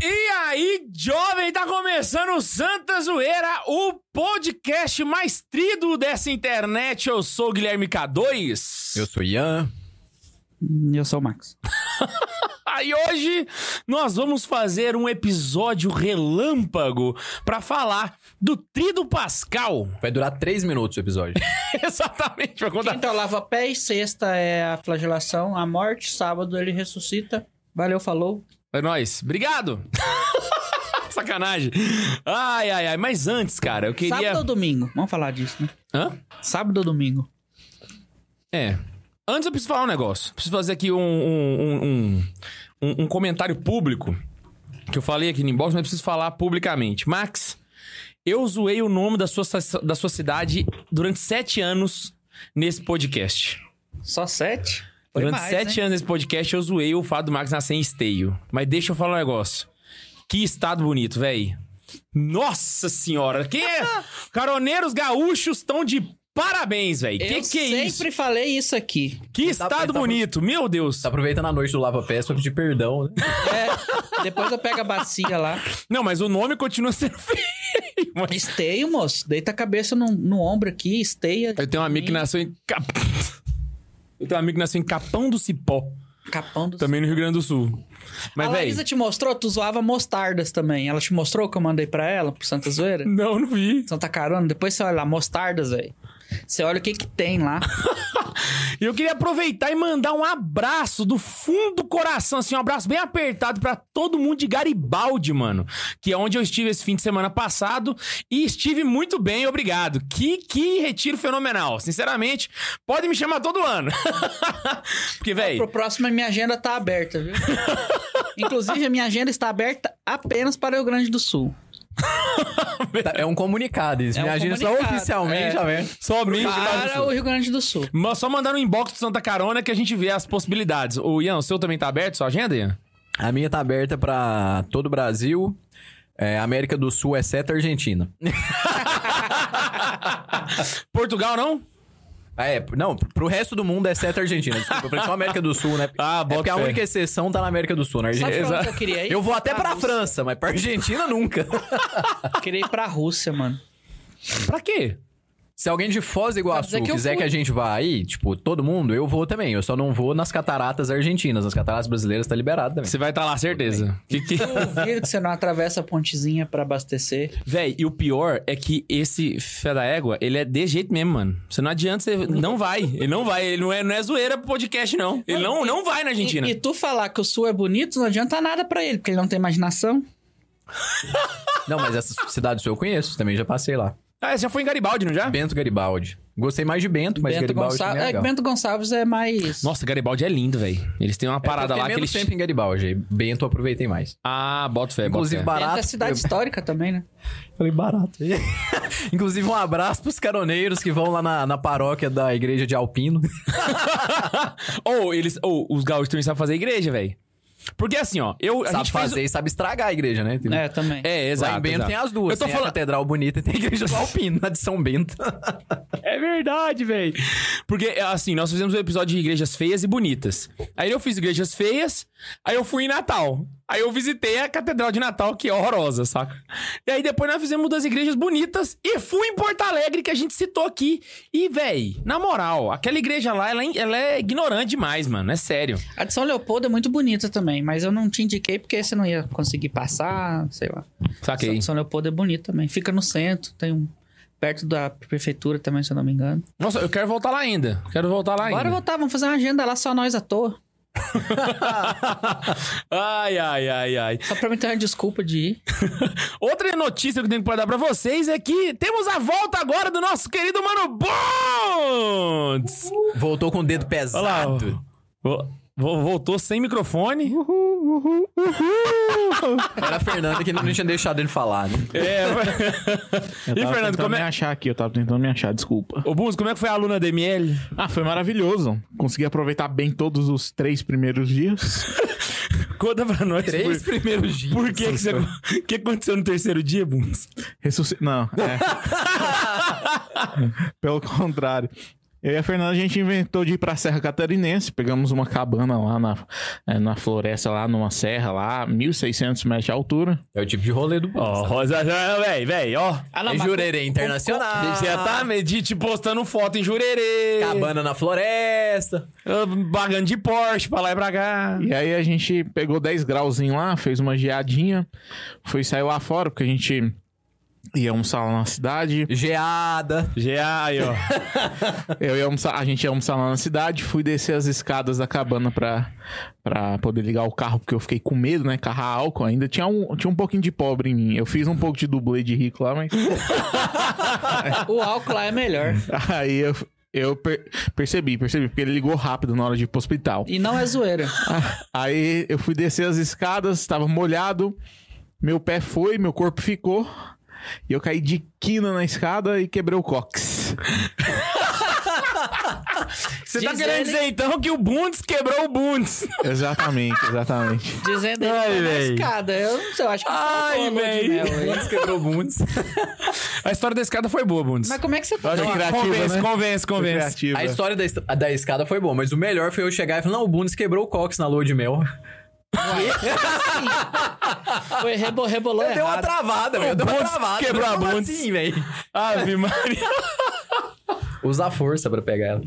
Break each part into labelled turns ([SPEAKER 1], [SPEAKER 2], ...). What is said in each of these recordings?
[SPEAKER 1] E aí, jovem, tá começando o Santa Zoeira, o podcast mais trido dessa internet. Eu sou o Guilherme K2.
[SPEAKER 2] Eu sou Ian.
[SPEAKER 3] Eu sou o Max.
[SPEAKER 1] E hoje nós vamos fazer um episódio relâmpago pra falar do Trido Pascal.
[SPEAKER 2] Vai durar três minutos o episódio.
[SPEAKER 1] Exatamente, pra contar.
[SPEAKER 3] Quinta lava pés, sexta é a flagelação, a morte, sábado ele ressuscita. Valeu, falou.
[SPEAKER 1] É nóis. Obrigado. Sacanagem. Ai, ai, ai. Mas antes, cara, eu queria.
[SPEAKER 3] Sábado ou domingo? Vamos falar disso, né?
[SPEAKER 1] Hã?
[SPEAKER 3] Sábado ou domingo?
[SPEAKER 1] É. Antes eu preciso falar um negócio. Preciso fazer aqui um, um, um- um, um- um comentário público. Que eu falei aqui no inbox, mas preciso falar publicamente. Max, eu zoei o nome da sua, sa- da sua cidade durante sete anos nesse podcast.
[SPEAKER 3] Só sete?
[SPEAKER 1] durante sete anos nesse podcast, eu zoei o fato do Max nascer em esteio. Mas deixa eu falar um negócio. Que estado bonito, véi. Nossa senhora! Que caroneiros gaúchos estão de parabéns, véi. Que
[SPEAKER 3] Eu
[SPEAKER 1] que é isso?
[SPEAKER 3] sempre falei isso aqui.
[SPEAKER 1] Que estado
[SPEAKER 2] tá pro-
[SPEAKER 1] bonito, meu Deus.
[SPEAKER 2] Tá aproveitando a noite do Lava Pés pra pedir perdão, né?
[SPEAKER 3] É, depois eu pego a bacia lá.
[SPEAKER 1] Não, mas o nome continua sendo feio. mas-
[SPEAKER 3] Esteio, moço. Deita a cabeça no, no ombro aqui, esteia.
[SPEAKER 1] Eu tenho um amigo que nasceu em Cap... Eu tenho um amigo que nasceu em Capão do Cipó,
[SPEAKER 3] Capão do...
[SPEAKER 1] também no Rio Grande do Sul. Mas,
[SPEAKER 3] a
[SPEAKER 1] véi,
[SPEAKER 3] Larissa te mostrou? Tu zoava mostardas também. Ela te mostrou o que eu mandei pra ela, pro Santa Zoeira?
[SPEAKER 1] não, não vi.
[SPEAKER 3] Santa Carona, depois você olha lá, mostardas, velho. Você olha o que que tem lá.
[SPEAKER 1] E eu queria aproveitar e mandar um abraço do fundo do coração, assim, um abraço bem apertado pra todo mundo de Garibaldi, mano. Que é onde eu estive esse fim de semana passado e estive muito bem, obrigado. Que, que retiro fenomenal. Sinceramente, pode me chamar todo ano. Porque, véi.
[SPEAKER 3] Pro próximo, a minha agenda tá aberta, viu? Inclusive, a minha agenda está aberta apenas para o Rio Grande do Sul.
[SPEAKER 2] Tá- É um comunicado isso.
[SPEAKER 3] É um
[SPEAKER 2] Minha agenda só
[SPEAKER 3] comunicado,
[SPEAKER 2] oficialmente, tá
[SPEAKER 3] é.
[SPEAKER 2] já vem.
[SPEAKER 1] Somente lá no
[SPEAKER 3] Para
[SPEAKER 1] sul.
[SPEAKER 3] o Rio Grande do Sul.
[SPEAKER 1] Mas Só mandar um inbox do Santa Carona que a gente vê as possibilidades. O Ian, o seu também tá aberto, sua agenda, Ian?
[SPEAKER 2] A minha tá aberta pra todo o Brasil, é, América do Sul, exceto a Argentina.
[SPEAKER 1] Portugal, não?
[SPEAKER 2] Ah, é, não, pro resto do mundo, exceto a Argentina. Desculpa, eu falei só América do Sul, né?
[SPEAKER 1] Ah,
[SPEAKER 2] é
[SPEAKER 1] bota
[SPEAKER 2] porque a
[SPEAKER 1] fé.
[SPEAKER 2] única exceção tá na América do Sul, na
[SPEAKER 3] Sabe
[SPEAKER 2] Argentina.
[SPEAKER 3] pra onde
[SPEAKER 1] Exato.
[SPEAKER 3] eu queria ir?
[SPEAKER 2] Eu vou até pra
[SPEAKER 3] Rússia.
[SPEAKER 2] França, mas pra Argentina nunca.
[SPEAKER 3] Eu queria ir pra Rússia, mano.
[SPEAKER 1] Pra quê?
[SPEAKER 2] Se alguém de Foz do
[SPEAKER 3] Pra dizer que
[SPEAKER 2] Iguaçu
[SPEAKER 3] eu
[SPEAKER 2] quiser
[SPEAKER 3] fui.
[SPEAKER 2] que a gente vá aí, tipo, todo mundo, eu vou também. Eu só não vou nas cataratas argentinas. Nas cataratas brasileiras tá liberado também.
[SPEAKER 1] Você vai estar lá, certeza. Que, que...
[SPEAKER 3] Duvido que você não atravessa a pontezinha pra abastecer.
[SPEAKER 1] Véi, e o pior é que esse fé da égua, ele é de jeito mesmo, mano. Você não adianta, você não vai. Ele não vai. Ele não é, não é zoeira pro podcast, não. Ele não, não vai na Argentina.
[SPEAKER 3] E, e tu falar que o Sul é bonito não adianta nada pra ele, porque ele não tem imaginação.
[SPEAKER 2] Não, mas essa cidade sua eu conheço, também já passei lá.
[SPEAKER 1] Ah, você já foi em Garibaldi, não já?
[SPEAKER 2] Bento Garibaldi. Gostei mais de Bento, mas
[SPEAKER 3] Bento
[SPEAKER 2] Garibaldi
[SPEAKER 3] Gonçalves...
[SPEAKER 2] também é
[SPEAKER 3] É, que
[SPEAKER 2] legal.
[SPEAKER 3] Bento Gonçalves é mais...
[SPEAKER 1] Nossa, Garibaldi é lindo, véi. Eles têm uma parada lá que eles...
[SPEAKER 2] sempre em Garibaldi. Bento eu aproveitei mais.
[SPEAKER 1] Ah, bota fé,
[SPEAKER 2] Inclusive,
[SPEAKER 1] bota fé.
[SPEAKER 3] Bento é
[SPEAKER 2] barato.
[SPEAKER 3] cidade histórica também, né?
[SPEAKER 2] Eu falei barato. Inclusive, um abraço pros caroneiros que vão lá na, na paróquia da igreja de Alpino.
[SPEAKER 1] Ou eles... Ou os gaúchos também sabem fazer igreja, véi. Porque assim, ó... Eu, a
[SPEAKER 2] sabe
[SPEAKER 1] gente fez o-
[SPEAKER 2] fazer e sabe estragar a igreja, né? Tem-
[SPEAKER 3] É, também.
[SPEAKER 1] É, exato.
[SPEAKER 2] Lá em Bento
[SPEAKER 1] exato.
[SPEAKER 2] tem as duas.
[SPEAKER 1] Eu tô
[SPEAKER 2] tem a
[SPEAKER 1] falando.
[SPEAKER 2] catedral bonita e tem a igreja do Alpino, na de São Bento.
[SPEAKER 1] É verdade, velho. Porque, assim, nós fizemos um episódio de igrejas feias e bonitas. Aí eu fiz igrejas feias, aí eu fui em Natal. Aí eu visitei a Catedral de Natal, que é horrorosa, saca? E aí depois nós fizemos das igrejas bonitas e fui em Porto Alegre, que a gente citou aqui. E, véi, na moral, aquela igreja lá, ela, é- ela é ignorante demais, mano. É sério.
[SPEAKER 3] A de São Leopoldo é muito bonita também, mas eu não te indiquei porque você não ia conseguir passar, sei lá.
[SPEAKER 1] Saquei.
[SPEAKER 3] São, São Leopoldo é bonito também. Fica no centro, tem um. Perto da prefeitura também, se eu não me engano.
[SPEAKER 1] Nossa, eu quero voltar lá ainda. Quero voltar lá
[SPEAKER 3] Bora
[SPEAKER 1] ainda.
[SPEAKER 3] voltar, vamos fazer uma agenda lá só nós à toa.
[SPEAKER 1] ai, ai, ai, ai.
[SPEAKER 3] Só pra me ter uma desculpa de ir.
[SPEAKER 1] Outra notícia que eu tenho pra dar pra vocês é que temos a volta agora do nosso querido Mano Bonds!
[SPEAKER 2] Voltou com o dedo pesado.
[SPEAKER 1] Olha lá, vo- vo- voltou sem microfone.
[SPEAKER 2] Era a Fernanda que não tinha deixado ele falar, né?
[SPEAKER 1] É,
[SPEAKER 4] Eu
[SPEAKER 1] e Fernando,
[SPEAKER 4] tava tentando
[SPEAKER 1] como
[SPEAKER 4] me
[SPEAKER 1] é...
[SPEAKER 4] achar aqui, eu tava tentando me achar, desculpa.
[SPEAKER 1] Ô, Bunz, como é que foi a aluna da ML?
[SPEAKER 4] Ah, foi maravilhoso. Consegui aproveitar bem todos os três primeiros dias.
[SPEAKER 1] Conta pra nós.
[SPEAKER 2] Três
[SPEAKER 1] por...
[SPEAKER 2] primeiros dias.
[SPEAKER 1] Por que que, você... o que aconteceu no terceiro dia, Buns?
[SPEAKER 4] Ressusci... Não, é. Pelo contrário. Eu e a Fernanda, a gente inventou de ir pra Serra Catarinense. Pegamos uma cabana lá na, é, na floresta, lá numa serra, lá, 1.600 metros de altura.
[SPEAKER 2] É o tipo de rolê do
[SPEAKER 1] Ó, Rosa, véi, véi, ó.
[SPEAKER 3] Ah, não,
[SPEAKER 2] É
[SPEAKER 3] mas-
[SPEAKER 2] Jurerê Internacional.
[SPEAKER 1] Você tá medite postando foto em Jurerê.
[SPEAKER 2] Cabana na floresta.
[SPEAKER 1] Ah, Bagando de Porsche pra lá e pra cá.
[SPEAKER 4] E aí a gente pegou 10 grauzinho lá, fez uma geadinha, foi sair lá fora, porque a gente ia almoçar lá na cidade.
[SPEAKER 2] Geada.
[SPEAKER 1] GA aí, ó.
[SPEAKER 4] Eu ia almoçar, a gente ia almoçar lá na cidade, fui descer as escadas da cabana pra, pra poder ligar o carro, porque eu fiquei com medo, né? Carrar álcool ainda. Tinha um, tinha um pouquinho de pobre em mim. Eu fiz um pouco de dublê de rico lá, mas.
[SPEAKER 3] O álcool lá é melhor.
[SPEAKER 4] aí eu, eu per- percebi, percebi, porque ele ligou rápido na hora de ir pro hospital. Ah,
[SPEAKER 3] E não é zoeira.
[SPEAKER 4] Aí eu fui descer as escadas, tava molhado, meu pé foi, meu corpo ficou. E eu caí de quina na escada e quebrei o cox.
[SPEAKER 1] Você tá
[SPEAKER 3] Diz
[SPEAKER 1] querendo
[SPEAKER 3] ele-
[SPEAKER 1] dizer então que o Bundes quebrou o Bundes?
[SPEAKER 4] Exatamente, exatamente.
[SPEAKER 3] Dizendo ele
[SPEAKER 1] Ai,
[SPEAKER 3] que tá na
[SPEAKER 1] véi.
[SPEAKER 3] escada. Eu não sei, eu acho que não
[SPEAKER 1] Ai,
[SPEAKER 3] faltou a lua de
[SPEAKER 1] véi.
[SPEAKER 3] mel aí.
[SPEAKER 2] Quebrou bundes.
[SPEAKER 1] A história da escada foi boa, Bundes.
[SPEAKER 3] Mas como é que você
[SPEAKER 4] Olha
[SPEAKER 3] Não,
[SPEAKER 4] que gra- criativa,
[SPEAKER 1] convence,
[SPEAKER 4] né? é.
[SPEAKER 1] convence, convence.
[SPEAKER 4] Criativa.
[SPEAKER 2] A história da, est- da escada foi boa, mas o melhor foi eu chegar e falar: não, o Bundes quebrou o Cox na lua de mel.
[SPEAKER 3] Foi rebo, rebolou
[SPEAKER 2] Deu uma
[SPEAKER 3] errado.
[SPEAKER 2] travada, velho. Deu uma
[SPEAKER 1] Bundes
[SPEAKER 2] travada.
[SPEAKER 1] quebrou a
[SPEAKER 2] Como
[SPEAKER 1] Bundes.
[SPEAKER 2] assim, velho?
[SPEAKER 1] Ave Maria.
[SPEAKER 2] Usa a força pra pegar ela.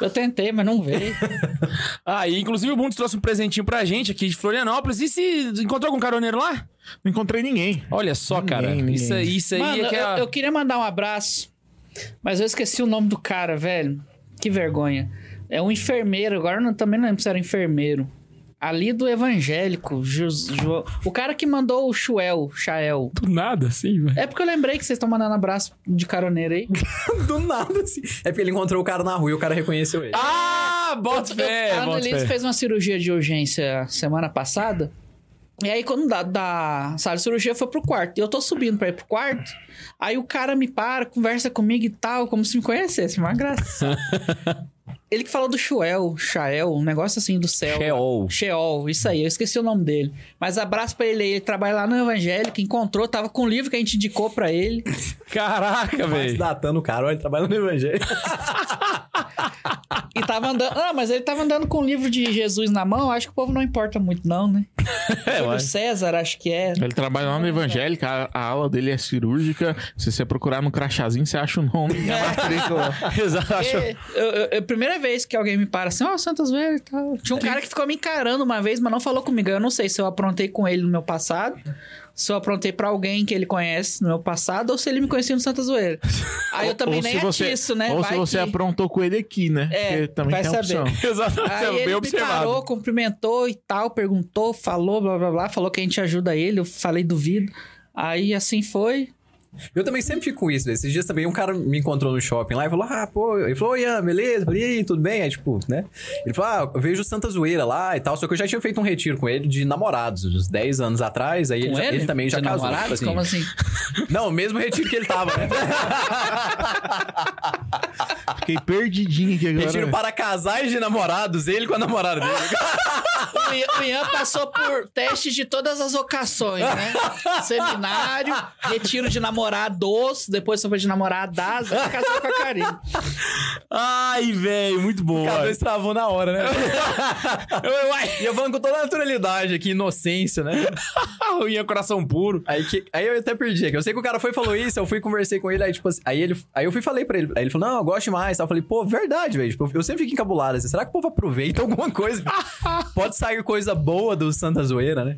[SPEAKER 3] Eu tentei, mas não veio.
[SPEAKER 1] Ah, e inclusive o Bundes trouxe um presentinho pra gente aqui de Florianópolis. E se encontrou algum caroneiro lá?
[SPEAKER 4] Não encontrei ninguém.
[SPEAKER 1] Olha só, cara.
[SPEAKER 4] ninguém.
[SPEAKER 1] Isso, aí- isso aí
[SPEAKER 3] Mano,
[SPEAKER 1] é que é...
[SPEAKER 3] eu, eu queria mandar um abraço, mas eu esqueci o nome do cara, velho. Que vergonha. É um enfermeiro, agora eu não, também não lembro se era enfermeiro. Ali do evangélico, Jus- Jo- o cara que mandou o Chuel, Chael.
[SPEAKER 1] Do nada, assim, velho.
[SPEAKER 3] É porque eu lembrei que vocês estão mandando abraço de caroneiro aí.
[SPEAKER 2] Do nada, assim. É porque ele encontrou o cara na rua e o cara reconheceu ele.
[SPEAKER 1] Ah, bota
[SPEAKER 3] Eu-
[SPEAKER 1] fé,
[SPEAKER 3] a
[SPEAKER 1] bota
[SPEAKER 3] Annelise
[SPEAKER 1] fé.
[SPEAKER 3] fez uma cirurgia de urgência semana passada. E aí, quando da, da sala de cirurgia, foi pro quarto. E eu tô subindo pra ir pro quarto. Aí o cara me para, conversa comigo e tal, como se me conhecesse. Uma graça. Ele que falou do Chuel, Chael, um negócio assim do céu.
[SPEAKER 1] Sheol.
[SPEAKER 3] Sheol, isso aí, eu esqueci o nome dele. Mas abraço pra ele aí. Ele trabalha lá no Evangélico, encontrou, tava com o livro que a gente indicou pra ele.
[SPEAKER 1] Caraca,
[SPEAKER 2] Mas
[SPEAKER 1] velho.
[SPEAKER 2] Tá datando o cara, olha, ele trabalha no evangelho.
[SPEAKER 3] E tava andando. Ah, mas ele tava andando com o livro de Jesus na mão. Acho que o povo não importa muito, não, né?
[SPEAKER 1] É,
[SPEAKER 3] Júlio
[SPEAKER 1] ué.
[SPEAKER 3] César, acho que é.
[SPEAKER 4] Ele trabalha lá no evangélica, a, a aula dele é cirúrgica. Se você procurar no crachazinho, você acha o nome. e a matrícula.
[SPEAKER 1] Exato.
[SPEAKER 3] Porque É, eu, eu- eu- primeira vez que alguém me para assim, ó, Santos Velho e tal. Tinha um cara que ficou me encarando uma vez, mas não falou comigo. Eu não sei se eu aprontei com ele no meu passado, se eu aprontei pra alguém que ele conhece no meu passado, ou se ele me conhecia no Santa Zoeira. Aí eu também
[SPEAKER 4] Ou
[SPEAKER 3] nem
[SPEAKER 4] se você-
[SPEAKER 3] atiço, né?
[SPEAKER 4] Ou
[SPEAKER 3] Vai
[SPEAKER 4] se você
[SPEAKER 3] que-
[SPEAKER 4] aprontou com ele aqui, né?
[SPEAKER 3] É,
[SPEAKER 4] Porque também
[SPEAKER 3] vai
[SPEAKER 4] tem a
[SPEAKER 3] saber.
[SPEAKER 4] opção.
[SPEAKER 1] Exato.
[SPEAKER 3] Aí
[SPEAKER 1] é
[SPEAKER 3] ele
[SPEAKER 1] bem
[SPEAKER 3] me
[SPEAKER 1] observado.
[SPEAKER 3] parou, cumprimentou e tal, perguntou, falou, blá blá blá, falou que a gente ajuda ele, eu falei duvido. Aí assim foi,
[SPEAKER 2] Eu também sempre fico com isso, velho. Esses dias também um cara me encontrou no shopping lá e falou: Ah, pô, ele falou, Oi, Ian, beleza? Eu falei, e aí, tudo bem? Aí, tipo, né? Ele falou: Ah, eu vejo Santa Zoeira lá e tal. Só que eu já tinha feito um retiro com ele de namorados, uns 10 anos atrás. Aí ele,
[SPEAKER 3] com
[SPEAKER 2] já-
[SPEAKER 3] ele.
[SPEAKER 2] ele também já
[SPEAKER 3] de
[SPEAKER 2] casou.
[SPEAKER 3] namorados,
[SPEAKER 2] tipo assim.
[SPEAKER 3] como assim?
[SPEAKER 2] Não, o mesmo retiro que ele tava, né?
[SPEAKER 4] Fiquei perdidinho aqui agora.
[SPEAKER 2] retiro para casais de namorados, ele com a namorada dele.
[SPEAKER 3] O Ian, o Ian passou por testes de todas as ocasiões, né? Seminário, retiro de namorados, depois você foi de namoradas, e casou com a Karine.
[SPEAKER 1] Ai, velho, muito bom.
[SPEAKER 2] Cada
[SPEAKER 1] ué.
[SPEAKER 2] dois travou na hora, né?
[SPEAKER 1] Eu- eu- ai,
[SPEAKER 2] E eu falando com toda naturalidade aqui, inocência, né?
[SPEAKER 1] eu ia coração puro.
[SPEAKER 2] Aí, que- aí eu até perdi. aqui. Eu sei que o cara foi e falou isso, eu fui e conversei com ele, aí, tipo assim, aí, ele, aí eu fui e falei pra ele. Aí ele falou, não, eu gosto mais. Eu falei, pô, verdade, velho. Tipo, eu sempre fico encabulado. Assim, Será que o povo aproveita alguma coisa? Pode sair coisa boa do Santa Zoeira, né?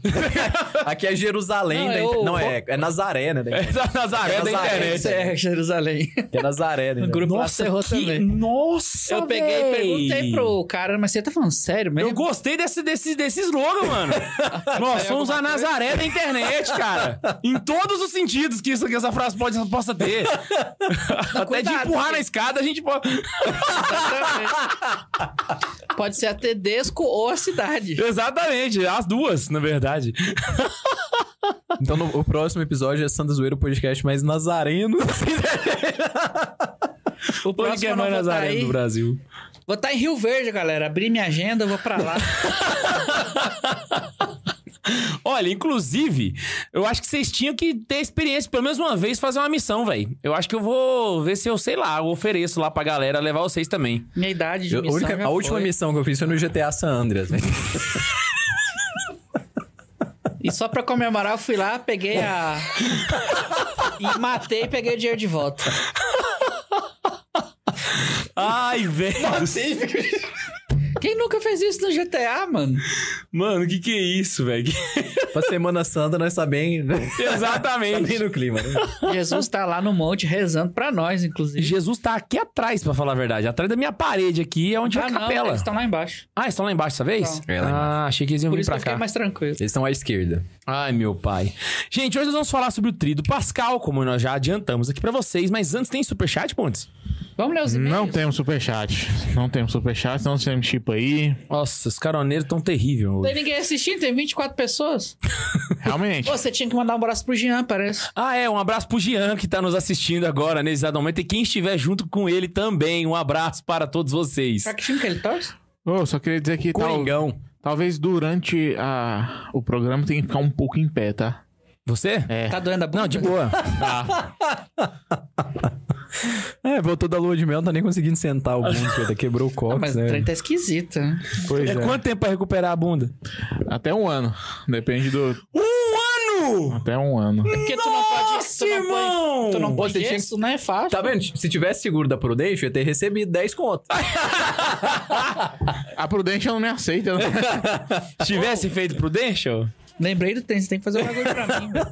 [SPEAKER 2] Aqui é Jerusalém,
[SPEAKER 3] Não,
[SPEAKER 2] não,
[SPEAKER 3] é o-
[SPEAKER 2] não é, é Nazaré, né?
[SPEAKER 1] É da Nazaré da
[SPEAKER 2] Nazaré,
[SPEAKER 1] internet.
[SPEAKER 3] É, Jerusalém.
[SPEAKER 2] É Nazaré, né?
[SPEAKER 3] O grupo lá
[SPEAKER 1] Nossa,
[SPEAKER 3] cerrou
[SPEAKER 1] que-
[SPEAKER 3] também.
[SPEAKER 1] Nossa,
[SPEAKER 3] Eu peguei e
[SPEAKER 1] véi.
[SPEAKER 3] perguntei pro cara, mas você tá falando sério mesmo?
[SPEAKER 1] Eu gostei desse, desse, desse slogan, mano. Nós somos a Nazaré da internet, cara. Em todos os sentidos que, isso, que essa frase pode, possa ter. Até de
[SPEAKER 3] cuidado,
[SPEAKER 1] empurrar
[SPEAKER 3] porque-
[SPEAKER 1] na escada, a gente pode...
[SPEAKER 3] Exatamente. Pode ser a Tedesco ou a cidade.
[SPEAKER 1] Exatamente, as duas, na verdade.
[SPEAKER 2] Então no- o próximo episódio é Santa Zoeira, o podcast mais nazareno.
[SPEAKER 3] O
[SPEAKER 1] Onde que
[SPEAKER 3] próximo
[SPEAKER 1] é
[SPEAKER 3] eu não
[SPEAKER 1] mais
[SPEAKER 3] vou estar
[SPEAKER 1] Nazaré
[SPEAKER 3] aí. tá
[SPEAKER 1] do Brasil?
[SPEAKER 3] Vou estar em Rio Verde, galera. Abri minha agenda, eu vou pra lá.
[SPEAKER 1] Olha, inclusive, eu acho que vocês tinham que ter experiência, pelo menos uma vez, fazer uma missão, velho. Eu acho que eu vou ver se eu, sei lá, eu ofereço lá pra galera levar vocês também.
[SPEAKER 3] Minha idade de
[SPEAKER 2] Eu- a,
[SPEAKER 3] missão
[SPEAKER 2] única-
[SPEAKER 3] já
[SPEAKER 2] a última
[SPEAKER 3] foi.
[SPEAKER 2] missão que eu fiz foi no GTA San Andreas. né? velho.
[SPEAKER 3] E só pra comemorar, eu fui lá, peguei a... e matei e peguei o dinheiro de volta.
[SPEAKER 1] Ai, velho.
[SPEAKER 3] Quem nunca fez isso no GTA, mano?
[SPEAKER 1] Mano, o que que é isso, velho?
[SPEAKER 2] pra Semana Santa, nós tá bem, tá bem
[SPEAKER 1] Exatamente.
[SPEAKER 2] no clima, né?
[SPEAKER 3] Jesus tá lá no monte rezando pra nós, inclusive.
[SPEAKER 1] Jesus tá aqui atrás, pra falar a verdade. Atrás da minha parede aqui é onde é
[SPEAKER 3] ah,
[SPEAKER 1] a
[SPEAKER 3] não,
[SPEAKER 1] capela.
[SPEAKER 3] eles estão lá embaixo.
[SPEAKER 1] Ah, eles estão lá embaixo dessa vez?
[SPEAKER 2] Estão. É, lá embaixo.
[SPEAKER 1] ah, achei que eles iam
[SPEAKER 3] Por
[SPEAKER 1] vir
[SPEAKER 3] isso que
[SPEAKER 1] pra
[SPEAKER 3] eu
[SPEAKER 1] cá.
[SPEAKER 3] fiquei mais tranquilo.
[SPEAKER 2] Eles estão à esquerda.
[SPEAKER 1] Ai, meu pai. Gente, hoje nós vamos falar sobre o trio do Pascal, como nós já adiantamos aqui pra vocês. Mas antes, tem superchat, Pontes?
[SPEAKER 3] Vamos ler os e-mails?
[SPEAKER 4] Não temos superchat. Não temos superchat, não temos chip aí.
[SPEAKER 1] Nossa, os caroneiros tão terríveis hoje.
[SPEAKER 3] Tem ninguém assistindo, tem 24 pessoas.
[SPEAKER 4] Realmente.
[SPEAKER 3] Pô, você tinha que mandar um abraço pro Jean, parece.
[SPEAKER 1] Ah, é. Um abraço pro Jean que tá nos assistindo agora nesse exato momento. E quem estiver junto com ele também. Um abraço para todos vocês. Tá,
[SPEAKER 3] Será que time que ele torce?
[SPEAKER 4] Ô, só queria dizer que tal,
[SPEAKER 1] Coringão.
[SPEAKER 4] talvez durante a, o programa tenha que ficar um pouco em pé, tá?
[SPEAKER 1] Você?
[SPEAKER 4] É.
[SPEAKER 3] Tá doendo a bunda?
[SPEAKER 1] Não, de boa.
[SPEAKER 3] Ah,
[SPEAKER 2] É, voltou da lua de mel, não tá nem conseguindo sentar o bunda, até quebrou o
[SPEAKER 3] Ah,
[SPEAKER 2] cox, né?
[SPEAKER 3] mas o trem tá esquisito, né?
[SPEAKER 4] Pois
[SPEAKER 1] É, Quanto tempo pra recuperar a bunda?
[SPEAKER 4] Até um ano. Depende do.
[SPEAKER 1] Um ano!
[SPEAKER 4] Até um ano.
[SPEAKER 3] Porque tu não pode...
[SPEAKER 1] Nossa,
[SPEAKER 3] Tu não põe,
[SPEAKER 1] irmão!
[SPEAKER 3] tu não põe
[SPEAKER 2] Você tinha que-
[SPEAKER 3] gesso, não é fácil.
[SPEAKER 2] Tá vendo? Se tivesse seguro da Prudential, eu ia ter recebido 10 conto.
[SPEAKER 3] Ah,
[SPEAKER 4] A Prudente não me aceita, né?
[SPEAKER 1] Se Tivesse feito Prudential?
[SPEAKER 3] Lembrei do tênis, tem que fazer um bagulho pra mim. velho.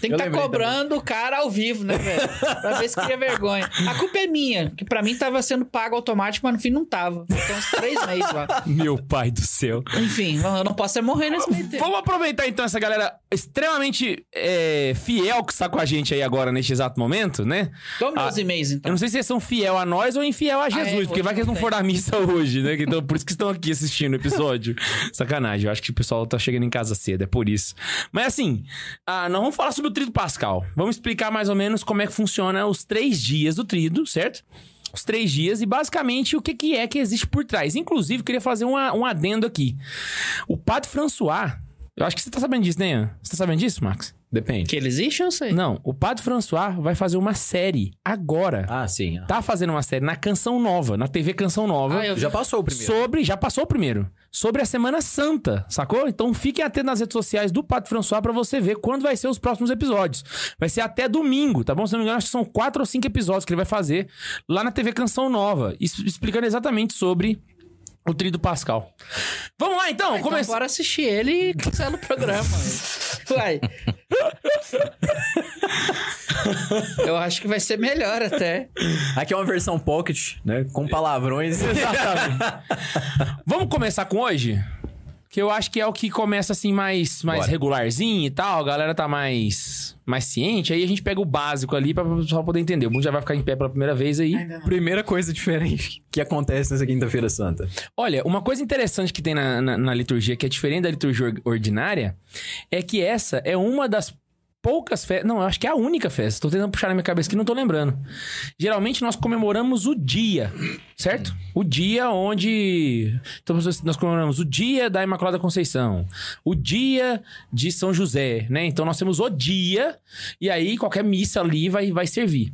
[SPEAKER 3] Tem que
[SPEAKER 2] Eu
[SPEAKER 3] estar
[SPEAKER 2] lembrei
[SPEAKER 3] cobrando o cara ao vivo, né, velho? Pra ver se cria vergonha. A culpa é minha, que pra mim tava sendo pago automático, mas no fim não tava. Então, uns três meses lá.
[SPEAKER 1] Meu pai do céu.
[SPEAKER 3] Enfim, eu não posso é morrer nesse meio tempo.
[SPEAKER 1] Vamos aproveitar então essa galera extremamente é, fiel que está com a gente aí agora neste exato momento, né?
[SPEAKER 3] Vamos
[SPEAKER 1] Ah,
[SPEAKER 3] ler os e-mails,
[SPEAKER 1] Eu
[SPEAKER 3] então.
[SPEAKER 1] não sei se eles são fiel a nós ou infiel a Jesus,
[SPEAKER 3] hoje
[SPEAKER 1] porque vai que eles não
[SPEAKER 3] não
[SPEAKER 1] foram à missa hoje, né? Então, por isso que estão aqui assistindo o episódio. Sacanagem, eu acho que o pessoal tá chegando em casa cedo, é por isso. Mas assim, ah, nós vamos falar sobre o trido pascal. Vamos explicar mais ou menos como é que funciona os três dias do trido, certo? Os três dias e basicamente o que, que é que existe por trás. Inclusive, eu queria fazer uma- um adendo aqui. O Padre François, eu acho que você tá sabendo disso, né? Ian? Você tá sabendo disso, Max?
[SPEAKER 2] Depende.
[SPEAKER 3] Que ele existe, eu sei.
[SPEAKER 1] Não, o Padre François vai fazer uma série agora
[SPEAKER 2] Ah, sim. ah.
[SPEAKER 1] tá fazendo uma série na Canção Nova, na TV Canção Nova,
[SPEAKER 3] Ah, eu
[SPEAKER 2] Já passou o primeiro.
[SPEAKER 1] sobre. Já passou o primeiro. Sobre a Semana Santa, sacou? Então fiquem atentos nas redes sociais do Pato François pra você ver quando vai ser os próximos episódios. Vai ser até domingo, tá bom? Se não me engano, acho que são quatro ou cinco episódios que ele vai fazer lá na TV Canção Nova, es- explicando exatamente sobre o trio do Pascal. Vamos lá então,
[SPEAKER 3] Então,
[SPEAKER 1] começar.
[SPEAKER 3] bora assistir ele e cancela o programa. Vai. Eu acho que vai ser melhor até.
[SPEAKER 2] Aqui é uma versão pocket, né? Com palavrões.
[SPEAKER 1] Vamos começar com hoje? Que eu acho que é o que começa assim mais, mais
[SPEAKER 2] Bora.
[SPEAKER 1] regularzinho e tal, a galera tá mais mais ciente, aí a gente pega o básico ali para o pessoal poder entender. O mundo já vai ficar em pé pela primeira vez aí.
[SPEAKER 2] Primeira coisa diferente que acontece nessa quinta-feira santa.
[SPEAKER 1] Olha, uma coisa interessante que tem na, na- na liturgia, que é diferente da liturgia or- ordinária, é que essa é uma das poucas festas. Não, eu acho que é a única festa. Tô tentando puxar na minha cabeça que não tô lembrando. Geralmente nós comemoramos o dia, certo? O dia onde. Então, nós- nós comemoramos o dia da Imaculada Conceição, o dia de São José, né? Então nós temos o dia, e aí qualquer missa ali vai, vai servir.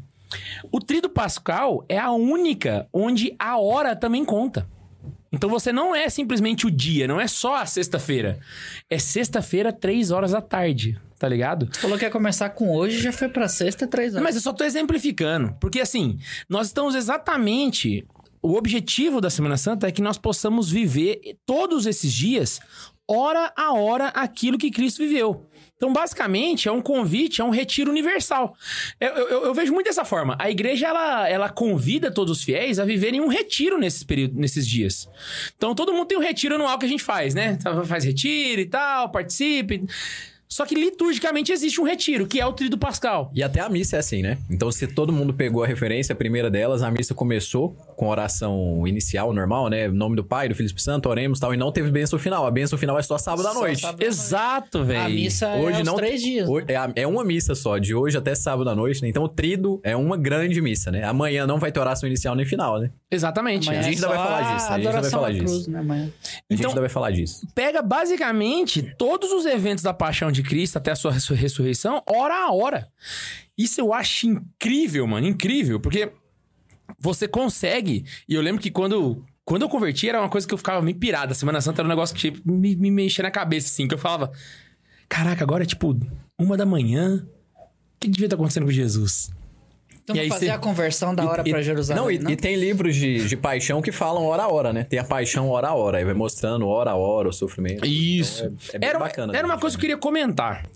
[SPEAKER 1] O trido pascal é a única onde a hora também conta. Então você não é simplesmente o dia, não é só a sexta-feira. É sexta-feira, três horas da tarde, tá ligado?
[SPEAKER 3] Falou que ia começar com hoje, já foi pra sexta, três horas.
[SPEAKER 1] Mas eu só tô exemplificando, porque assim, nós estamos exatamente. O objetivo da Semana Santa é que nós possamos viver todos esses dias, hora a hora, aquilo que Cristo viveu. Então, basicamente, é um convite, é um retiro universal. Eu, eu- eu vejo muito dessa forma. A igreja, ela, ela convida todos os fiéis a viverem um retiro nesses, período, nesses dias. Tá, Então, todo mundo tem um retiro anual que a gente faz, né? Faz retiro e tal, participe. Só que liturgicamente existe um retiro, que é o tríduo pascal.
[SPEAKER 2] E até a missa é assim, né? Então, se todo mundo pegou a referência, a primeira delas, a missa começou com a oração inicial, normal, né? Em Nome do Pai, do Filho e do Espírito Santo, oremos e tal, e não teve bênção final. A bênção final é só sábado à
[SPEAKER 3] Só
[SPEAKER 2] noite.
[SPEAKER 3] sábado.
[SPEAKER 1] Exato, velho.
[SPEAKER 3] A missa
[SPEAKER 2] Hoje
[SPEAKER 3] é
[SPEAKER 2] não-
[SPEAKER 3] os três dias.
[SPEAKER 2] Hoje- é, a- é uma missa só, de hoje até sábado à noite, né? Então, o trido é uma grande missa, né? Amanhã não vai ter oração inicial nem final, né?
[SPEAKER 1] Exatamente.
[SPEAKER 3] Amanhã
[SPEAKER 2] A gente
[SPEAKER 3] é
[SPEAKER 2] ainda vai
[SPEAKER 3] só
[SPEAKER 2] falar disso, a gente ainda vai
[SPEAKER 3] adoração
[SPEAKER 2] falar
[SPEAKER 3] à
[SPEAKER 2] disso.
[SPEAKER 3] cruz, né, amanhã.
[SPEAKER 2] A gente
[SPEAKER 1] Então-
[SPEAKER 2] ainda vai falar disso.
[SPEAKER 1] Pega basicamente todos os eventos da paixão de Cristo até a sua ressur- ressurreição, hora a hora. Isso eu acho incrível, mano, incrível, porque você consegue. E eu lembro que quando. Quando eu converti, era uma coisa que eu ficava meio pirada. Semana Santa era um negócio que tipo, me, me mexia na cabeça, assim, que eu falava: Caraca, agora é tipo uma da manhã. O que devia estar acontecendo com Jesus?
[SPEAKER 3] Então,
[SPEAKER 1] E aí
[SPEAKER 3] fazer
[SPEAKER 1] cê-
[SPEAKER 3] a conversão da hora
[SPEAKER 2] E-
[SPEAKER 3] pra Jerusalém. né?
[SPEAKER 2] Não, e,
[SPEAKER 3] não?
[SPEAKER 2] e tem livros de, de paixão que falam hora a hora, né? Tem a paixão hora a hora, aí vai mostrando hora a hora o sofrimento.
[SPEAKER 4] Isso.
[SPEAKER 2] É bem
[SPEAKER 1] Era, um-
[SPEAKER 2] bacana.
[SPEAKER 1] era uma
[SPEAKER 2] né?
[SPEAKER 1] coisa que eu queria comentar.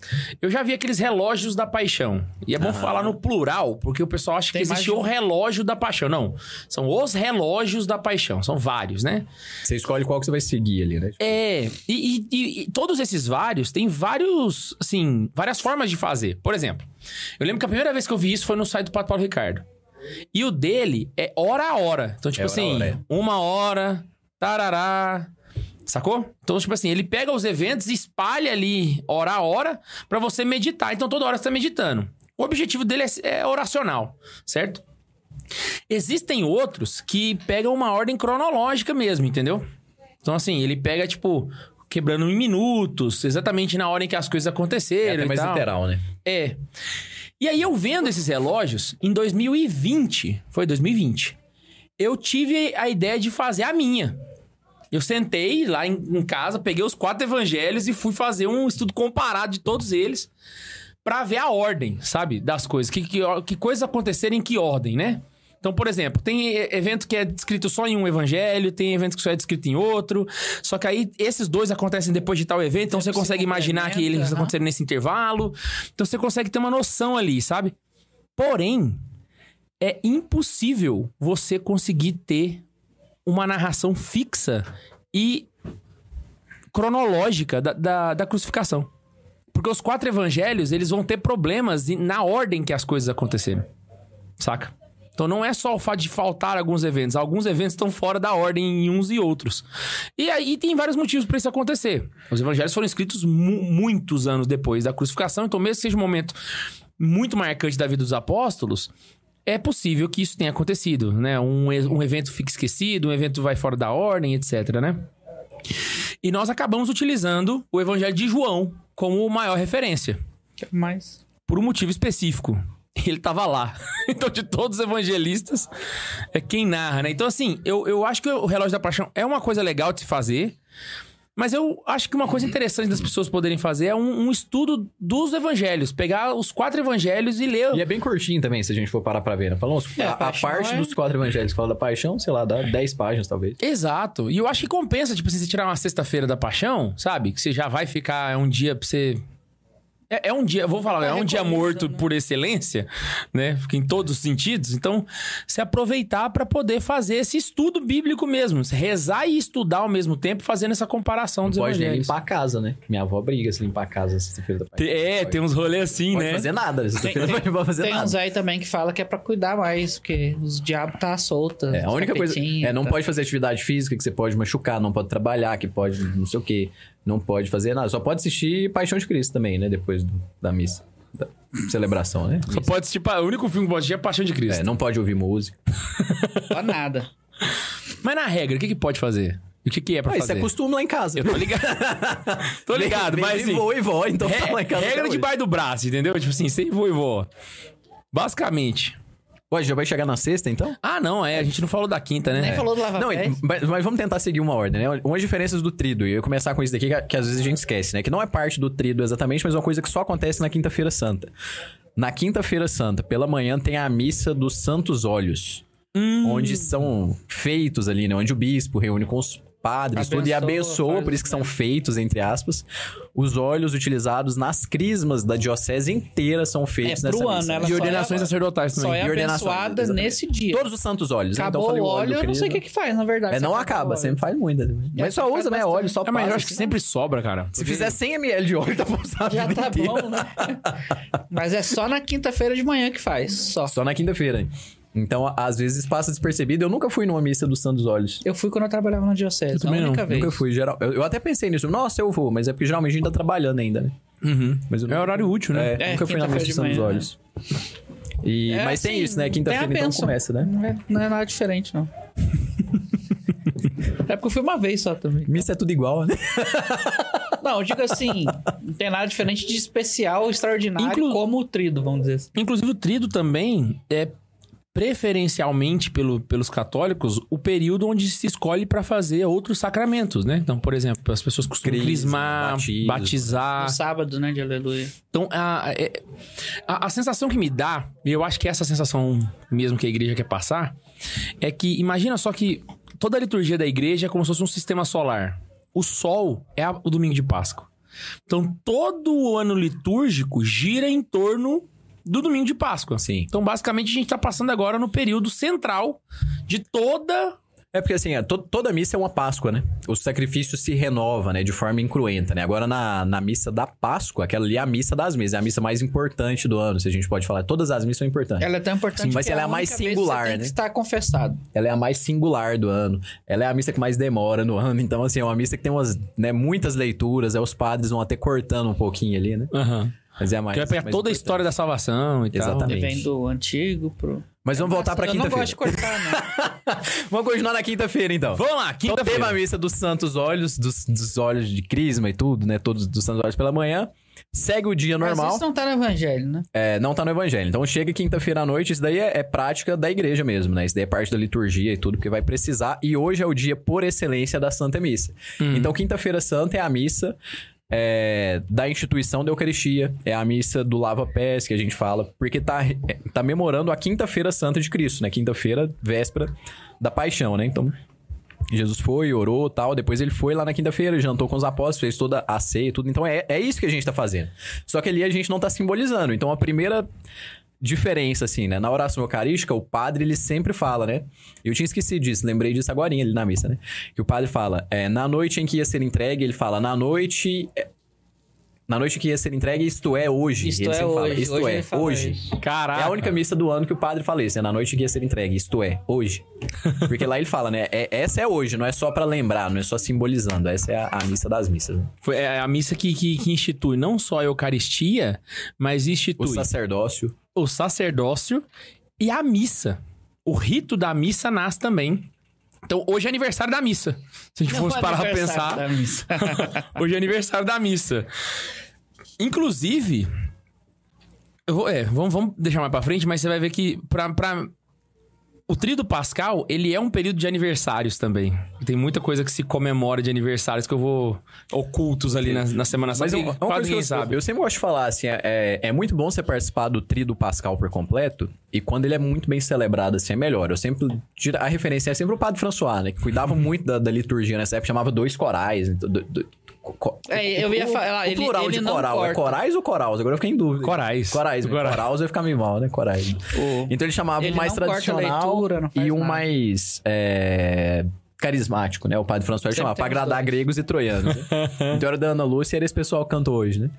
[SPEAKER 1] Eu já vi aqueles relógios da paixão. E é bom falar no plural, porque o pessoal acha
[SPEAKER 3] Tem
[SPEAKER 1] que existe
[SPEAKER 3] mais de
[SPEAKER 1] o
[SPEAKER 3] um.
[SPEAKER 1] relógio da paixão. Não. São os relógios da paixão. São vários, né?
[SPEAKER 2] Você escolhe qual que você vai seguir ali, né?
[SPEAKER 1] É. E, e- e- e todos esses vários têm vários, assim, várias formas de fazer. Por exemplo, eu lembro que a primeira vez que eu vi isso foi no site do Pato Paulo Ricardo. E o dele é hora a hora. Então, tipo
[SPEAKER 2] É hora a
[SPEAKER 1] assim,
[SPEAKER 2] hora, é.
[SPEAKER 1] uma hora, tarará. Sacou? Então, tipo assim, ele pega os eventos, espalha ali hora a hora pra você meditar. Então, toda hora você tá meditando. O objetivo dele é, é oracional, certo? Existem outros que pegam uma ordem cronológica mesmo, entendeu? Então, assim, ele pega, tipo, quebrando em minutos, exatamente na hora em que as coisas
[SPEAKER 2] É
[SPEAKER 1] aconteceram
[SPEAKER 2] até
[SPEAKER 1] e
[SPEAKER 2] mais
[SPEAKER 1] tal.
[SPEAKER 2] literal, né?
[SPEAKER 1] É. E aí eu vendo esses relógios em 2020, foi 2020. Eu tive a ideia de fazer a minha. Eu sentei lá em, em casa, peguei os quatro evangelhos e fui fazer um estudo comparado de todos eles pra ver a ordem, sabe, das coisas, que que, or- que coisas aconteceram em que ordem, né? Então, por exemplo, tem e- evento que é descrito só em um evangelho, tem evento que só é descrito em outro. Só que aí esses dois acontecem depois de tal evento, então você
[SPEAKER 3] Sempre se
[SPEAKER 1] consegue imaginar que eles
[SPEAKER 3] complementa, né?
[SPEAKER 1] aconteceram nesse intervalo. Então você consegue ter uma noção ali, sabe? Porém, é impossível você conseguir ter uma narração fixa e cronológica da, da, da crucificação. Porque os quatro evangelhos, eles vão ter problemas em- na ordem que as coisas aconteceram. Saca? Então não é só o fato de faltar alguns eventos. Alguns eventos estão fora da ordem em uns e outros. E aí tem vários motivos pra isso acontecer. Os evangelhos foram escritos mu- muitos anos depois da crucificação, então mesmo que seja um momento muito marcante da vida dos apóstolos, é possível que isso tenha acontecido, né? Um, e- um evento fica esquecido, um evento vai fora da ordem, etc, né? E nós acabamos utilizando o Evangelho de João como maior referência,
[SPEAKER 3] Que mais?
[SPEAKER 1] por um motivo específico. Ele estava lá. Então, de todos os evangelistas, é quem narra, né? Então, assim, eu, eu acho que o Relógio da Paixão é uma coisa legal de se fazer, mas eu acho que uma coisa interessante das pessoas poderem fazer é um, um estudo dos evangelhos. Pegar os quatro evangelhos e ler.
[SPEAKER 2] E é bem curtinho também, se a gente for parar pra ver, né? Falou, uns-
[SPEAKER 3] É,
[SPEAKER 2] a,
[SPEAKER 3] a
[SPEAKER 2] a
[SPEAKER 3] paixão
[SPEAKER 2] parte
[SPEAKER 3] é-
[SPEAKER 2] dos quatro evangelhos que fala da paixão, sei lá, dá 10 páginas, talvez.
[SPEAKER 1] Exato. E eu acho que compensa, tipo, assim, você tirar uma sexta-feira da paixão, sabe? Que você já vai ficar é um dia pra você. É, é um dia, eu vou falar, é um dia
[SPEAKER 3] recolhido,
[SPEAKER 1] morto
[SPEAKER 3] né?
[SPEAKER 1] por excelência, né? Porque em todos os sentidos. Então, se aproveitar pra poder fazer esse estudo bíblico mesmo. Você rezar e estudar ao mesmo tempo, fazendo essa comparação dos
[SPEAKER 2] Pode nem
[SPEAKER 1] evangelhos.
[SPEAKER 2] limpar a casa, né? Minha avó briga se limpar a casa sexta-feira da paixão.
[SPEAKER 1] Tem- É,
[SPEAKER 2] Pode.
[SPEAKER 1] tem uns rolês assim,
[SPEAKER 2] Não pode
[SPEAKER 1] né?
[SPEAKER 2] fazer nada, né? sexta-feira não pode fazer
[SPEAKER 3] Tem
[SPEAKER 2] nada.
[SPEAKER 3] uns aí também que fala que é pra cuidar mais, porque os diabos tá solta.
[SPEAKER 2] É, a única coisa. É, não pode fazer atividade física, que você pode machucar, não pode trabalhar, que pode não sei o quê. Não pode fazer nada. Só pode assistir Paixão de Cristo também, né? Depois do- da missa. Da celebração, né?
[SPEAKER 1] Só pode assistir. pa- O único filme que pode assistir é Paixão de Cristo.
[SPEAKER 2] É, não pode ouvir música.
[SPEAKER 3] Pra nada.
[SPEAKER 1] Mas na regra, o que, que pode fazer? E o que, que é pra
[SPEAKER 2] Ah, isso
[SPEAKER 1] fazer?
[SPEAKER 2] é costume lá em casa.
[SPEAKER 1] Eu tô ligado. tô ligado, mas. assim,
[SPEAKER 2] Vou e vó, então tá lá em casa.
[SPEAKER 1] regra
[SPEAKER 2] até hoje.
[SPEAKER 1] debaixo do braço, entendeu? Tipo assim, sem vô e vó. Basicamente.
[SPEAKER 2] Ué, já vai chegar na sexta, então?
[SPEAKER 1] Ah, não, é. A gente não falou da quinta, né?
[SPEAKER 3] Nem falou do lavar
[SPEAKER 2] Não, e- mas, mas vamos tentar seguir uma ordem, né? Umas diferenças do trido, e eu ia começar com isso daqui, que, que às vezes a gente esquece, né? Que não é parte do trido exatamente, mas é uma coisa que só acontece na Quinta-feira Santa. Na Quinta-feira Santa, pela manhã, tem a missa
[SPEAKER 3] Hum.
[SPEAKER 2] dos Santos Olhos. Onde são feitos ali, né? Onde o bispo reúne com os padres, tudo, e
[SPEAKER 3] Abençoa,
[SPEAKER 2] abençoa,
[SPEAKER 3] faz né?
[SPEAKER 2] por isso
[SPEAKER 3] o
[SPEAKER 2] que são feitos, entre aspas. Os óleos utilizados nas crismas da diocese inteira são feitos
[SPEAKER 3] É, pro
[SPEAKER 2] nessa
[SPEAKER 3] ano,
[SPEAKER 2] missa.
[SPEAKER 3] ela
[SPEAKER 1] E
[SPEAKER 3] só
[SPEAKER 1] ordenações
[SPEAKER 3] é-
[SPEAKER 1] sacerdotais
[SPEAKER 3] Só
[SPEAKER 1] também.
[SPEAKER 3] é
[SPEAKER 2] assim, E ordenação,
[SPEAKER 3] abençoada
[SPEAKER 2] exatamente.
[SPEAKER 3] nesse dia.
[SPEAKER 2] Todos os santos óleos. né?
[SPEAKER 3] Acabou
[SPEAKER 2] então eu falei
[SPEAKER 3] o óleo, eu não sei o
[SPEAKER 2] crisma.
[SPEAKER 3] que que faz, na verdade.
[SPEAKER 2] É, não acaba, sempre faz muita. Mas só
[SPEAKER 3] faz
[SPEAKER 2] usa, né?
[SPEAKER 3] bastante.
[SPEAKER 2] Óleo, só
[SPEAKER 1] É, mas eu
[SPEAKER 2] passa,
[SPEAKER 1] acho que
[SPEAKER 2] assim.
[SPEAKER 1] sempre sobra, cara.
[SPEAKER 2] Se fizer 100 ml de óleo, dá pra usar a
[SPEAKER 3] Já
[SPEAKER 2] vida
[SPEAKER 3] tá
[SPEAKER 2] inteira.
[SPEAKER 3] bom, né? Mas é só na quinta-feira de manhã que faz, só.
[SPEAKER 2] Só na quinta-feira. Então, a- às vezes passa despercebido. Eu nunca fui numa missa dos Santos Olhos.
[SPEAKER 3] Eu fui quando eu trabalhava na diocese,
[SPEAKER 1] Eu
[SPEAKER 3] a
[SPEAKER 1] também não,
[SPEAKER 3] única vez.
[SPEAKER 2] Nunca fui, geral. Eu, eu até pensei nisso. Nossa, eu vou, mas é porque geralmente a gente tá trabalhando ainda, né?
[SPEAKER 1] Uhum.
[SPEAKER 2] Mas eu
[SPEAKER 1] É horário útil, né?
[SPEAKER 2] É,
[SPEAKER 3] É,
[SPEAKER 2] nunca fui na
[SPEAKER 3] quinta-feira de
[SPEAKER 2] missa dos Santos
[SPEAKER 3] manhã,
[SPEAKER 2] Olhos. E,
[SPEAKER 3] É
[SPEAKER 2] mas tem
[SPEAKER 3] assim,
[SPEAKER 2] isso, né?
[SPEAKER 3] tem
[SPEAKER 2] Quinta-feira
[SPEAKER 3] a
[SPEAKER 2] então
[SPEAKER 3] bênção.
[SPEAKER 2] começa, né?
[SPEAKER 3] Não é, não é nada diferente, não. é porque eu fui uma vez só também.
[SPEAKER 2] Missa é tudo igual, né?
[SPEAKER 3] Não, eu digo assim, não tem nada diferente de especial, extraordinário,
[SPEAKER 1] Inclu-
[SPEAKER 3] como o trido, vamos dizer assim.
[SPEAKER 1] Inclusive, o trido também é preferencialmente pelo, pelos católicos o período onde se escolhe pra fazer outros sacramentos, né? Então, por exemplo, as pessoas costumam crismar,
[SPEAKER 2] Crisma, batismo.
[SPEAKER 1] batizar.
[SPEAKER 2] Ah.
[SPEAKER 3] No sábado, né, de aleluia.
[SPEAKER 1] Então, a, é- a, a sensação que me dá, e eu acho que é essa sensação mesmo que a igreja quer passar, é que imagina só que toda a liturgia da igreja é como se fosse um sistema solar. O sol é a- o domingo de Páscoa. Então, todo o ano litúrgico gira em torno do domingo de Páscoa.
[SPEAKER 2] Sim.
[SPEAKER 1] Então, basicamente, a gente está passando agora no período central de toda.
[SPEAKER 2] É porque assim, é, to- toda missa é uma Páscoa, né? O sacrifício se renova, né? De forma incruenta, né? Agora na, na missa da Páscoa, aquela ali é a missa das missas, é a missa mais importante do ano, se a gente pode falar. Todas as missas são importantes.
[SPEAKER 3] Ela é tão importante
[SPEAKER 2] Sim, mas
[SPEAKER 3] que
[SPEAKER 2] ela é a
[SPEAKER 3] única
[SPEAKER 2] mais
[SPEAKER 3] vez que
[SPEAKER 2] singular,
[SPEAKER 3] você tem
[SPEAKER 2] né?
[SPEAKER 3] que estar confessado.
[SPEAKER 2] Ela é a mais singular do ano. Ela é a missa que mais demora no ano. Então, assim, é uma missa que tem umas, né, muitas leituras. É, os padres vão até cortando um pouquinho ali, né?
[SPEAKER 1] Aham.
[SPEAKER 2] Mas é a mais.
[SPEAKER 1] Que vai pegar
[SPEAKER 2] mais
[SPEAKER 1] toda a
[SPEAKER 2] importante.
[SPEAKER 1] história da salvação e tal.
[SPEAKER 2] Exatamente.
[SPEAKER 3] Ele vem do antigo pro...
[SPEAKER 2] Mas vamos voltar pra
[SPEAKER 3] Eu não
[SPEAKER 2] quinta-feira.
[SPEAKER 3] gosto de cortar, não.
[SPEAKER 2] Vamos continuar na quinta-feira, então.
[SPEAKER 1] Vamos lá,
[SPEAKER 2] Então teve a
[SPEAKER 1] quinta-feira.
[SPEAKER 2] missa dos Santos Olhos, dos, dos olhos de Crisma e tudo, né? Todos dos Santos Olhos pela manhã. Segue o dia
[SPEAKER 3] Mas
[SPEAKER 2] normal.
[SPEAKER 3] isso não tá no evangelho, né?
[SPEAKER 2] É, não tá no evangelho. Então chega quinta-feira à noite, isso daí é, é prática da igreja mesmo, né? Isso daí é parte da liturgia e tudo, porque vai precisar. E hoje é o dia por excelência da Santa Missa. Então, quinta-feira santa é a missa. é, da instituição da Eucaristia, é a missa do lava-pés que a gente fala, porque tá, re- é, tá memorando a quinta-feira santa de Cristo, né? Quinta-feira, véspera da paixão, né? Então, Jesus foi, orou tal. Depois ele foi lá na quinta-feira, jantou com os apóstolos, fez toda a ceia e tudo. Então é, é isso que a gente tá fazendo. Só que ali a gente não tá simbolizando. Então a primeira diferença, assim, né? Na oração eucarística, o padre ele sempre fala, né? Eu tinha esquecido disso, lembrei disso agora ali na missa, né? Que o padre fala, é, na noite em que ia ser entregue, ele fala, na noite. é, na noite em que ia ser entregue, isto é hoje.
[SPEAKER 3] Isto
[SPEAKER 2] ele
[SPEAKER 3] é
[SPEAKER 2] sempre fala,
[SPEAKER 3] hoje.
[SPEAKER 2] isto
[SPEAKER 3] Hoje
[SPEAKER 2] é,
[SPEAKER 3] ele fala
[SPEAKER 2] hoje.
[SPEAKER 3] isso.
[SPEAKER 1] Caraca.
[SPEAKER 2] É a única missa do ano que o padre fala isso, né? Na noite que ia ser entregue, isto é, hoje. Porque lá ele fala, né? é- essa é hoje, não é só pra lembrar, não é só simbolizando. Essa é a, a missa das missas. né?
[SPEAKER 1] Foi é a missa que, que, que institui não só a Eucaristia, mas
[SPEAKER 2] O
[SPEAKER 1] institui o,
[SPEAKER 2] sacerdócio.
[SPEAKER 1] sacerdócio e a missa. O rito da missa nasce também. Então, hoje é aniversário da missa. Se a gente fosse parar pra pensar,
[SPEAKER 3] né? tá,
[SPEAKER 1] hoje é aniversário da missa. Inclusive, eu vou- é, vamos, vamos deixar mais pra frente, mas você vai ver que pra, pra- o Tríduo Pascal, ele é um período de aniversários também. Tem muita coisa que se comemora de aniversários que eu vou... Ocultos ali na, na Semana
[SPEAKER 2] Mas
[SPEAKER 1] Santa.
[SPEAKER 2] eu, é
[SPEAKER 1] que
[SPEAKER 2] uma
[SPEAKER 1] quase
[SPEAKER 2] coisa que eu,
[SPEAKER 1] ninguém sabe.
[SPEAKER 2] eu sempre gosto de falar, assim, é, é- é muito bom você participar do tri do Pascal por completo. E quando ele é muito bem celebrado, assim, é melhor. Eu sempre. tiro- A referência é sempre o padre François, né? Que cuidava muito da, da liturgia nessa época, chamava dois corais. né? Do- do- do- co-
[SPEAKER 3] É, eu ia falar,
[SPEAKER 2] o
[SPEAKER 3] ele-
[SPEAKER 2] plural
[SPEAKER 3] ele
[SPEAKER 2] de
[SPEAKER 3] não
[SPEAKER 2] coral. É
[SPEAKER 3] corta.
[SPEAKER 2] corais ou corais? Agora eu fiquei em dúvida.
[SPEAKER 1] Corais.
[SPEAKER 2] Corais, né?
[SPEAKER 1] Corais.
[SPEAKER 2] Corais vai ficar meio mal, né? Corais. Então ele chamava
[SPEAKER 3] Ele
[SPEAKER 2] um mais
[SPEAKER 3] não corta a
[SPEAKER 2] tradicional
[SPEAKER 3] leitura, não faz
[SPEAKER 2] e um
[SPEAKER 3] nada.
[SPEAKER 2] mais é, carismático, né? O padre François
[SPEAKER 3] Sempre
[SPEAKER 2] chamava pra
[SPEAKER 3] tem os
[SPEAKER 2] agradar
[SPEAKER 3] dois.
[SPEAKER 2] gregos e troianos. né? então era da Ana Lúcia e era esse pessoal que cantou hoje, né?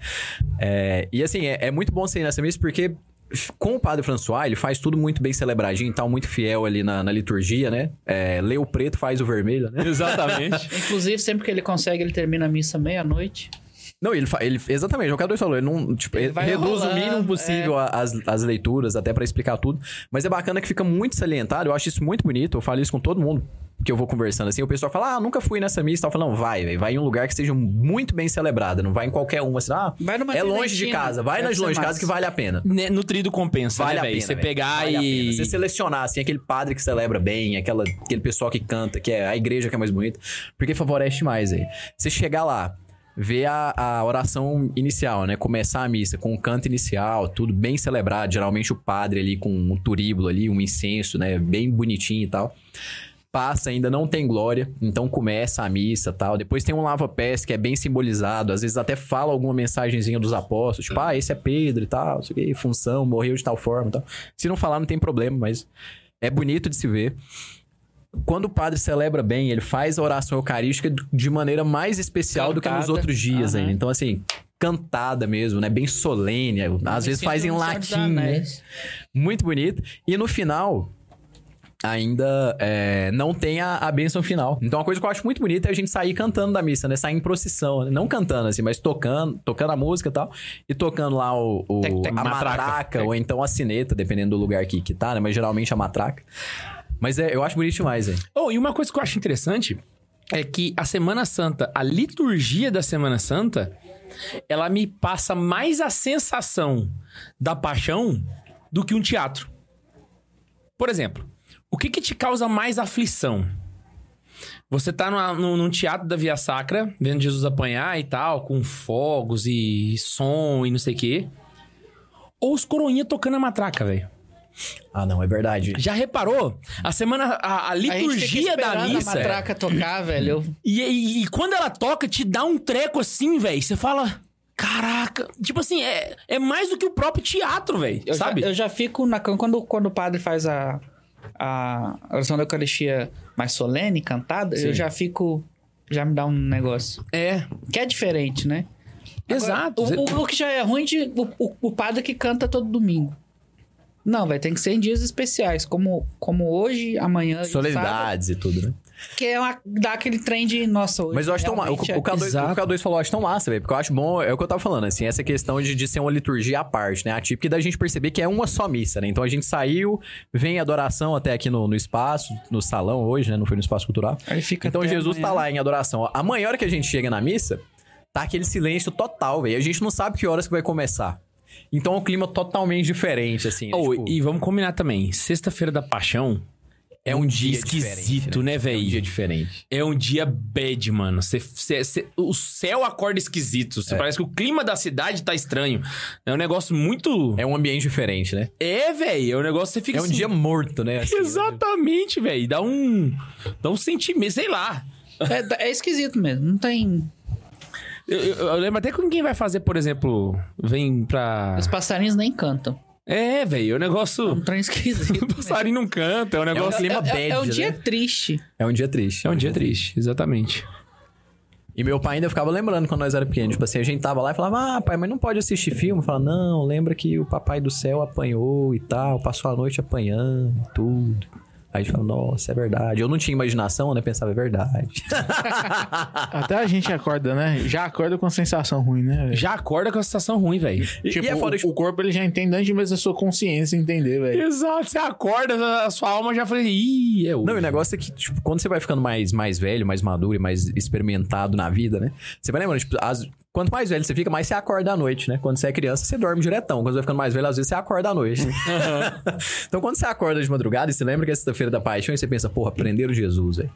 [SPEAKER 2] É, e assim, é, é muito bom você ir nessa missa porque f- com o padre François, ele faz tudo muito bem celebradinho e tal, muito fiel ali na, na liturgia, né? É, lê o preto, faz o vermelho, né?
[SPEAKER 1] Exatamente.
[SPEAKER 3] Inclusive, sempre que ele consegue, ele termina a missa meia-noite.
[SPEAKER 2] Não, ele, fa- ele exatamente, é o K2 falou, ele não, tipo,
[SPEAKER 3] Ele
[SPEAKER 2] ele
[SPEAKER 3] vai
[SPEAKER 2] reduz o
[SPEAKER 3] enrolando, é.
[SPEAKER 2] mínimo possível a- as, as leituras, até pra explicar tudo, mas é bacana que fica muito salientado, eu acho isso muito bonito, eu falo isso com todo mundo que eu vou conversando assim, o pessoal fala: "Ah, nunca fui nessa missa", e tal, eu falo: "Não, vai, velho, vai em um lugar que seja muito bem celebrada, não vai em qualquer uma, assim, ah,
[SPEAKER 3] Vai numa
[SPEAKER 2] é longe de
[SPEAKER 3] tridentina,
[SPEAKER 2] casa, vai
[SPEAKER 3] deve
[SPEAKER 2] nas
[SPEAKER 3] ser
[SPEAKER 2] longe de casa
[SPEAKER 3] massa.
[SPEAKER 2] que vale a pena".
[SPEAKER 1] Né, Nutrido compensa,
[SPEAKER 2] Vale
[SPEAKER 1] né,
[SPEAKER 2] a
[SPEAKER 1] velho?
[SPEAKER 2] pena.
[SPEAKER 1] Você
[SPEAKER 2] velho.
[SPEAKER 1] pegar
[SPEAKER 2] Vale a
[SPEAKER 1] e.
[SPEAKER 2] pena. Você selecionar, assim, aquele padre que celebra bem, aquela, aquele pessoal que canta, que é a igreja que é mais bonita. Porque favorece mais aí. Você chegar lá, ver a, a oração inicial, né? Começar a missa com o canto inicial, tudo bem celebrado. Geralmente o padre ali com um turíbulo ali, um incenso, né? Bem bonitinho e tal. passa ainda não tem glória, então começa a missa tal. Depois tem um lava-pés que é bem simbolizado, às vezes até fala alguma mensagenzinha dos apóstolos, tipo, ah, esse é Pedro e tal, não sei o que, função, morreu de tal forma e tal. Se não falar, não tem problema, mas é bonito de se ver. Quando o padre celebra bem, ele faz a oração eucarística de maneira mais especial do que nos
[SPEAKER 3] Cantada.
[SPEAKER 2] outros dias
[SPEAKER 3] Aham.
[SPEAKER 2] ainda. Então, assim, cantada mesmo, né? Bem solene. Às vezes faz em latim, né? Muito bonito. E no final, ainda é, não tem a, a bênção final. Então, uma coisa que eu acho muito bonita é a gente sair cantando da missa, né? Sair em procissão. né? Não cantando, assim, mas tocando, tocando a música e tal. E tocando lá o, o-
[SPEAKER 3] Tec, tec,
[SPEAKER 2] a
[SPEAKER 4] matraca.
[SPEAKER 2] matraca, ou então a sineta, dependendo do lugar que, que tá, né? Mas geralmente a matraca. Mas é, eu acho bonito demais, hein?
[SPEAKER 1] Oh, e uma coisa que eu acho interessante é que a Semana Santa, a liturgia da Semana Santa, ela me passa mais a sensação da paixão do que um teatro. Por exemplo, o que, que te causa mais aflição? Você tá numa- num, num teatro da Via Sacra, vendo Jesus apanhar e tal, com fogos e som e não sei o quê. Ou os coroinha tocando a matraca, velho.
[SPEAKER 2] Ah, não, é verdade.
[SPEAKER 1] Já reparou? A semana, a, a liturgia da
[SPEAKER 3] A
[SPEAKER 1] missa.
[SPEAKER 3] matraca tocar, velho.
[SPEAKER 1] E, e- e quando ela toca, te dá um treco assim, velho. Você fala, caraca. Tipo assim, é, é mais do que o próprio teatro, velho.
[SPEAKER 3] Eu
[SPEAKER 1] Sabe?
[SPEAKER 3] Já, eu já fico na cama. Quando, quando o padre faz a, a oração da Eucaristia mais solene, cantada, eu já fico. Já me dá um negócio.
[SPEAKER 1] É,
[SPEAKER 3] Que é diferente, né?
[SPEAKER 1] exato.
[SPEAKER 3] O, o- o que já é ruim de o, o- o padre que canta todo domingo. Não, velho, tem que ser em dias especiais, como, como hoje, amanhã. e sábado,
[SPEAKER 2] Solenidades e tudo, né?
[SPEAKER 3] Que é uma, dá aquele trem de. Nossa, hoje.
[SPEAKER 2] Mas eu acho tão massa. O,
[SPEAKER 3] realmente é-
[SPEAKER 2] o, K2,
[SPEAKER 1] Exato.
[SPEAKER 2] o K2 falou, eu acho tão massa, velho. Porque eu acho bom, é o que eu tava falando, assim, essa questão de, de ser uma liturgia à parte, né? Atípica e da gente perceber que é uma só missa, né? Então a gente saiu, vem a adoração até aqui no, no espaço, no salão hoje, né? Não foi no espaço cultural.
[SPEAKER 3] Aí fica
[SPEAKER 2] Então
[SPEAKER 3] até
[SPEAKER 2] Jesus tá
[SPEAKER 3] amanhã.
[SPEAKER 2] lá em adoração. Amanhã, a hora que a gente chega na missa, tá aquele silêncio total, velho. A gente não sabe que horas que vai começar. Então é um clima totalmente diferente, assim. né?
[SPEAKER 1] Oh,
[SPEAKER 2] Tipo,
[SPEAKER 1] E vamos combinar também. Sexta-feira da Paixão é um, dia, esquisito,
[SPEAKER 2] diferente,
[SPEAKER 1] né,
[SPEAKER 2] É um dia
[SPEAKER 1] velho?
[SPEAKER 2] diferente.
[SPEAKER 1] É um dia bad, mano. Cê- cê- cê- o céu acorda esquisito. Cê Parece que o clima da cidade tá estranho. É um negócio muito.
[SPEAKER 2] É um ambiente diferente, né?
[SPEAKER 1] É, velho. É um negócio que você fica
[SPEAKER 2] É um
[SPEAKER 1] assim,
[SPEAKER 2] dia morto, né? Assim,
[SPEAKER 1] Exatamente, velho. Dá um. Dá um sentimento, sei lá.
[SPEAKER 3] É, é esquisito mesmo, não tem.
[SPEAKER 1] Eu, eu- eu lembro até com quem vai fazer, por exemplo, vem pra.
[SPEAKER 3] Os passarinhos nem cantam.
[SPEAKER 1] É, velho, é um
[SPEAKER 3] Um
[SPEAKER 1] negócio.
[SPEAKER 3] trem esquisito.
[SPEAKER 1] O passarinho não canta, é um negócio.
[SPEAKER 2] clima
[SPEAKER 3] é, é, é um
[SPEAKER 2] bad,
[SPEAKER 3] dia
[SPEAKER 2] né?
[SPEAKER 3] triste.
[SPEAKER 2] É um dia triste.
[SPEAKER 1] É um dia triste, exatamente.
[SPEAKER 2] E meu pai ainda ficava lembrando quando nós era pequeno. Tipo assim, a gente tava lá e falava, ah, pai, mas não pode assistir filme. Fala, não, lembra que o papai do céu apanhou e tal, passou a noite apanhando e tudo. Aí a gente fala, nossa, é verdade. Eu não tinha imaginação, né? Pensava, é verdade.
[SPEAKER 4] Até a gente acorda, né? Já acorda com a sensação ruim, né? velho?
[SPEAKER 1] Já acorda com a sensação ruim, velho.
[SPEAKER 2] E-
[SPEAKER 4] Tipo,
[SPEAKER 2] e é foda,
[SPEAKER 4] o,
[SPEAKER 2] tipo-
[SPEAKER 4] o corpo ele já entende antes mesmo da sua consciência entender, velho.
[SPEAKER 1] Exato, você acorda, a sua alma já fala. Ih, é o.
[SPEAKER 2] Não, e o negócio é que, tipo, quando você vai ficando mais, mais velho, mais maduro e mais experimentado na vida, né? Você vai lembrando, tipo, as- quanto mais velho você fica, mais você acorda à noite, né? Quando você é criança, você dorme diretão. Quando você vai ficando mais velho, às vezes você acorda à noite. então, quando você acorda de madrugada e você lembra que é sexta-feira da paixão, e você pensa, porra, prenderam Jesus, velho.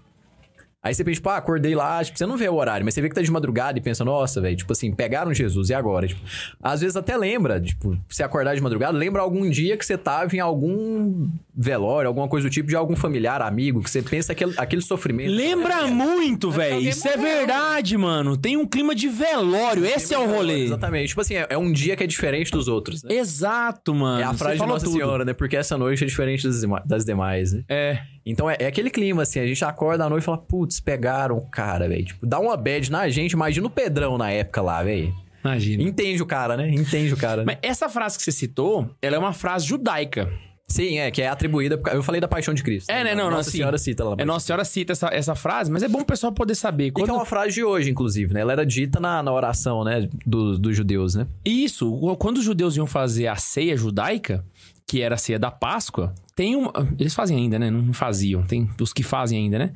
[SPEAKER 2] Aí você pensa, tipo, ah, acordei lá, tipo, você não vê o horário, mas você vê que tá de madrugada e pensa, nossa, velho, tipo assim, pegaram Jesus, e agora? Tipo, às vezes até lembra, tipo, se acordar de madrugada, lembra algum dia que você tava em algum velório, alguma coisa do tipo, de algum familiar, amigo, que você pensa aquele, aquele sofrimento.
[SPEAKER 1] Lembra muito, velho.
[SPEAKER 3] alguém
[SPEAKER 1] Isso é
[SPEAKER 3] morreu.
[SPEAKER 1] verdade, mano. Tem um clima de velório. Esse é o rolê.
[SPEAKER 2] Exatamente. Tipo assim, é, é um dia que é diferente dos outros, né?
[SPEAKER 1] Exato, mano.
[SPEAKER 2] É a
[SPEAKER 1] Você
[SPEAKER 2] frase de
[SPEAKER 1] falou
[SPEAKER 2] Nossa
[SPEAKER 1] tudo.
[SPEAKER 2] Senhora, né? Porque essa noite é diferente das, dema- das demais, né?
[SPEAKER 1] É.
[SPEAKER 2] Então é, é aquele clima, assim, a gente acorda à noite e fala, putz, pegaram o cara, velho. Tipo, dá uma bad na gente, imagina o Pedrão na época lá, velho.
[SPEAKER 1] Imagina.
[SPEAKER 2] Entende o cara, né? Entende o cara. Né?
[SPEAKER 1] Mas essa frase que você citou, ela é uma frase judaica.
[SPEAKER 2] Sim, é, que é atribuída. por ca- Eu falei da paixão de Cristo.
[SPEAKER 1] É, né? Não, não,
[SPEAKER 2] Nossa
[SPEAKER 1] assim,
[SPEAKER 2] Senhora cita lá.
[SPEAKER 1] É, Nossa Senhora cita essa, essa frase, mas é bom o pessoal poder saber.
[SPEAKER 2] E que
[SPEAKER 1] Quando...
[SPEAKER 2] é uma frase de hoje, inclusive, né? Ela era dita na, na oração, né? do- dos judeus, né?
[SPEAKER 1] Isso, o- quando os judeus iam fazer a ceia judaica, que era a ceia da Páscoa, tem uma. Eles fazem ainda, né? Não faziam. Tem os que fazem ainda, né?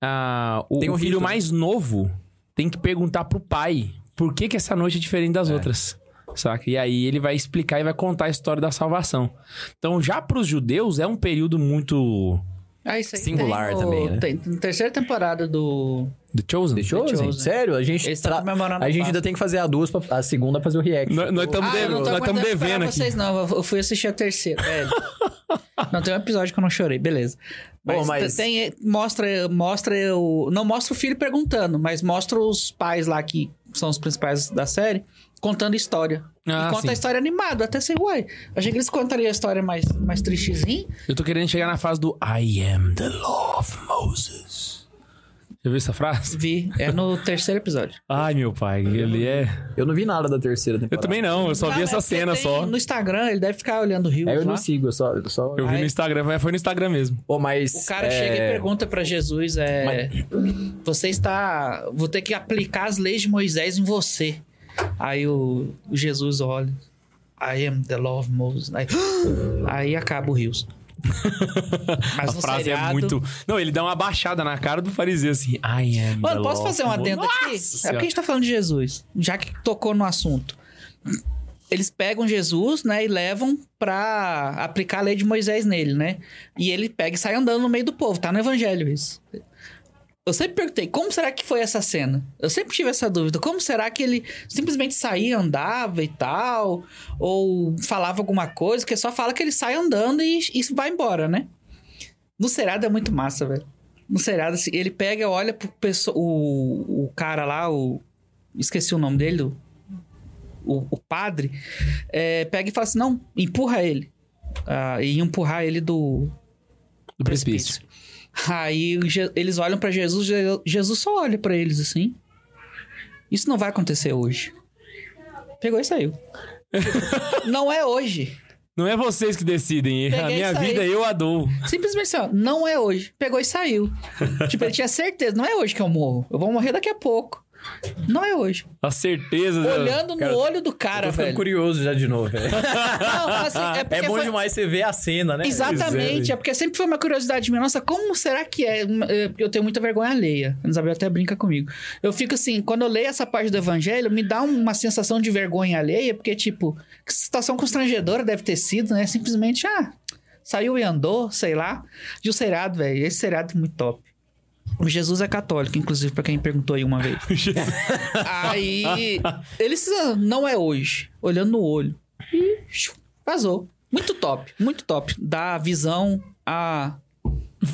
[SPEAKER 1] Ah, o
[SPEAKER 2] Tem um
[SPEAKER 1] o filho
[SPEAKER 2] rito, né?
[SPEAKER 1] mais novo tem que perguntar pro pai por que, que essa noite é diferente das outras. Saca? E aí ele vai explicar e vai contar a história da salvação. Então, já pros judeus, é um período muito.
[SPEAKER 3] Ah, isso aí
[SPEAKER 2] Singular
[SPEAKER 3] tem o-
[SPEAKER 2] também, né?
[SPEAKER 3] Tem, na terceira temporada do.
[SPEAKER 1] The Chosen?
[SPEAKER 2] The Chosen?
[SPEAKER 3] Chosen.
[SPEAKER 2] Sério? A gente,
[SPEAKER 3] Eles tão
[SPEAKER 2] tra-
[SPEAKER 3] né? tá comemorando
[SPEAKER 2] a
[SPEAKER 3] a
[SPEAKER 2] gente ainda
[SPEAKER 3] Páscoa.
[SPEAKER 2] tem que fazer a duas, pra- a segunda pra fazer o react.
[SPEAKER 1] Nós estamos
[SPEAKER 3] ah, eu não tô aguentando esperar vocês, não. Eu fui assistir a terceira, velho. Não, tem um episódio que eu não chorei, beleza. Mas,
[SPEAKER 2] Bom, mas-
[SPEAKER 3] tem- mostra, mostra o. Não mostra o filho perguntando, mas mostra os pais lá que são os principais da série contando história.
[SPEAKER 1] Ah,
[SPEAKER 3] e conta
[SPEAKER 1] sim.
[SPEAKER 3] a história animada, até sei, uai. Achei que eles contariam a história mais, mais tristezinha.
[SPEAKER 1] Eu tô querendo chegar na fase do I am the law of Moses. Já viu essa frase?
[SPEAKER 3] Vi. É no terceiro episódio.
[SPEAKER 1] Ai, meu pai, ele é.
[SPEAKER 2] Eu não vi nada da terceira temporada.
[SPEAKER 1] Eu também não, eu só vi
[SPEAKER 3] Ah,
[SPEAKER 1] essa
[SPEAKER 3] mas você
[SPEAKER 1] cena
[SPEAKER 3] tem
[SPEAKER 1] só.
[SPEAKER 3] No Instagram, ele deve ficar olhando o Rio.
[SPEAKER 2] É, eu não sigo, eu só. Eu só...
[SPEAKER 1] Eu vi no
[SPEAKER 3] Ai.
[SPEAKER 1] Instagram, mas foi no Instagram mesmo.
[SPEAKER 2] Pô, mas.
[SPEAKER 3] O cara
[SPEAKER 2] é,
[SPEAKER 3] chega e pergunta pra Jesus, é, você está, vou ter que aplicar as leis de Moisés em você. Aí o, o Jesus olha, I am the law of Moses. Aí, aí acaba o rios. Mas
[SPEAKER 1] a
[SPEAKER 3] no
[SPEAKER 1] frase é
[SPEAKER 3] seriado-
[SPEAKER 1] muito. Não, ele dá uma baixada na cara do fariseu assim. I am. the
[SPEAKER 3] Mano, posso
[SPEAKER 1] law
[SPEAKER 3] fazer
[SPEAKER 1] of
[SPEAKER 3] um
[SPEAKER 1] Moses."
[SPEAKER 3] adendo aqui?
[SPEAKER 1] Nossa
[SPEAKER 3] É porque a gente tá falando de Jesus, já que tocou no assunto. Eles pegam Jesus, né, e levam pra aplicar a lei de Moisés nele, né? E ele pega e sai andando no meio do povo, tá no evangelho isso. Eu sempre perguntei, como será que foi essa cena? Eu sempre tive essa dúvida. Como será que ele simplesmente saía, andava e tal? Ou falava alguma coisa? Porque só fala que ele sai andando e, e vai embora, né? No seriado é muito massa, velho. No seriado, assim, ele pega, olha pro pesso- o, o cara lá, o. Esqueci o nome dele, o, o- o padre. é, pega e fala assim: não, empurra ele. Ah, e empurrar ele do,
[SPEAKER 1] Do precipício.
[SPEAKER 3] Aí o Je- eles olham pra Jesus, Je- Jesus só olha pra eles assim. Isso não vai acontecer hoje. Pegou e saiu. não é hoje.
[SPEAKER 1] Não é vocês que decidem. a
[SPEAKER 3] Peguei
[SPEAKER 1] minha
[SPEAKER 3] isso aí.
[SPEAKER 1] vida eu a dou.
[SPEAKER 3] Simplesmente assim, ó, não é hoje. Pegou e saiu. tipo, ele tinha certeza, não é hoje que eu morro. Eu vou morrer daqui a pouco. Não é hoje.
[SPEAKER 1] A certeza. da-
[SPEAKER 3] Olhando
[SPEAKER 2] cara,
[SPEAKER 3] no olho do cara,
[SPEAKER 2] Tô ficando
[SPEAKER 3] velho.
[SPEAKER 2] curioso já de novo, velho.
[SPEAKER 3] Não, assim, é porque
[SPEAKER 2] É bom
[SPEAKER 3] foi-
[SPEAKER 2] demais você ver a cena, né?
[SPEAKER 1] Pois
[SPEAKER 3] Exatamente,
[SPEAKER 1] é.
[SPEAKER 3] é porque sempre foi uma curiosidade minha. Nossa, como será que é? Eh, Eu tenho muita vergonha alheia. A Isabel até brinca comigo. Eu fico assim, quando eu leio essa parte do evangelho, me dá uma sensação de vergonha alheia, porque, tipo, que situação constrangedora deve ter sido, né? Simplesmente, ah, saiu e andou, sei lá. E o seriado, velho, esse seriado é muito top. O Jesus é católico, inclusive, pra quem perguntou aí uma vez. aí, ele precisa, não é hoje, olhando no olho. E shoo, vazou. Muito top, muito top. Dá visão a.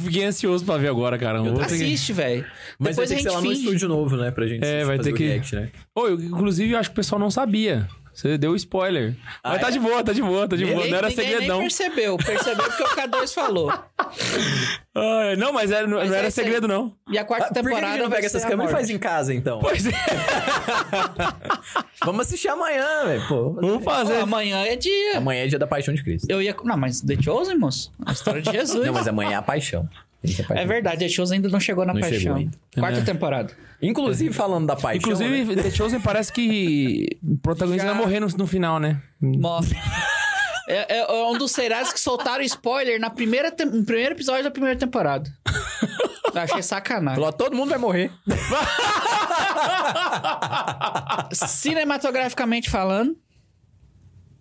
[SPEAKER 1] Fiquei ansioso pra ver agora, cara. Eu vou ter que-
[SPEAKER 3] Assiste, velho.
[SPEAKER 2] é. Mas vai
[SPEAKER 3] Depois
[SPEAKER 2] ter
[SPEAKER 3] a
[SPEAKER 2] que ser
[SPEAKER 3] gente
[SPEAKER 2] lá no
[SPEAKER 3] finge.
[SPEAKER 2] estúdio novo, né? Pra gente
[SPEAKER 1] É, vai
[SPEAKER 2] fazer
[SPEAKER 1] ter
[SPEAKER 2] o
[SPEAKER 1] que-
[SPEAKER 2] react, né?
[SPEAKER 1] Ô, eu, inclusive, eu acho que o pessoal não sabia. Você deu spoiler.
[SPEAKER 2] Ah,
[SPEAKER 1] Mas tá
[SPEAKER 2] é?
[SPEAKER 1] de boa, tá de boa, tá de boa.
[SPEAKER 3] Ninguém-
[SPEAKER 1] Não era
[SPEAKER 3] ninguém
[SPEAKER 1] segredão.
[SPEAKER 3] nem percebeu. Percebeu porque o K2 falou.
[SPEAKER 1] Ah, não, mas, era- não-
[SPEAKER 3] Mas
[SPEAKER 1] não
[SPEAKER 3] é
[SPEAKER 1] era
[SPEAKER 3] isso aí.
[SPEAKER 1] segredo, não.
[SPEAKER 3] E a quarta
[SPEAKER 2] Ah, por que que a
[SPEAKER 3] temporada.
[SPEAKER 2] gente não
[SPEAKER 3] vai
[SPEAKER 2] pega
[SPEAKER 3] ser
[SPEAKER 2] essas
[SPEAKER 3] a
[SPEAKER 2] câmeras e
[SPEAKER 3] morte.
[SPEAKER 2] faz em casa, então?
[SPEAKER 1] Pois é.
[SPEAKER 2] Vamos assistir amanhã, velho. Pô,
[SPEAKER 1] Vamos fazer.
[SPEAKER 3] Pô, amanhã é dia.
[SPEAKER 2] amanhã é dia da paixão de Cristo.
[SPEAKER 3] Hum? Eu ia. Não, mas The Chosen, moço? A história de Jesus.
[SPEAKER 2] Não, mas amanhã é a paixão. Tem que ser a paixão.
[SPEAKER 3] É verdade, The Chosen ainda não chegou na
[SPEAKER 2] Não chegou
[SPEAKER 3] paixão.
[SPEAKER 2] ainda.
[SPEAKER 3] Quarta
[SPEAKER 1] É.
[SPEAKER 3] temporada.
[SPEAKER 2] Inclusive, falando da paixão. né?
[SPEAKER 1] Inclusive, The Chosen parece que o protagonista
[SPEAKER 3] Já-
[SPEAKER 1] vai morrer no, no final, né?
[SPEAKER 3] Morre. É, é- é um dos seriados que soltaram spoiler na primeira tem- no primeiro episódio da primeira temporada. Eu achei sacanagem.
[SPEAKER 2] Falou, "Ah, todo mundo vai morrer.
[SPEAKER 3] Cinematograficamente falando,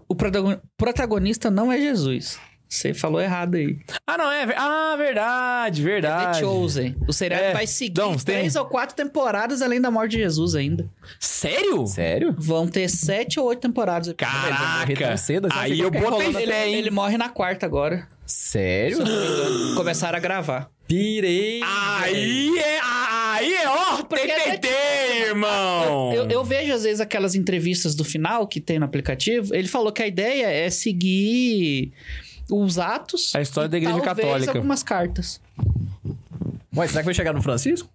[SPEAKER 3] o protago- protagonista não é Jesus. Você falou errado aí.
[SPEAKER 1] Ah, não, é. ver- Ah, verdade,
[SPEAKER 3] The
[SPEAKER 1] verdade.
[SPEAKER 3] Chosen. O seriado
[SPEAKER 1] Ah, É.
[SPEAKER 3] vai seguir
[SPEAKER 1] Dom, você tem-
[SPEAKER 3] três ou quatro temporadas além da morte de Jesus ainda.
[SPEAKER 1] Sério? é
[SPEAKER 2] Sério?
[SPEAKER 3] Vão ter sete ou oito temporadas.
[SPEAKER 2] Ele vai
[SPEAKER 1] Caraca.
[SPEAKER 2] morrer tão cedo, assim,
[SPEAKER 1] Aí
[SPEAKER 2] fica
[SPEAKER 1] eu botei
[SPEAKER 3] Ele,
[SPEAKER 1] fé,
[SPEAKER 3] ele
[SPEAKER 1] hein?
[SPEAKER 3] morre na quarta agora.
[SPEAKER 2] Sério?
[SPEAKER 3] Começaram a gravar.
[SPEAKER 2] Pirei.
[SPEAKER 1] Aí é. Aí é. Ó,
[SPEAKER 3] Porque é
[SPEAKER 1] TTT, irmão.
[SPEAKER 3] Eu, eu vejo, às vezes, aquelas entrevistas do final que tem no aplicativo. Ele falou que a ideia é seguir os atos.
[SPEAKER 1] A história da Igreja
[SPEAKER 3] talvez
[SPEAKER 1] Católica.
[SPEAKER 3] algumas cartas.
[SPEAKER 2] Ué, será que vai chegar no Francisco?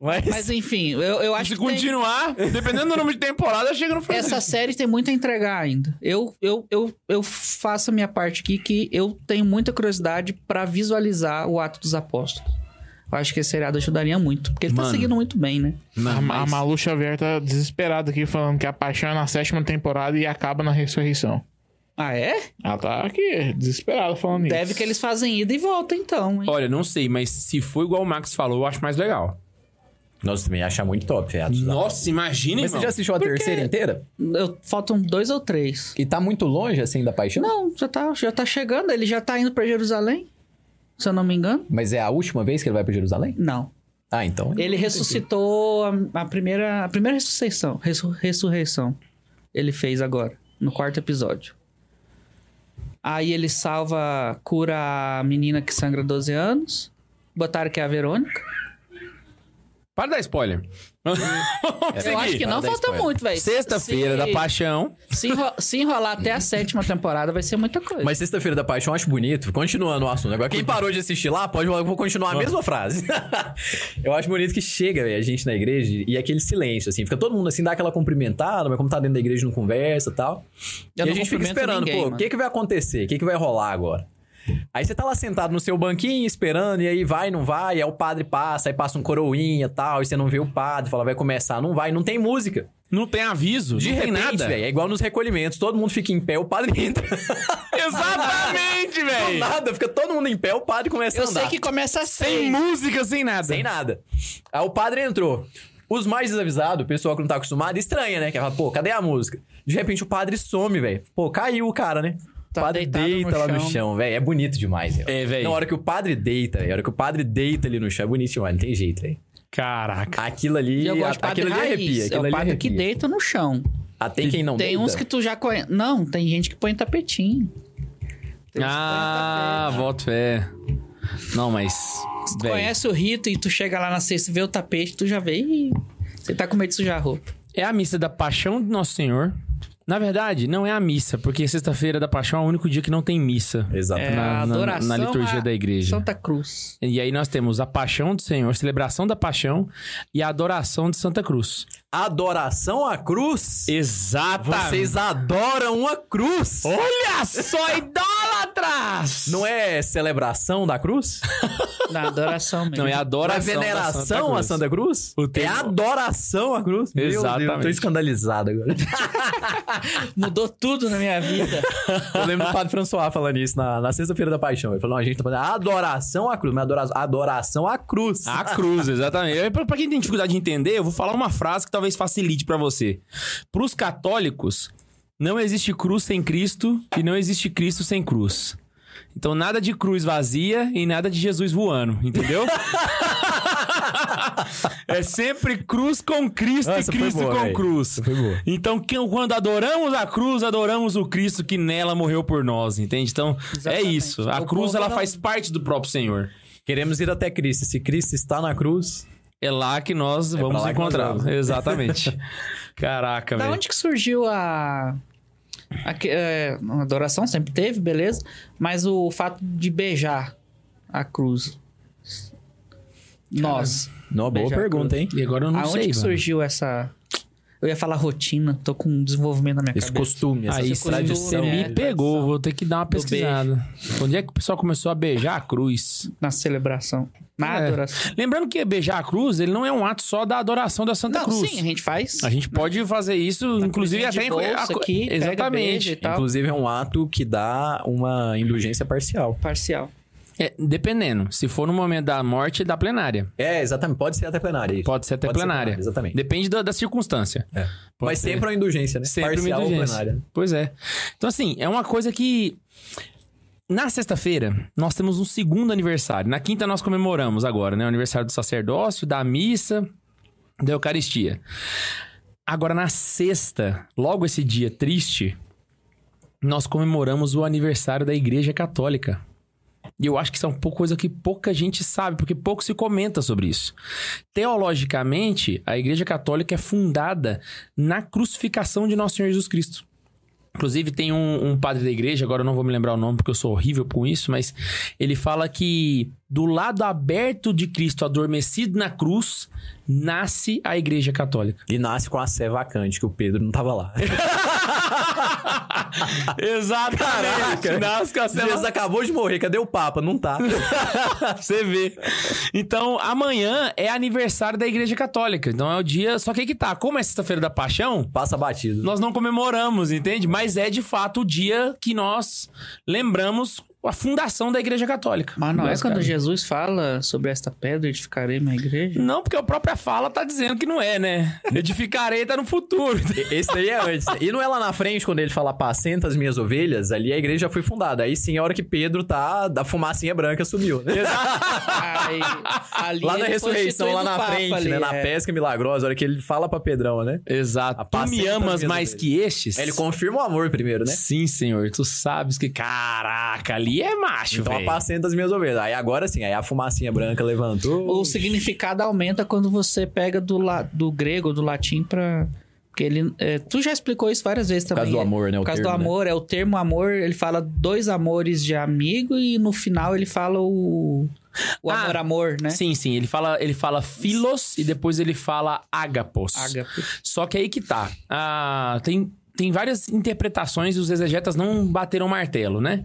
[SPEAKER 2] Mas.
[SPEAKER 3] Mas, enfim, eu, eu acho
[SPEAKER 1] Se
[SPEAKER 3] que tem-
[SPEAKER 1] continuar, dependendo do número de temporada, chega no Francisco.
[SPEAKER 3] essa série tem muito a entregar ainda. Eu, eu, eu, eu faço a minha parte aqui que eu tenho muita curiosidade pra visualizar o ato dos apóstolos. Eu acho que esse seriado ajudaria muito. Porque ele
[SPEAKER 1] Mano.
[SPEAKER 3] tá seguindo muito bem, né?
[SPEAKER 1] Não,
[SPEAKER 4] A, Ma- a
[SPEAKER 1] mas-
[SPEAKER 4] Malu Xavier tá desesperada aqui, falando que a paixão é na sétima temporada e acaba na ressurreição.
[SPEAKER 3] Ah, é?
[SPEAKER 4] Ela tá aqui, desesperada, falando isso.
[SPEAKER 3] Deve que eles fazem ida e volta, então. hein?
[SPEAKER 1] Olha, não sei, mas se for igual o Max falou, eu acho mais legal.
[SPEAKER 2] Nossa, também acha muito top, viado.
[SPEAKER 1] Nossa, imagina,
[SPEAKER 2] Mas você já assistiu a terceira inteira?
[SPEAKER 3] Eu- faltam dois ou três.
[SPEAKER 2] E tá muito longe, assim, da paixão?
[SPEAKER 3] Não, já tá, já tá chegando. Ele já tá indo pra Jerusalém, se eu não me engano.
[SPEAKER 2] Mas é a última vez que ele vai pra Jerusalém?
[SPEAKER 3] Não.
[SPEAKER 2] Ah, então.
[SPEAKER 3] Ele ressuscitou a, a primeira, a primeira ressurreição, ressu- ressurreição. Ele fez agora, no quarto episódio. Aí ele salva, cura a menina que sangra 12 anos. Botaram que é a Verônica.
[SPEAKER 1] Para de dar spoiler.
[SPEAKER 2] é
[SPEAKER 1] Vamos
[SPEAKER 3] Eu acho
[SPEAKER 1] seguir.
[SPEAKER 3] que não
[SPEAKER 2] dá
[SPEAKER 3] falta
[SPEAKER 2] spoiler.
[SPEAKER 3] muito, velho.
[SPEAKER 1] Sexta-feira
[SPEAKER 3] Se-
[SPEAKER 1] da Paixão.
[SPEAKER 3] Se, enro- se enrolar até a sétima temporada vai ser muita coisa.
[SPEAKER 2] Mas Sexta-feira da Paixão eu acho bonito. Continuando o assunto. né? Agora, quem parou de assistir lá, pode eu vou continuar a mesma frase. eu acho bonito que chega, velho, a gente na igreja e é aquele silêncio, assim. Fica todo mundo assim, dá aquela cumprimentada, mas como tá dentro da igreja não conversa e tal.
[SPEAKER 3] Eu
[SPEAKER 2] e
[SPEAKER 3] não
[SPEAKER 2] a gente fica
[SPEAKER 3] cumprimento
[SPEAKER 2] esperando,
[SPEAKER 3] ninguém,
[SPEAKER 2] pô, o
[SPEAKER 3] mano.
[SPEAKER 2] que, que vai acontecer? O que, que vai rolar agora? Aí você tá lá sentado no seu banquinho, esperando, e aí vai, não vai, aí o padre passa, aí passa um coroinha e tal, e você não vê o padre, fala, vai começar, não vai, não tem música.
[SPEAKER 1] Não tem aviso,
[SPEAKER 2] De
[SPEAKER 1] não
[SPEAKER 2] repente,
[SPEAKER 1] tem nada.
[SPEAKER 2] velho, é igual nos recolhimentos, todo mundo fica em pé, o padre entra.
[SPEAKER 1] Exatamente,
[SPEAKER 2] Do
[SPEAKER 1] velho.
[SPEAKER 2] nada, fica todo mundo em pé, o padre começa
[SPEAKER 3] Eu
[SPEAKER 2] a andar.
[SPEAKER 3] sei que começa às
[SPEAKER 1] Sem
[SPEAKER 3] seis.
[SPEAKER 1] música, sem nada.
[SPEAKER 2] Sem nada. Aí o padre entrou. Os mais desavisados, o pessoal que não tá acostumado, estranha, né? Que fala, pô, cadê a música? De repente o padre some, velho. Pô, caiu o cara, né?
[SPEAKER 3] Tá
[SPEAKER 2] o padre
[SPEAKER 3] deitado
[SPEAKER 2] deita
[SPEAKER 3] no
[SPEAKER 2] lá no
[SPEAKER 3] chão.
[SPEAKER 2] chão, velho. É bonito demais, velho.
[SPEAKER 1] É, velho.
[SPEAKER 2] Na hora que o padre deita, velho. A hora que o padre deita ali no chão, é bonito demais. Não tem jeito, velho.
[SPEAKER 1] Caraca.
[SPEAKER 2] Aquilo ali.
[SPEAKER 3] E eu gosto de
[SPEAKER 2] a-
[SPEAKER 3] padre
[SPEAKER 2] aquilo ali
[SPEAKER 3] raiz.
[SPEAKER 2] arrepia.
[SPEAKER 3] é
[SPEAKER 2] Aquilo
[SPEAKER 3] o
[SPEAKER 2] ali
[SPEAKER 3] padre que
[SPEAKER 2] arrepia.
[SPEAKER 3] deita no chão.
[SPEAKER 2] Até quem não
[SPEAKER 3] tem
[SPEAKER 2] deita.
[SPEAKER 3] uns que tu já conhece. Não, tem gente que põe tapetinho. Tem uns que põem
[SPEAKER 1] Ah, volta fé. Não, mas.
[SPEAKER 3] Tu
[SPEAKER 1] véi,
[SPEAKER 3] conhece o rito e tu chega lá na sexta, vê o tapete, tu já vê e você tá com medo de sujar a roupa.
[SPEAKER 1] É a missa da paixão do Nosso Senhor. Na verdade, não é a missa, porque sexta-feira da paixão é o único dia que não tem missa.
[SPEAKER 2] Exato.
[SPEAKER 3] É
[SPEAKER 1] Na- na-
[SPEAKER 3] a
[SPEAKER 1] na
[SPEAKER 3] adoração é
[SPEAKER 1] liturgia
[SPEAKER 3] a
[SPEAKER 1] da igreja.
[SPEAKER 3] Santa Cruz.
[SPEAKER 1] E aí nós temos a paixão do Senhor, celebração da paixão e a adoração de Santa Cruz.
[SPEAKER 2] Adoração à cruz.
[SPEAKER 1] Exatamente.
[SPEAKER 2] Vocês adoram a cruz.
[SPEAKER 1] Olha só, idólatras!
[SPEAKER 2] Não é celebração da cruz?
[SPEAKER 3] Na adoração mesmo.
[SPEAKER 1] Não, é
[SPEAKER 2] Não
[SPEAKER 1] adoração.
[SPEAKER 2] é veneração
[SPEAKER 1] da
[SPEAKER 2] à Santa Cruz?
[SPEAKER 1] O termo-
[SPEAKER 2] É adoração à cruz?
[SPEAKER 1] Exatamente.
[SPEAKER 2] Meu Deus, tô escandalizado agora.
[SPEAKER 3] Mudou tudo na minha vida.
[SPEAKER 2] Eu lembro do Padre François falando isso na, na sexta-feira da paixão. Ele falou, não, a gente tá fazendo adoração à cruz, mas adora- adoração à cruz. Ah,
[SPEAKER 1] A cruz, exatamente. Eu, Pra pra quem tem dificuldade de entender, eu vou falar uma frase que talvez facilite pra você. Pros católicos, não existe cruz sem Cristo e não existe Cristo sem cruz. Então nada de cruz vazia e nada de Jesus voando, entendeu? é sempre cruz com Cristo
[SPEAKER 2] Essa
[SPEAKER 1] e
[SPEAKER 2] foi
[SPEAKER 1] Cristo
[SPEAKER 2] boa,
[SPEAKER 1] com
[SPEAKER 2] véi.
[SPEAKER 1] cruz.
[SPEAKER 2] Foi boa.
[SPEAKER 1] Então, que- quando adoramos a cruz, adoramos o Cristo que nela morreu por nós, entende? Então, é
[SPEAKER 3] Exatamente.
[SPEAKER 1] isso. A
[SPEAKER 3] O
[SPEAKER 1] cruz,
[SPEAKER 3] povo
[SPEAKER 1] ela
[SPEAKER 3] não-
[SPEAKER 1] faz parte do próprio Senhor.
[SPEAKER 2] Queremos ir até Cristo. Se Cristo está na cruz...
[SPEAKER 1] É lá que nós vamos
[SPEAKER 2] pra lá que
[SPEAKER 1] encontrar.
[SPEAKER 2] nós vamos.
[SPEAKER 1] Exatamente. Caraca,
[SPEAKER 3] da
[SPEAKER 1] velho.
[SPEAKER 3] onde que surgiu a. a que- é, a adoração sempre teve, beleza. Mas o fato de beijar a cruz. Nós.
[SPEAKER 2] Não, boa
[SPEAKER 3] Beijar a
[SPEAKER 2] pergunta, hein?
[SPEAKER 1] E agora eu não
[SPEAKER 3] Aonde
[SPEAKER 1] sei.
[SPEAKER 3] que
[SPEAKER 1] mano.
[SPEAKER 3] surgiu essa. Eu ia falar rotina, tô com um desenvolvimento na minha
[SPEAKER 2] Esse
[SPEAKER 3] cabeça.
[SPEAKER 2] costume, essa
[SPEAKER 1] Aí
[SPEAKER 3] coisa
[SPEAKER 1] você
[SPEAKER 2] tradição.
[SPEAKER 3] do-
[SPEAKER 1] me
[SPEAKER 3] é,
[SPEAKER 1] pegou, vou ter que dar uma
[SPEAKER 3] beijo.
[SPEAKER 1] pesquisada. Onde é que o pessoal começou a beijar a cruz?
[SPEAKER 3] Na celebração. Na
[SPEAKER 1] É.
[SPEAKER 3] adoração.
[SPEAKER 1] Lembrando que beijar a cruz, ele não é um ato só da adoração da Santa
[SPEAKER 3] Não,
[SPEAKER 1] Cruz.
[SPEAKER 3] sim, a gente faz.
[SPEAKER 1] A gente pode fazer isso, inclusive
[SPEAKER 3] cruzinha de
[SPEAKER 1] até em-
[SPEAKER 3] bolsa
[SPEAKER 1] a co-
[SPEAKER 3] aqui, pega, beija e
[SPEAKER 1] Exatamente.
[SPEAKER 3] tal.
[SPEAKER 2] Inclusive é um ato que dá uma indulgência parcial.
[SPEAKER 3] Parcial.
[SPEAKER 1] É, dependendo. Se for no momento da morte, dá plenária.
[SPEAKER 2] É, exatamente. Pode ser até plenária. isso.
[SPEAKER 1] Pode ser até
[SPEAKER 2] Pode ser
[SPEAKER 1] plenária.
[SPEAKER 2] plenária, exatamente.
[SPEAKER 1] Depende da, da circunstância.
[SPEAKER 2] É.
[SPEAKER 1] Pode
[SPEAKER 2] Mas
[SPEAKER 1] ser.
[SPEAKER 2] sempre é uma indulgência, né?
[SPEAKER 1] Sempre uma
[SPEAKER 2] parcial né?
[SPEAKER 1] indulgência.
[SPEAKER 2] ou plenária.
[SPEAKER 1] Pois é. Então, assim, é uma coisa que. Na sexta-feira, nós temos um segundo aniversário. Na quinta, nós comemoramos agora, né? O aniversário do sacerdócio, da missa, da Eucaristia. Agora, na sexta, logo esse dia triste, nós comemoramos o aniversário da Igreja Católica. E eu acho que isso é uma pou- coisa que pouca gente sabe, porque pouco se comenta sobre isso. Teologicamente, a Igreja Católica é fundada na crucificação de Nosso Senhor Jesus Cristo. Inclusive, tem um, um padre da igreja, agora eu não vou me lembrar o nome porque eu sou horrível com isso, mas ele fala que do lado aberto de Cristo adormecido na cruz, nasce a igreja católica.
[SPEAKER 2] E nasce com a sé vacante, que o Pedro não tava lá.
[SPEAKER 1] Exatamente! Nasce com a
[SPEAKER 2] Jesus acabou de morrer, cadê o Papa? Não tá.
[SPEAKER 1] Você vê. Então, amanhã é aniversário da igreja católica. Então é o dia. Só que aí que tá. Como é sexta-feira da paixão,
[SPEAKER 2] Passa batido.
[SPEAKER 1] nós não comemoramos, entende? Mas é de fato o dia que nós lembramos a fundação da Igreja Católica.
[SPEAKER 3] Mas não é
[SPEAKER 1] Basicamente.
[SPEAKER 3] quando Jesus fala sobre esta pedra edificarei minha igreja?
[SPEAKER 1] Não, porque a própria fala tá dizendo que não é, né? Edificarei tá no futuro.
[SPEAKER 2] E- Esse daí é antes. E não é lá na frente, quando ele fala, apacenta as minhas ovelhas, ali a igreja já foi fundada. Aí sim, a hora que Pedro tá, da fumacinha branca sumiu, né?
[SPEAKER 3] Aí, ali
[SPEAKER 2] Lá
[SPEAKER 3] ele
[SPEAKER 2] na
[SPEAKER 3] foi
[SPEAKER 2] ressurreição,
[SPEAKER 3] instituído
[SPEAKER 2] lá na
[SPEAKER 3] papa
[SPEAKER 2] frente,
[SPEAKER 3] ali,
[SPEAKER 2] né? Na
[SPEAKER 3] é.
[SPEAKER 2] pesca milagrosa, a hora que ele fala pra Pedrão, né?
[SPEAKER 1] Exato. Tu me
[SPEAKER 2] Apacenta
[SPEAKER 1] amas
[SPEAKER 2] minhas
[SPEAKER 1] mais
[SPEAKER 2] ovelhas.
[SPEAKER 1] que estes?
[SPEAKER 2] Ele confirma o amor primeiro, né?
[SPEAKER 1] Sim, senhor. Tu sabes que. Caraca, ali é macho,
[SPEAKER 2] Então
[SPEAKER 1] velho.
[SPEAKER 2] apacenta as minhas ovelhas. Aí agora sim, aí a fumacinha branca levantou.
[SPEAKER 3] O significado aumenta quando você pega do, la... do grego, do latim pra... Porque ele... é, Tu já explicou isso várias vezes também.
[SPEAKER 2] causa do
[SPEAKER 3] é.
[SPEAKER 2] amor, né? O
[SPEAKER 3] Por causa do
[SPEAKER 2] termo, né?
[SPEAKER 3] amor, é o termo amor. Ele fala dois amores de amigo e no final ele fala o... O
[SPEAKER 1] Ah,
[SPEAKER 3] amor, amor, né?
[SPEAKER 1] Sim, sim. Ele fala, ele fala filos e depois ele fala ágapos.
[SPEAKER 3] Ágape.
[SPEAKER 1] Só que aí que tá. Ah, tem, tem várias interpretações e os exegetas não bateram martelo, né?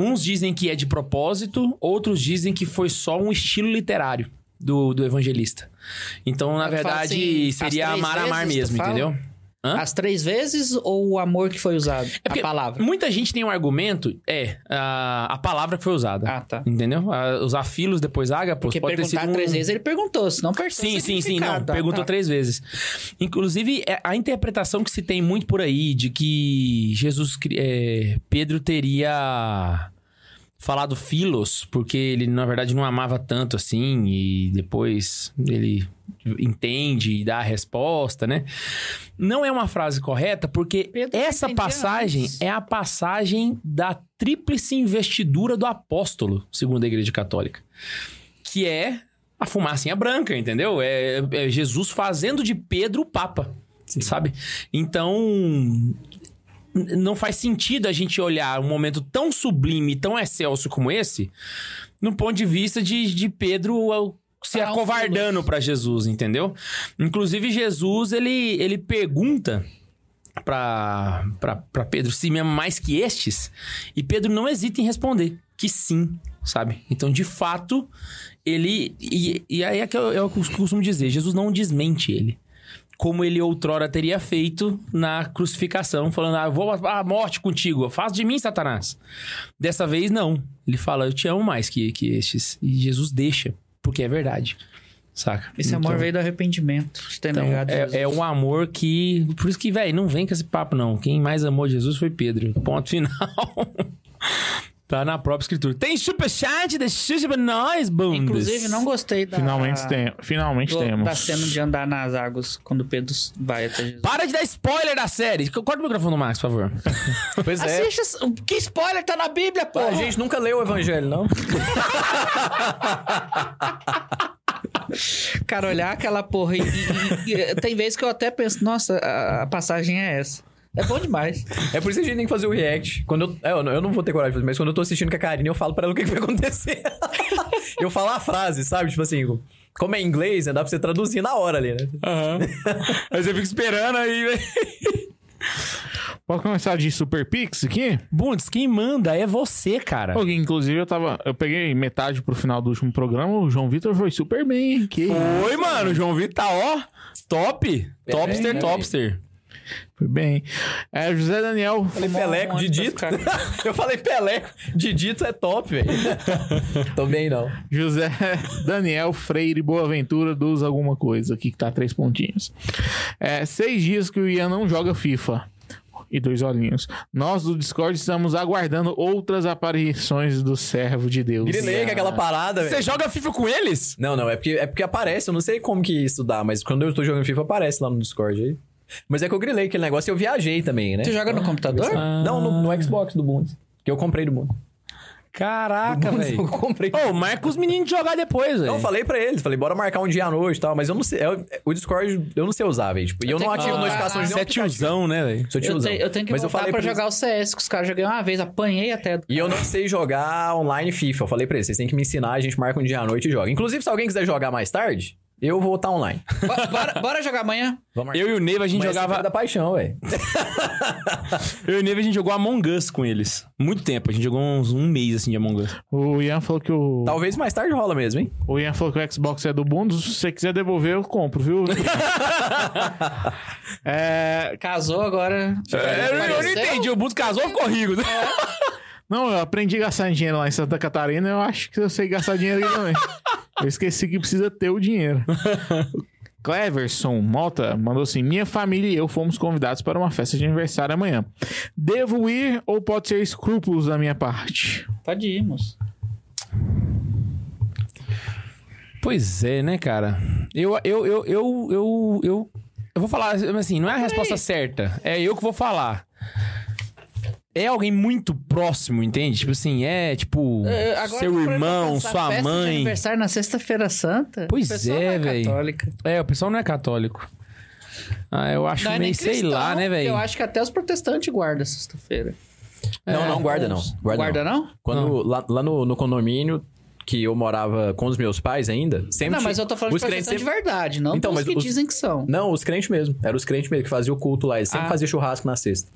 [SPEAKER 1] Uns dizem que é de propósito, outros dizem que foi só um estilo literário do, do evangelista. Então, na
[SPEAKER 3] Quando fala
[SPEAKER 1] verdade,
[SPEAKER 3] assim,
[SPEAKER 1] seria
[SPEAKER 3] as três
[SPEAKER 1] amar, amar
[SPEAKER 3] vezes, tu
[SPEAKER 1] mesmo,
[SPEAKER 3] fala?
[SPEAKER 1] entendeu? É Hã?
[SPEAKER 3] As três vezes ou o amor que foi usado?
[SPEAKER 1] É porque
[SPEAKER 3] a palavra.
[SPEAKER 1] Muita gente tem um argumento, é, a, a palavra que foi usada.
[SPEAKER 3] Ah, tá.
[SPEAKER 1] Entendeu? Ah, Os afilos, depois ágapos,
[SPEAKER 3] Porque
[SPEAKER 1] pode ter sido um...
[SPEAKER 3] perguntar três vezes, ele perguntou, senão perguntou.
[SPEAKER 1] Sim, sim, sim, não. Perguntou três vezes. Inclusive, é, a interpretação que se tem muito por aí de que Jesus cri- é, Pedro teria falado filos, porque ele, na verdade, não amava tanto assim, e depois ele entende e dá a resposta, né? Não é uma frase correta, porque
[SPEAKER 3] Pedro
[SPEAKER 1] essa
[SPEAKER 3] entendeu
[SPEAKER 1] passagem
[SPEAKER 3] antes.
[SPEAKER 1] é a passagem da tríplice investidura do apóstolo, segundo a Igreja Católica. Que é a fumacinha branca, entendeu? É, é Jesus fazendo de Pedro o Papa, sabe? Então, n- não faz sentido a gente olhar um momento tão sublime, tão excelso como esse, no ponto de vista de, de Pedro ao- se
[SPEAKER 3] Para um
[SPEAKER 1] acovardando
[SPEAKER 3] filho.
[SPEAKER 1] para Jesus, entendeu? Inclusive, Jesus, ele, ele pergunta para Pedro se me ama mais que estes, e Pedro não hesita em responder que sim, sabe? Então, de fato, ele... E, e aí é que eu, eu costumo dizer, Jesus não desmente ele. Como ele outrora teria feito na crucificação, falando, ah, eu vou à à morte contigo, faz de mim, Satanás. Dessa vez, não. Ele fala, eu te amo mais que, que estes. E Jesus deixa, porque é verdade. Saca?
[SPEAKER 3] Esse amor veio do arrependimento, de ter
[SPEAKER 1] então,
[SPEAKER 3] negado Jesus.
[SPEAKER 1] é, é um amor que. Por isso que, velho, não vem com esse papo, não. Quem mais amou Jesus foi Pedro. Ponto final. tá na própria escritura. Tem superchat, deixa pra nós, bundes.
[SPEAKER 3] Inclusive, não gostei da...
[SPEAKER 4] Finalmente, tem, finalmente
[SPEAKER 3] do-
[SPEAKER 4] temos.
[SPEAKER 3] Da Ah. cena de andar nas águas quando Pedro vai até Jesus.
[SPEAKER 1] Para de dar spoiler da série. Corta o microfone do Max, por favor.
[SPEAKER 2] Pois é.
[SPEAKER 3] Assista... Que spoiler tá na Bíblia, pô!
[SPEAKER 2] A gente nunca leu o evangelho, não?
[SPEAKER 3] Cara, olhar aquela porra e, e- e- e- Tem vezes que eu até penso, nossa, a, a passagem é essa. É bom demais.
[SPEAKER 2] É por isso que a gente tem que fazer o react. Quando eu, é, eu, não, eu não vou ter coragem de fazer, mas quando eu tô assistindo com a Karine, eu falo pra ela o que, que vai acontecer. eu falo a frase, sabe? Tipo assim, como é em inglês, né? dá pra você traduzir na hora ali, né?
[SPEAKER 1] Aham. Mas eu fico esperando aí, velho.
[SPEAKER 4] Posso começar de Super Pix aqui?
[SPEAKER 1] Bundes, quem manda é você, cara.
[SPEAKER 4] Pô, inclusive, eu tava. Eu peguei metade pro final do último programa. O João Vitor foi super bem, hein? Que...
[SPEAKER 1] Oi, mano. João Vitor tá, ó. Top. Topster,
[SPEAKER 2] né,
[SPEAKER 1] topster.
[SPEAKER 4] Foi bem. É, José Daniel.
[SPEAKER 2] Falei
[SPEAKER 3] Tomou
[SPEAKER 2] Peleco,
[SPEAKER 3] um monte pra
[SPEAKER 2] Didito. eu falei Peleco, Didito é top, velho. tô bem, não.
[SPEAKER 4] José Daniel Freire Boaventura dos alguma coisa aqui que tá três pontinhos. É, seis dias que o Ian não joga FIFA. E dois olhinhos. Nós do Discord estamos aguardando outras aparições do servo de Deus.
[SPEAKER 2] Grilei com é aquela parada, velho.
[SPEAKER 1] Você joga FIFA com eles?
[SPEAKER 2] Não, não, é porque, é porque aparece, eu não sei como que isso dá, mas quando eu tô jogando FIFA aparece lá no Discord aí. Mas é que eu grilei aquele negócio e eu viajei também, né?
[SPEAKER 3] Tu joga no computador?
[SPEAKER 2] Não, no, no Xbox do Bundes. Que eu comprei do Bundes.
[SPEAKER 1] Caraca,
[SPEAKER 2] Eu
[SPEAKER 1] velho.
[SPEAKER 2] comprei.
[SPEAKER 1] Ô, marca os meninos de jogar depois,
[SPEAKER 2] é Não, eu
[SPEAKER 1] velho.
[SPEAKER 2] falei pra eles, falei, bora marcar um dia à noite e tal, mas eu não sei. eu- o Discord eu não sei usar, velho. Tipo, e eu, não tá
[SPEAKER 3] tenho que
[SPEAKER 2] ativo
[SPEAKER 3] comprar
[SPEAKER 2] notificações de
[SPEAKER 1] Você é
[SPEAKER 2] nenhum aplicativo.
[SPEAKER 1] tiozão, né, velho?
[SPEAKER 2] Sou
[SPEAKER 3] Eu,
[SPEAKER 2] tiozão.
[SPEAKER 3] tenho- eu tenho que
[SPEAKER 2] mas eu
[SPEAKER 3] voltar
[SPEAKER 2] falei
[SPEAKER 3] pra
[SPEAKER 2] pra eles-
[SPEAKER 3] jogar o CS, que os caras joguei uma vez, apanhei até.
[SPEAKER 2] E eu não sei jogar online FIFA. Eu falei pra eles, vocês têm que me ensinar, a gente marca um dia à noite e joga. Inclusive, se alguém quiser jogar mais tarde, eu vou estar online.
[SPEAKER 3] Bo- bora, bora jogar amanhã?
[SPEAKER 2] Vamos
[SPEAKER 1] Eu e o Neiva, a gente
[SPEAKER 2] Mas essa
[SPEAKER 1] jogava.
[SPEAKER 2] é da paixão, velho.
[SPEAKER 1] Eu e o Neiva, a gente jogou Among Us com eles. Muito tempo. A gente jogou uns um mês assim de Among Us.
[SPEAKER 4] O Ian falou que o.
[SPEAKER 2] Talvez mais tarde rola mesmo, hein?
[SPEAKER 4] O Ian falou que o Xbox é do Bundes. Se você quiser devolver, eu compro, viu? é,
[SPEAKER 3] Casou agora.
[SPEAKER 1] eu, não
[SPEAKER 3] Apareceu?
[SPEAKER 2] É,
[SPEAKER 1] É, entendi. O Buto casou ou ficou rico?
[SPEAKER 4] Não, eu aprendi a gastar dinheiro lá em Santa Catarina, eu acho que eu sei gastar dinheiro aqui também. Eu esqueci que precisa ter o dinheiro. Cleverson Mota mandou assim: Minha família e eu fomos convidados para uma festa de aniversário amanhã. Devo ir ou pode ser escrúpulos da minha parte?
[SPEAKER 3] Pode ir, moço.
[SPEAKER 1] Pois é, né, cara? Eu, eu, eu, eu, eu, eu, eu vou falar assim, não é a resposta certa. É eu que vou falar. É alguém muito próximo, entende? Tipo assim, é tipo
[SPEAKER 3] É, agora
[SPEAKER 1] seu
[SPEAKER 3] que eu parei pra
[SPEAKER 1] irmão,
[SPEAKER 3] pensar,
[SPEAKER 1] sua
[SPEAKER 3] festa de
[SPEAKER 1] mãe.
[SPEAKER 3] aniversário na Sexta-feira Santa.
[SPEAKER 1] Pois
[SPEAKER 3] O pessoal
[SPEAKER 1] é,
[SPEAKER 3] não
[SPEAKER 1] véi.
[SPEAKER 3] católica.
[SPEAKER 1] É, o pessoal não é católico. Ah, eu acho
[SPEAKER 3] Não é
[SPEAKER 1] meio,
[SPEAKER 3] nem
[SPEAKER 1] sei
[SPEAKER 3] cristão,
[SPEAKER 1] lá, né,
[SPEAKER 3] porque
[SPEAKER 1] velho?
[SPEAKER 3] Eu acho que até os protestantes guardam sexta-feira. É.
[SPEAKER 2] Não, não, guarda não. Guarda,
[SPEAKER 3] Guarda
[SPEAKER 2] não.
[SPEAKER 3] não?
[SPEAKER 2] Quando, lá, lá no, no condomínio que eu morava com os meus pais ainda, sempre.
[SPEAKER 3] Não, mas eu tô falando
[SPEAKER 2] os
[SPEAKER 3] de
[SPEAKER 2] crentes
[SPEAKER 3] protestante
[SPEAKER 2] sempre...
[SPEAKER 3] de verdade, não então,
[SPEAKER 2] Então,
[SPEAKER 3] dos
[SPEAKER 2] mas
[SPEAKER 3] que
[SPEAKER 2] os-
[SPEAKER 3] dizem que são.
[SPEAKER 2] Não, os crentes mesmo. Era os crentes mesmo que faziam o culto lá. Eles sempre
[SPEAKER 3] Ah.
[SPEAKER 2] faziam churrasco na sexta.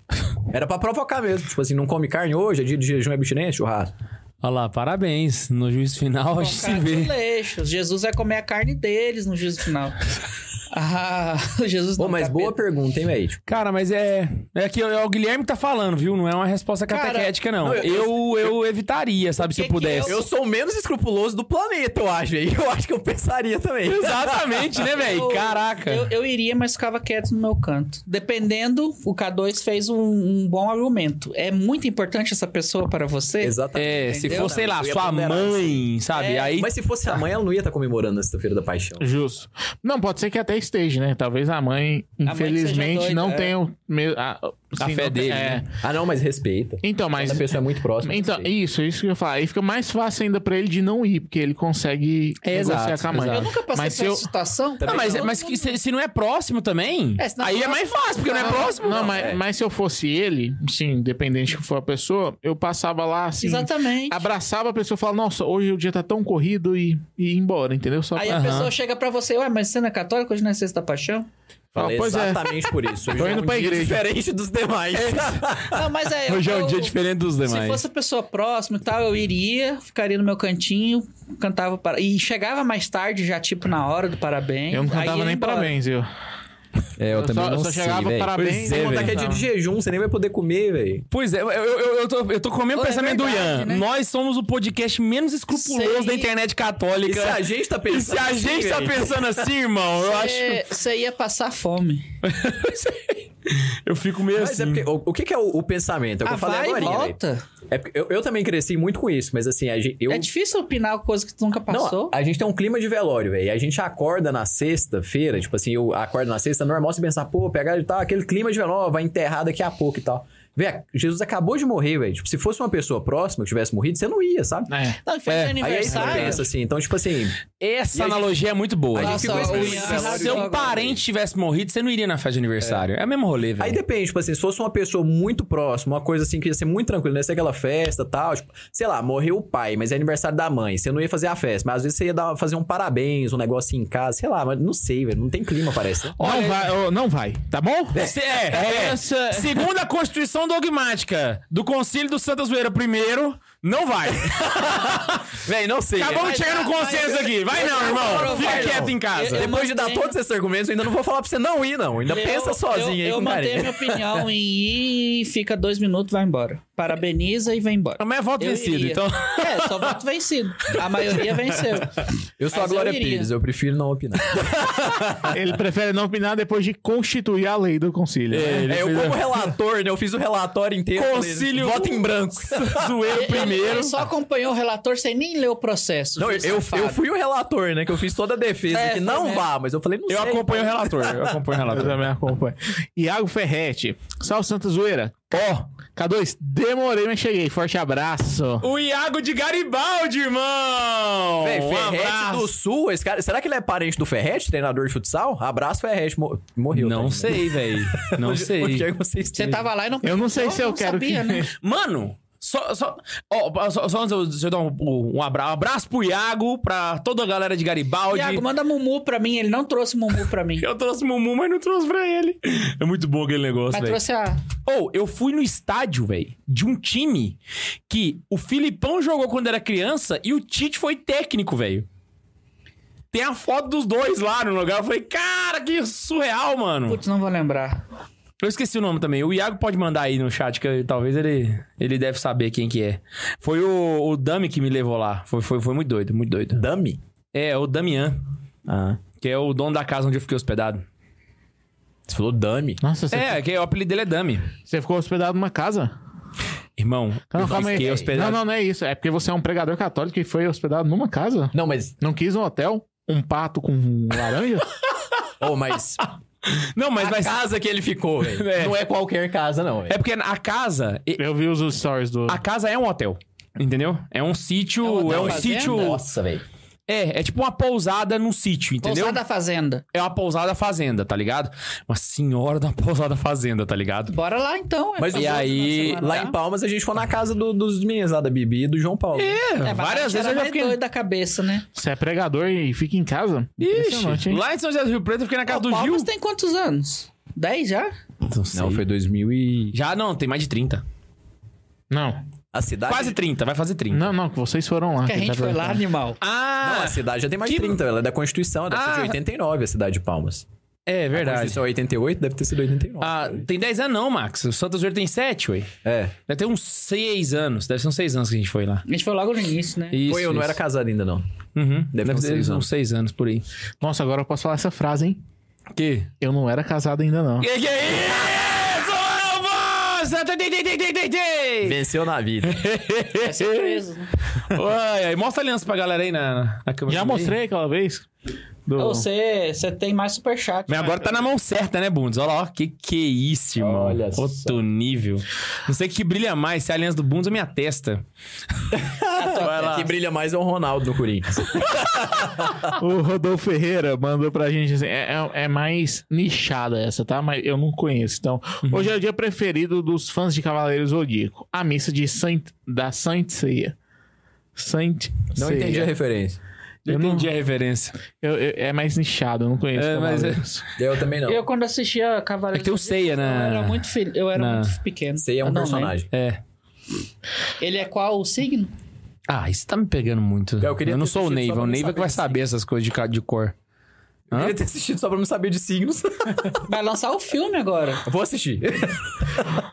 [SPEAKER 2] Era pra provocar mesmo. Tipo assim, não come carne hoje, é dia de jejum abstinência, churrasco.
[SPEAKER 1] Olha lá, parabéns. No juízo final a gente se vê.
[SPEAKER 3] Leixos. Jesus vai comer a carne deles no juízo final. ah, Jesus
[SPEAKER 2] Pô,
[SPEAKER 3] não
[SPEAKER 2] mas
[SPEAKER 3] capeta.
[SPEAKER 2] boa pergunta, hein, velho? Tipo,
[SPEAKER 1] Cara, mas é. É que é o Guilherme que tá falando, viu? Não é uma resposta
[SPEAKER 3] Cara,
[SPEAKER 1] catequética, não.
[SPEAKER 2] não,
[SPEAKER 1] eu,
[SPEAKER 2] eu-
[SPEAKER 1] eu, evitaria, sabe, se eu
[SPEAKER 3] que que
[SPEAKER 1] pudesse.
[SPEAKER 3] eu-
[SPEAKER 2] sou o menos escrupuloso do planeta, eu acho, velho. Eu acho que eu pensaria também.
[SPEAKER 1] Exatamente, né, velho?
[SPEAKER 3] Eu-
[SPEAKER 1] Caraca.
[SPEAKER 3] Eu, eu iria, mas ficava quieto no meu canto. Dependendo, o K2 fez um, um bom argumento. É muito importante essa pessoa para você?
[SPEAKER 2] Exatamente.
[SPEAKER 1] É, se
[SPEAKER 3] Entendeu?
[SPEAKER 1] for, sei
[SPEAKER 2] Não,
[SPEAKER 1] lá,
[SPEAKER 2] eu ia assim.
[SPEAKER 1] sua
[SPEAKER 2] ponderar
[SPEAKER 1] mãe, sabe?
[SPEAKER 3] É,
[SPEAKER 1] Aí.
[SPEAKER 2] Mas se fosse a mãe, ela não ia estar comemorando a sexta-feira da paixão.
[SPEAKER 4] Justo. Não, pode ser que até esteja, né? Talvez a mãe,
[SPEAKER 3] mãe seja
[SPEAKER 4] infelizmente,
[SPEAKER 3] doida,
[SPEAKER 4] não
[SPEAKER 3] é.
[SPEAKER 4] tenha o me- a, assim,
[SPEAKER 1] fé dele, né?
[SPEAKER 2] Ah, não, mas respeita.
[SPEAKER 4] é. Então, mas.
[SPEAKER 2] Essa pessoa é muito próxima.
[SPEAKER 4] Então,
[SPEAKER 2] respeita.
[SPEAKER 4] isso, isso que eu ia falar. Aí fica mais fácil ainda pra ele de não ir, porque ele consegue
[SPEAKER 1] É,
[SPEAKER 4] negociar
[SPEAKER 1] exato,
[SPEAKER 4] com a mãe.
[SPEAKER 1] exato.
[SPEAKER 3] Tá. Eu nunca passei assim.
[SPEAKER 4] mas
[SPEAKER 3] por
[SPEAKER 4] se eu...
[SPEAKER 3] essa situação.
[SPEAKER 1] Não, mas, mas que se, se não é próximo também,
[SPEAKER 3] É, se não é
[SPEAKER 1] aí é
[SPEAKER 3] próximo,
[SPEAKER 1] mais fácil, porque não é
[SPEAKER 4] Não,
[SPEAKER 1] próximo.
[SPEAKER 4] Não,
[SPEAKER 2] Não,
[SPEAKER 4] mas,
[SPEAKER 2] é.
[SPEAKER 4] mas se eu fosse ele, sim, independente que for a pessoa, eu passava lá assim.
[SPEAKER 3] Exatamente.
[SPEAKER 4] Abraçava a pessoa e falava, nossa, hoje o dia tá tão corrido e, e ia embora, entendeu? Só
[SPEAKER 3] Aí
[SPEAKER 4] pra...
[SPEAKER 3] a pessoa chega pra você, ué, mas você não é católico? Hoje não é sexta da paixão?
[SPEAKER 4] fala,
[SPEAKER 2] Fala
[SPEAKER 4] pois é.
[SPEAKER 2] exatamente por isso. Hoje
[SPEAKER 4] Tô
[SPEAKER 2] é
[SPEAKER 4] indo
[SPEAKER 2] um
[SPEAKER 4] pra
[SPEAKER 2] dia
[SPEAKER 4] igreja.
[SPEAKER 2] Diferente dos demais.
[SPEAKER 3] Não, mas é...
[SPEAKER 1] Hoje é um
[SPEAKER 3] eu-
[SPEAKER 1] dia diferente dos
[SPEAKER 3] Se
[SPEAKER 1] demais.
[SPEAKER 3] fosse a pessoa próxima e tal, eu iria, ficaria no meu cantinho, cantava para... E chegava mais tarde, já tipo na hora do parabéns.
[SPEAKER 4] Eu não
[SPEAKER 3] aí
[SPEAKER 4] cantava
[SPEAKER 3] ia
[SPEAKER 4] nem
[SPEAKER 3] embora.
[SPEAKER 4] parabéns, eu.
[SPEAKER 2] É,
[SPEAKER 4] Eu também só- não só sei, chegava véi. parabéns
[SPEAKER 2] Pois
[SPEAKER 4] e
[SPEAKER 2] é,
[SPEAKER 4] mandava
[SPEAKER 2] véi. que é dia de jejum, você nem vai poder comer, velho.
[SPEAKER 1] Pois é, eu, eu, eu- eu tô, eu tô comendo o
[SPEAKER 3] É
[SPEAKER 1] pensamento do
[SPEAKER 3] verdade,
[SPEAKER 1] Ian.
[SPEAKER 3] né?
[SPEAKER 1] Nós somos o podcast menos escrupuloso
[SPEAKER 3] Sei.
[SPEAKER 1] da internet
[SPEAKER 2] E se
[SPEAKER 1] católica.
[SPEAKER 2] a gente tá
[SPEAKER 1] E se
[SPEAKER 2] pensando...
[SPEAKER 1] a gente tá
[SPEAKER 2] assim, véi?
[SPEAKER 1] pensando assim, irmão, eu acho.
[SPEAKER 3] Você- Você ia passar fome.
[SPEAKER 1] Eu fico meio
[SPEAKER 2] Mas é
[SPEAKER 1] assim.
[SPEAKER 2] porque, o, o que, que é o, o pensamento? É o que
[SPEAKER 3] ah,
[SPEAKER 2] eu falei
[SPEAKER 3] vai e
[SPEAKER 2] agora.
[SPEAKER 3] volta.
[SPEAKER 2] É porque eu, eu também cresci muito com isso, mas assim, a gente, eu.
[SPEAKER 3] É difícil opinar coisa que tu nunca passou.
[SPEAKER 2] Não, a gente tem um clima de velório, velho. A gente acorda na sexta-feira, tipo assim, eu acordo na sexta, normal você pensar, pô, pegar e tal, aquele clima de velório, vai enterrar daqui a pouco e tal. Véi, Jesus acabou de morrer, velho. Tipo, se fosse uma pessoa próxima que tivesse morrido, você não ia, sabe?
[SPEAKER 4] É.
[SPEAKER 3] Não, ele fez
[SPEAKER 1] É, aí
[SPEAKER 2] Aí é isso que eu
[SPEAKER 3] aniversário.
[SPEAKER 2] penso, assim. Então, tipo assim,
[SPEAKER 1] Essa
[SPEAKER 2] a gente-
[SPEAKER 1] analogia é muito boa.
[SPEAKER 2] a gente ficou
[SPEAKER 3] Nossa,
[SPEAKER 2] esse
[SPEAKER 3] o
[SPEAKER 2] clima de
[SPEAKER 3] Ian
[SPEAKER 2] velório.
[SPEAKER 1] Se
[SPEAKER 3] Arrasou
[SPEAKER 1] seu
[SPEAKER 3] agora,
[SPEAKER 1] parente tivesse morrido, você não iria na festa de aniversário. É, o mesmo rolê,
[SPEAKER 2] Aí
[SPEAKER 1] velho.
[SPEAKER 2] depende, tipo assim, se fosse uma pessoa muito próxima, uma coisa assim que ia ser muito tranquila, não ia ser aquela festa e tal. Tipo, sei lá, morreu o pai, mas é aniversário da mãe, você não ia fazer a festa, mas às vezes você ia dar, fazer um parabéns, um negócio em casa, sei lá, mas não sei, velho, não tem clima, parece. né?
[SPEAKER 4] Não vai, ô, não vai, tá bom?
[SPEAKER 1] Se- é, é.
[SPEAKER 4] Essa-
[SPEAKER 1] Segundo a Constituição Dogmática do Concílio do Santa Zoeira primeiro, não vai.
[SPEAKER 2] Véi, não sei.
[SPEAKER 1] Acabamos de
[SPEAKER 2] Mas-
[SPEAKER 1] chegar no consenso aqui. Vai não, irmão.
[SPEAKER 3] não,
[SPEAKER 1] Fica
[SPEAKER 3] vai não.
[SPEAKER 1] quieto em casa.
[SPEAKER 3] Eu-
[SPEAKER 2] Depois de dar
[SPEAKER 3] mantenho-
[SPEAKER 2] todos esses argumentos, eu ainda não vou falar pra você não ir, não. Ainda
[SPEAKER 3] Eu-
[SPEAKER 2] pensa sozinho
[SPEAKER 3] eu,
[SPEAKER 2] aí
[SPEAKER 3] Eu
[SPEAKER 2] com
[SPEAKER 3] mantenho
[SPEAKER 2] carinho.
[SPEAKER 3] minha opinião em ir e fica dois minutos vai embora. Parabeniza e vai embora.
[SPEAKER 1] Mas é voto
[SPEAKER 3] Eu
[SPEAKER 1] vencido,
[SPEAKER 3] iria.
[SPEAKER 1] então.
[SPEAKER 3] É, só voto vencido. A maioria venceu.
[SPEAKER 2] Eu
[SPEAKER 3] Mas
[SPEAKER 2] sou a
[SPEAKER 3] eu
[SPEAKER 2] Glória
[SPEAKER 3] iria.
[SPEAKER 2] Pires, eu prefiro não opinar.
[SPEAKER 4] Ele prefere não opinar depois de constituir a lei do concílio. né?
[SPEAKER 1] Ele
[SPEAKER 2] É, eu
[SPEAKER 1] fez a-
[SPEAKER 2] como relator, né? Eu fiz o relatório inteiro. falei,
[SPEAKER 1] Concílio-
[SPEAKER 2] Voto em branco.
[SPEAKER 1] Zoeiro
[SPEAKER 3] Ele-
[SPEAKER 1] primeiro.
[SPEAKER 3] Ele só acompanhou o relator sem nem ler o processo.
[SPEAKER 2] Não, eu,
[SPEAKER 3] viu,
[SPEAKER 2] eu-
[SPEAKER 3] safado?
[SPEAKER 2] eu fui o relator, né? Que eu fiz toda a defesa.
[SPEAKER 3] É,
[SPEAKER 2] que
[SPEAKER 3] foi
[SPEAKER 2] não
[SPEAKER 3] mesmo.
[SPEAKER 2] vá, mas eu falei, não
[SPEAKER 1] Eu
[SPEAKER 2] sei.
[SPEAKER 1] acompanho o relator. Eu acompanho o
[SPEAKER 4] Eu
[SPEAKER 1] relator.
[SPEAKER 4] também acompanho. Iago Ferretti. Salve Santa Zoeira. Ó, K2, demorei, mas cheguei. Forte abraço.
[SPEAKER 1] O Iago de Garibaldi, irmão!
[SPEAKER 2] Véi,
[SPEAKER 1] Um
[SPEAKER 2] Ferrete
[SPEAKER 1] abraço.
[SPEAKER 2] do Sul, esse cara. Será que ele é parente do Ferrete, treinador de futsal? Abraço, Ferrete. mo- morreu.
[SPEAKER 1] Não
[SPEAKER 2] tadinho.
[SPEAKER 1] sei, velho. Não
[SPEAKER 2] Onde-
[SPEAKER 1] sei.
[SPEAKER 2] onde é que você
[SPEAKER 3] Você
[SPEAKER 2] esteve?
[SPEAKER 3] tava lá e não
[SPEAKER 4] Eu não sei se eu quero
[SPEAKER 3] sabia,
[SPEAKER 4] que-
[SPEAKER 3] Né?
[SPEAKER 1] Mano, só. Só, ó, só, só antes eu, deixa eu dar um, um abra- um abraço pro Iago, pra toda a galera de Garibaldi.
[SPEAKER 3] Iago, manda Mumu pra mim. Ele não trouxe Mumu pra mim.
[SPEAKER 1] Eu trouxe o Mumu, mas não trouxe pra ele. É muito bom aquele negócio,
[SPEAKER 3] Mas
[SPEAKER 1] velho.
[SPEAKER 3] trouxe a...
[SPEAKER 1] Ou, eu fui no estádio, velho, de um time que o Filipão jogou quando era criança e o Tite foi técnico, velho. Tem a foto dos dois lá no lugar. Eu falei, cara, que surreal, mano.
[SPEAKER 3] Putz, não vou lembrar.
[SPEAKER 1] Eu esqueci o nome também. O Iago pode mandar aí no chat, que eu- talvez ele, ele deve saber quem que é. Foi o, o Dami que me levou lá. Foi, foi, foi muito doido, muito doido.
[SPEAKER 2] Dummy?
[SPEAKER 1] É, o Damian,
[SPEAKER 2] Ah.
[SPEAKER 1] que é o dono da casa onde eu fiquei hospedado.
[SPEAKER 2] Você falou dummy?
[SPEAKER 4] Nossa, você,
[SPEAKER 1] É, que o apelido dele é Dami.
[SPEAKER 4] você ficou hospedado numa casa?
[SPEAKER 1] Irmão,
[SPEAKER 4] Não,
[SPEAKER 1] eu
[SPEAKER 4] calma aí.
[SPEAKER 1] fiquei hospedado.
[SPEAKER 4] Não, não, não é isso. É porque você é um pregador católico e foi hospedado numa casa.
[SPEAKER 2] Não, mas.
[SPEAKER 4] Não quis um hotel? Um pato com laranja?
[SPEAKER 2] Oh, mas.
[SPEAKER 1] Não, mas,
[SPEAKER 2] a
[SPEAKER 1] mas
[SPEAKER 2] casa que ele ficou, velho.
[SPEAKER 1] É.
[SPEAKER 2] Não é qualquer casa, não, velho.
[SPEAKER 1] é porque a casa, e-
[SPEAKER 4] Eu vi os stories do.
[SPEAKER 1] a casa é um hotel, entendeu? É um sítio,
[SPEAKER 3] hotel
[SPEAKER 1] é um
[SPEAKER 3] fazenda?
[SPEAKER 1] sítio,
[SPEAKER 2] Nossa, velho.
[SPEAKER 1] é, é tipo uma pousada num sítio, entendeu?
[SPEAKER 3] Pousada da Fazenda.
[SPEAKER 1] É uma pousada fazenda, tá ligado? Uma senhora da pousada fazenda, tá ligado?
[SPEAKER 3] Bora lá então. é
[SPEAKER 2] Mas
[SPEAKER 3] famoso
[SPEAKER 1] e
[SPEAKER 3] na
[SPEAKER 1] aí,
[SPEAKER 3] semana,
[SPEAKER 2] Lá
[SPEAKER 3] tá?
[SPEAKER 2] em Palmas a gente foi na casa do- dos meninos lá da Bibi e do João Paulo.
[SPEAKER 1] É,
[SPEAKER 3] É, mas a
[SPEAKER 1] várias
[SPEAKER 3] gente
[SPEAKER 1] vezes
[SPEAKER 3] era
[SPEAKER 1] eu já
[SPEAKER 3] mais
[SPEAKER 1] fiquei
[SPEAKER 3] doido da cabeça, né?
[SPEAKER 4] Você é pregador e fica em casa? Impressionante,
[SPEAKER 1] Ixi,
[SPEAKER 4] hein?
[SPEAKER 1] lá em São José do Rio Preto eu fiquei na casa
[SPEAKER 3] O
[SPEAKER 1] do
[SPEAKER 3] Palmas
[SPEAKER 1] Gil.
[SPEAKER 3] tem quantos anos? 10 já?
[SPEAKER 2] Não, foi 2000 e...
[SPEAKER 1] Já não, tem mais de 30.
[SPEAKER 4] Não.
[SPEAKER 2] A cidade...
[SPEAKER 1] Quase 30, vai fazer 30.
[SPEAKER 4] Não, não, que vocês foram lá.
[SPEAKER 3] Que a
[SPEAKER 4] quem
[SPEAKER 3] gente
[SPEAKER 4] tá
[SPEAKER 3] foi lá,
[SPEAKER 4] perguntando.
[SPEAKER 3] animal.
[SPEAKER 1] Ah,
[SPEAKER 2] Não, é a cidade já tem mais de
[SPEAKER 1] Que-
[SPEAKER 2] 30, ela é da Constituição, deve ser
[SPEAKER 1] Ah.
[SPEAKER 2] de 89 a cidade de Palmas.
[SPEAKER 1] é
[SPEAKER 2] A
[SPEAKER 1] verdade.
[SPEAKER 2] Constituição é 88, deve ter sido 89.
[SPEAKER 1] Ah, tem 10 anos não, Max. O Santa Zoeira tem 7, ué.
[SPEAKER 2] É.
[SPEAKER 1] Deve ter uns 6 anos. Deve ser uns 6 anos que a gente foi lá.
[SPEAKER 3] A gente foi logo no início, né?
[SPEAKER 1] Isso,
[SPEAKER 2] foi eu, não
[SPEAKER 1] isso.
[SPEAKER 2] era casado ainda, não.
[SPEAKER 1] Uhum.
[SPEAKER 2] Deve ter uns seis anos.
[SPEAKER 1] uns 6 anos por aí.
[SPEAKER 4] Nossa, agora eu posso falar essa frase, hein?
[SPEAKER 1] Que?
[SPEAKER 4] Eu não era casado ainda, não.
[SPEAKER 1] Que que é isso, Alvão? Santa tem, tem, tem, tem, tem, tem.
[SPEAKER 2] Venceu na vida.
[SPEAKER 3] Vai ser preso. né?
[SPEAKER 1] Uai, aí mostra a aliança pra galera aí na, na câmera.
[SPEAKER 4] Já
[SPEAKER 1] aí.
[SPEAKER 4] mostrei aquela vez. Do...
[SPEAKER 3] Ô, Ah, Você você tem mais superchat.
[SPEAKER 1] Mas agora tá na mão certa, né, Bundes? Olha lá, ó. Que que é isso, irmão?
[SPEAKER 2] Olha só.
[SPEAKER 1] Outro nível. Não sei o que brilha mais, se é a aliança do Bundes ou minha testa.
[SPEAKER 2] Vai lá. Quem brilha mais é o Ronaldo no Corinthians.
[SPEAKER 4] O Rodolfo Ferreira mandou pra gente assim. É, é- é mais nichada essa, tá? Mas eu não conheço. Então, hoje é o dia preferido dos fãs de Cavaleiros Zodíaco. A missa de Saint, da Saint Ceia. Saint
[SPEAKER 2] Não
[SPEAKER 4] Ceia.
[SPEAKER 3] é.
[SPEAKER 2] entendi a referência.
[SPEAKER 1] Eu não entendi a referência.
[SPEAKER 4] Eu- eu- é mais nichado, eu não conheço.
[SPEAKER 1] É, mas
[SPEAKER 4] Cavaleiros.
[SPEAKER 2] Eu também não.
[SPEAKER 3] Eu, quando assistia
[SPEAKER 1] É
[SPEAKER 3] Cavaleiros.
[SPEAKER 1] que tem o
[SPEAKER 3] do Zodíaco,
[SPEAKER 1] Seiya na-
[SPEAKER 3] Eu era muito, filho, eu era
[SPEAKER 1] na-
[SPEAKER 3] muito pequeno.
[SPEAKER 2] né? Sei é
[SPEAKER 3] Eu
[SPEAKER 2] um
[SPEAKER 3] Ah, não
[SPEAKER 2] personagem.
[SPEAKER 1] É.
[SPEAKER 3] lembro. Ele é qual o signo?
[SPEAKER 1] Ah, isso tá me pegando muito.
[SPEAKER 2] Eu queria
[SPEAKER 1] não
[SPEAKER 2] ter
[SPEAKER 1] sou o
[SPEAKER 2] assistido só
[SPEAKER 1] Neiva.
[SPEAKER 2] pra
[SPEAKER 1] O
[SPEAKER 2] não
[SPEAKER 1] Neiva que
[SPEAKER 2] saber
[SPEAKER 1] vai
[SPEAKER 2] de
[SPEAKER 1] saber essas coisas de, ca- de cor.
[SPEAKER 3] né?
[SPEAKER 2] Eu queria ter assistido só pra não saber de signos.
[SPEAKER 3] Vai lançar o filme agora.
[SPEAKER 2] Vou assistir.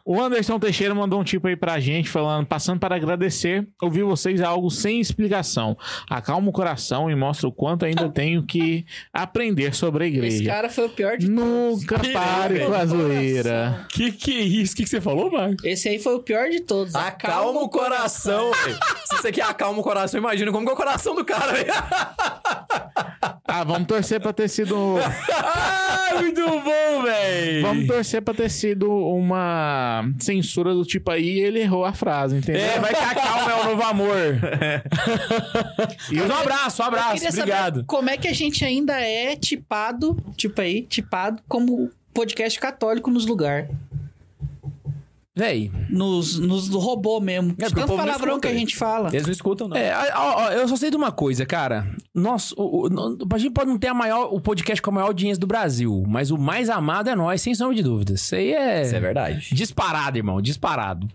[SPEAKER 4] O Anderson Teixeira mandou um tipo aí pra gente, falando, passando para agradecer, ouvir vocês é algo sem explicação. Acalma o coração e mostra o quanto ainda tenho que aprender sobre a
[SPEAKER 3] Esse
[SPEAKER 4] igreja.
[SPEAKER 3] cara foi o pior de
[SPEAKER 4] Nunca
[SPEAKER 1] Pirei,
[SPEAKER 4] pare com a
[SPEAKER 3] Coração.
[SPEAKER 4] zoeira.
[SPEAKER 1] Que que é isso? O que, que você falou, Marcos?
[SPEAKER 3] Esse aí foi o pior de todos.
[SPEAKER 2] Acalma Ah, o coração, velho. Se você quer acalma o coração, imagina como que é o coração do cara, velho.
[SPEAKER 4] Ah, vamos torcer pra ter sido.
[SPEAKER 1] Ah, muito bom, velho.
[SPEAKER 4] Vamos torcer pra ter sido uma censura do tipo aí, ele errou a frase, entendeu?
[SPEAKER 1] É, vai que a calma é o novo amor. E um abraço, um
[SPEAKER 3] Eu
[SPEAKER 1] abraço.
[SPEAKER 3] queria saber
[SPEAKER 1] Obrigado.
[SPEAKER 3] como é que a gente ainda é tipado, tipo aí, tipado como podcast católico nos lugares.
[SPEAKER 1] Véi,
[SPEAKER 3] Nos, nos do robô mesmo.
[SPEAKER 2] porque
[SPEAKER 3] De
[SPEAKER 2] o
[SPEAKER 3] tanto
[SPEAKER 2] povo não
[SPEAKER 3] palavrão
[SPEAKER 2] escuta,
[SPEAKER 3] que a
[SPEAKER 2] hein?
[SPEAKER 3] gente fala.
[SPEAKER 2] Eles não escutam, não.
[SPEAKER 1] é, ó, ó, eu só sei de uma coisa, cara. Nossa, o, o- no- a gente pode não ter a maior, o podcast com a maior audiência do Brasil, mas o mais amado é nós, sem sombra de dúvidas. Isso aí é.
[SPEAKER 2] Isso é verdade.
[SPEAKER 1] Disparado, irmão, disparado.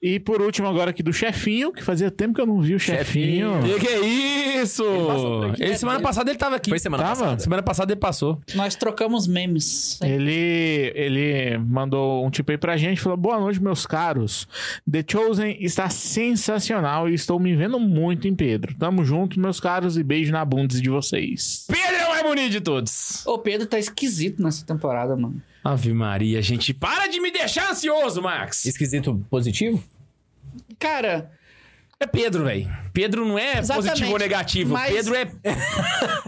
[SPEAKER 4] E por último, agora aqui do chefinho, que fazia tempo que eu não vi o chefinho.
[SPEAKER 1] Que que é isso?
[SPEAKER 2] passou por aqui,
[SPEAKER 1] Ele,
[SPEAKER 3] né,
[SPEAKER 1] semana
[SPEAKER 3] dele?
[SPEAKER 1] passada ele tava aqui.
[SPEAKER 2] Foi semana
[SPEAKER 4] Tava?
[SPEAKER 2] passada.
[SPEAKER 1] Semana passada ele passou.
[SPEAKER 3] Nós trocamos memes.
[SPEAKER 4] É. Ele, ele mandou um tipo aí pra gente, falou: Boa noite, meus caros. The Chosen está sensacional e estou me vendo muito em Pedro. Tamo junto, meus caros, e beijo na bundes de vocês.
[SPEAKER 1] Pedro é o mais bonito de todos.
[SPEAKER 3] O Pedro tá esquisito nessa temporada, mano.
[SPEAKER 1] Ave Maria, gente. Para de me deixar ansioso, Max.
[SPEAKER 2] Esquisito positivo?
[SPEAKER 3] Cara,
[SPEAKER 1] É Pedro, velho. Pedro não é
[SPEAKER 3] Exatamente.
[SPEAKER 1] positivo ou negativo.
[SPEAKER 3] Mas-
[SPEAKER 1] Pedro é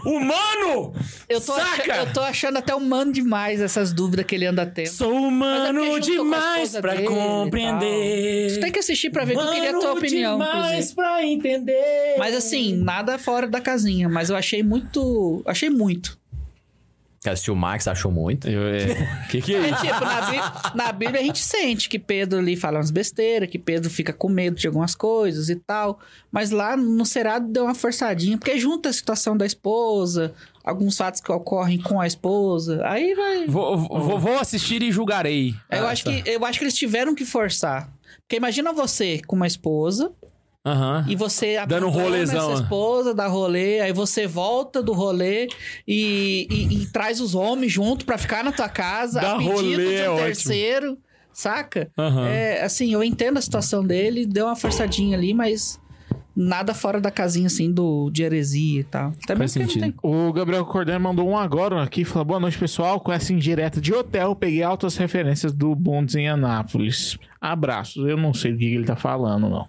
[SPEAKER 1] humano.
[SPEAKER 3] eu tô,
[SPEAKER 1] Saca!
[SPEAKER 3] acha- eu tô achando até humano demais essas dúvidas que ele anda tendo.
[SPEAKER 1] Sou
[SPEAKER 3] Mas é
[SPEAKER 1] humano
[SPEAKER 3] porque junto com a
[SPEAKER 1] demais
[SPEAKER 3] esposa
[SPEAKER 1] pra
[SPEAKER 3] dele e
[SPEAKER 1] compreender.
[SPEAKER 3] Tu tem que assistir pra ver que eu queria a tua
[SPEAKER 1] Humano
[SPEAKER 3] opinião, inclusive.
[SPEAKER 1] demais pra entender.
[SPEAKER 3] Mas assim, nada fora da casinha. Mas eu achei muito. Achei muito.
[SPEAKER 2] Assistiu o Max, achou muito.
[SPEAKER 1] Eu, é... que que é
[SPEAKER 3] É
[SPEAKER 1] isso?
[SPEAKER 3] tipo, na Bí- na Bíblia, a gente sente que Pedro ali fala umas besteiras, que Pedro fica com medo de algumas coisas e tal. Mas lá no Cerado deu uma forçadinha, porque junta a situação da esposa, alguns fatos que ocorrem com a esposa. Aí vai.
[SPEAKER 1] Vou, vou- vou assistir e julgarei.
[SPEAKER 3] É, Eu, acho que, eu acho que eles tiveram que forçar. Porque imagina você com uma esposa,
[SPEAKER 1] Aham.
[SPEAKER 3] E você
[SPEAKER 1] Dando um
[SPEAKER 3] abandona
[SPEAKER 1] rolezão,
[SPEAKER 3] sua
[SPEAKER 1] né?
[SPEAKER 3] esposa, dá rolê, aí você volta do rolê e, e- e traz os homens junto pra ficar na tua casa
[SPEAKER 1] Dar
[SPEAKER 3] a pedido
[SPEAKER 1] rolê
[SPEAKER 3] de
[SPEAKER 1] é
[SPEAKER 3] um
[SPEAKER 1] ótimo.
[SPEAKER 3] terceiro, saca?
[SPEAKER 1] Aham.
[SPEAKER 3] É, assim, eu entendo a situação dele, deu uma forçadinha ali, mas nada fora da casinha assim do de heresia e tal. Até
[SPEAKER 1] Faz
[SPEAKER 3] mesmo porque não
[SPEAKER 1] sentido.
[SPEAKER 3] tem-
[SPEAKER 4] O Gabriel Cordeiro mandou um agora aqui, falou: boa noite, pessoal. Com essa indireta de hotel, peguei altas referências do Bundes em Anápolis. Abraços. Eu não sei do que ele tá falando, não.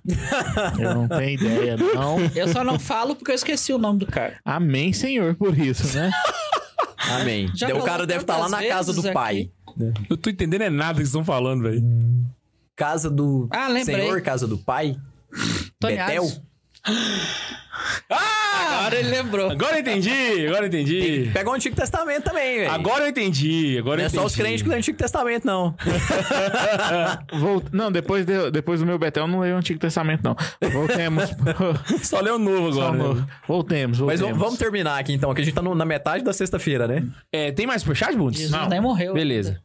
[SPEAKER 4] Eu não tenho ideia, não.
[SPEAKER 3] Eu só não falo porque eu esqueci o nome do cara.
[SPEAKER 4] Amém, senhor, por isso, né?
[SPEAKER 2] Amém.
[SPEAKER 3] Já
[SPEAKER 2] o
[SPEAKER 3] falou
[SPEAKER 2] cara deve estar lá na
[SPEAKER 3] tantas
[SPEAKER 2] casa do
[SPEAKER 3] vezes
[SPEAKER 2] pai.
[SPEAKER 3] aqui.
[SPEAKER 1] Eu tô entendendo é nada que estão falando, velho.
[SPEAKER 2] Casa do
[SPEAKER 3] Ah, lembrei.
[SPEAKER 2] Senhor, casa do pai.
[SPEAKER 3] Tony
[SPEAKER 2] Betel.
[SPEAKER 3] Adams. Agora ele lembrou.
[SPEAKER 1] Ah! Agora eu entendi, agora eu entendi.
[SPEAKER 2] Pega o Antigo Testamento também, velho.
[SPEAKER 1] Agora eu entendi, agora
[SPEAKER 2] Não
[SPEAKER 1] eu
[SPEAKER 2] é
[SPEAKER 1] entendi.
[SPEAKER 2] só os crentes do Antigo Testamento, não.
[SPEAKER 4] Vol- Não, depois, de- depois do meu Betel, eu não leio o Antigo Testamento, não. Voltemos.
[SPEAKER 1] Só leu o novo agora. né?
[SPEAKER 4] Vamos, voltemos, voltemos.
[SPEAKER 2] Mas vamos, vamos terminar aqui então, que a gente tá no- na metade da sexta-feira, né?
[SPEAKER 1] É, tem mais superchat, Bundes?
[SPEAKER 3] Jesus nem morreu.
[SPEAKER 1] Beleza.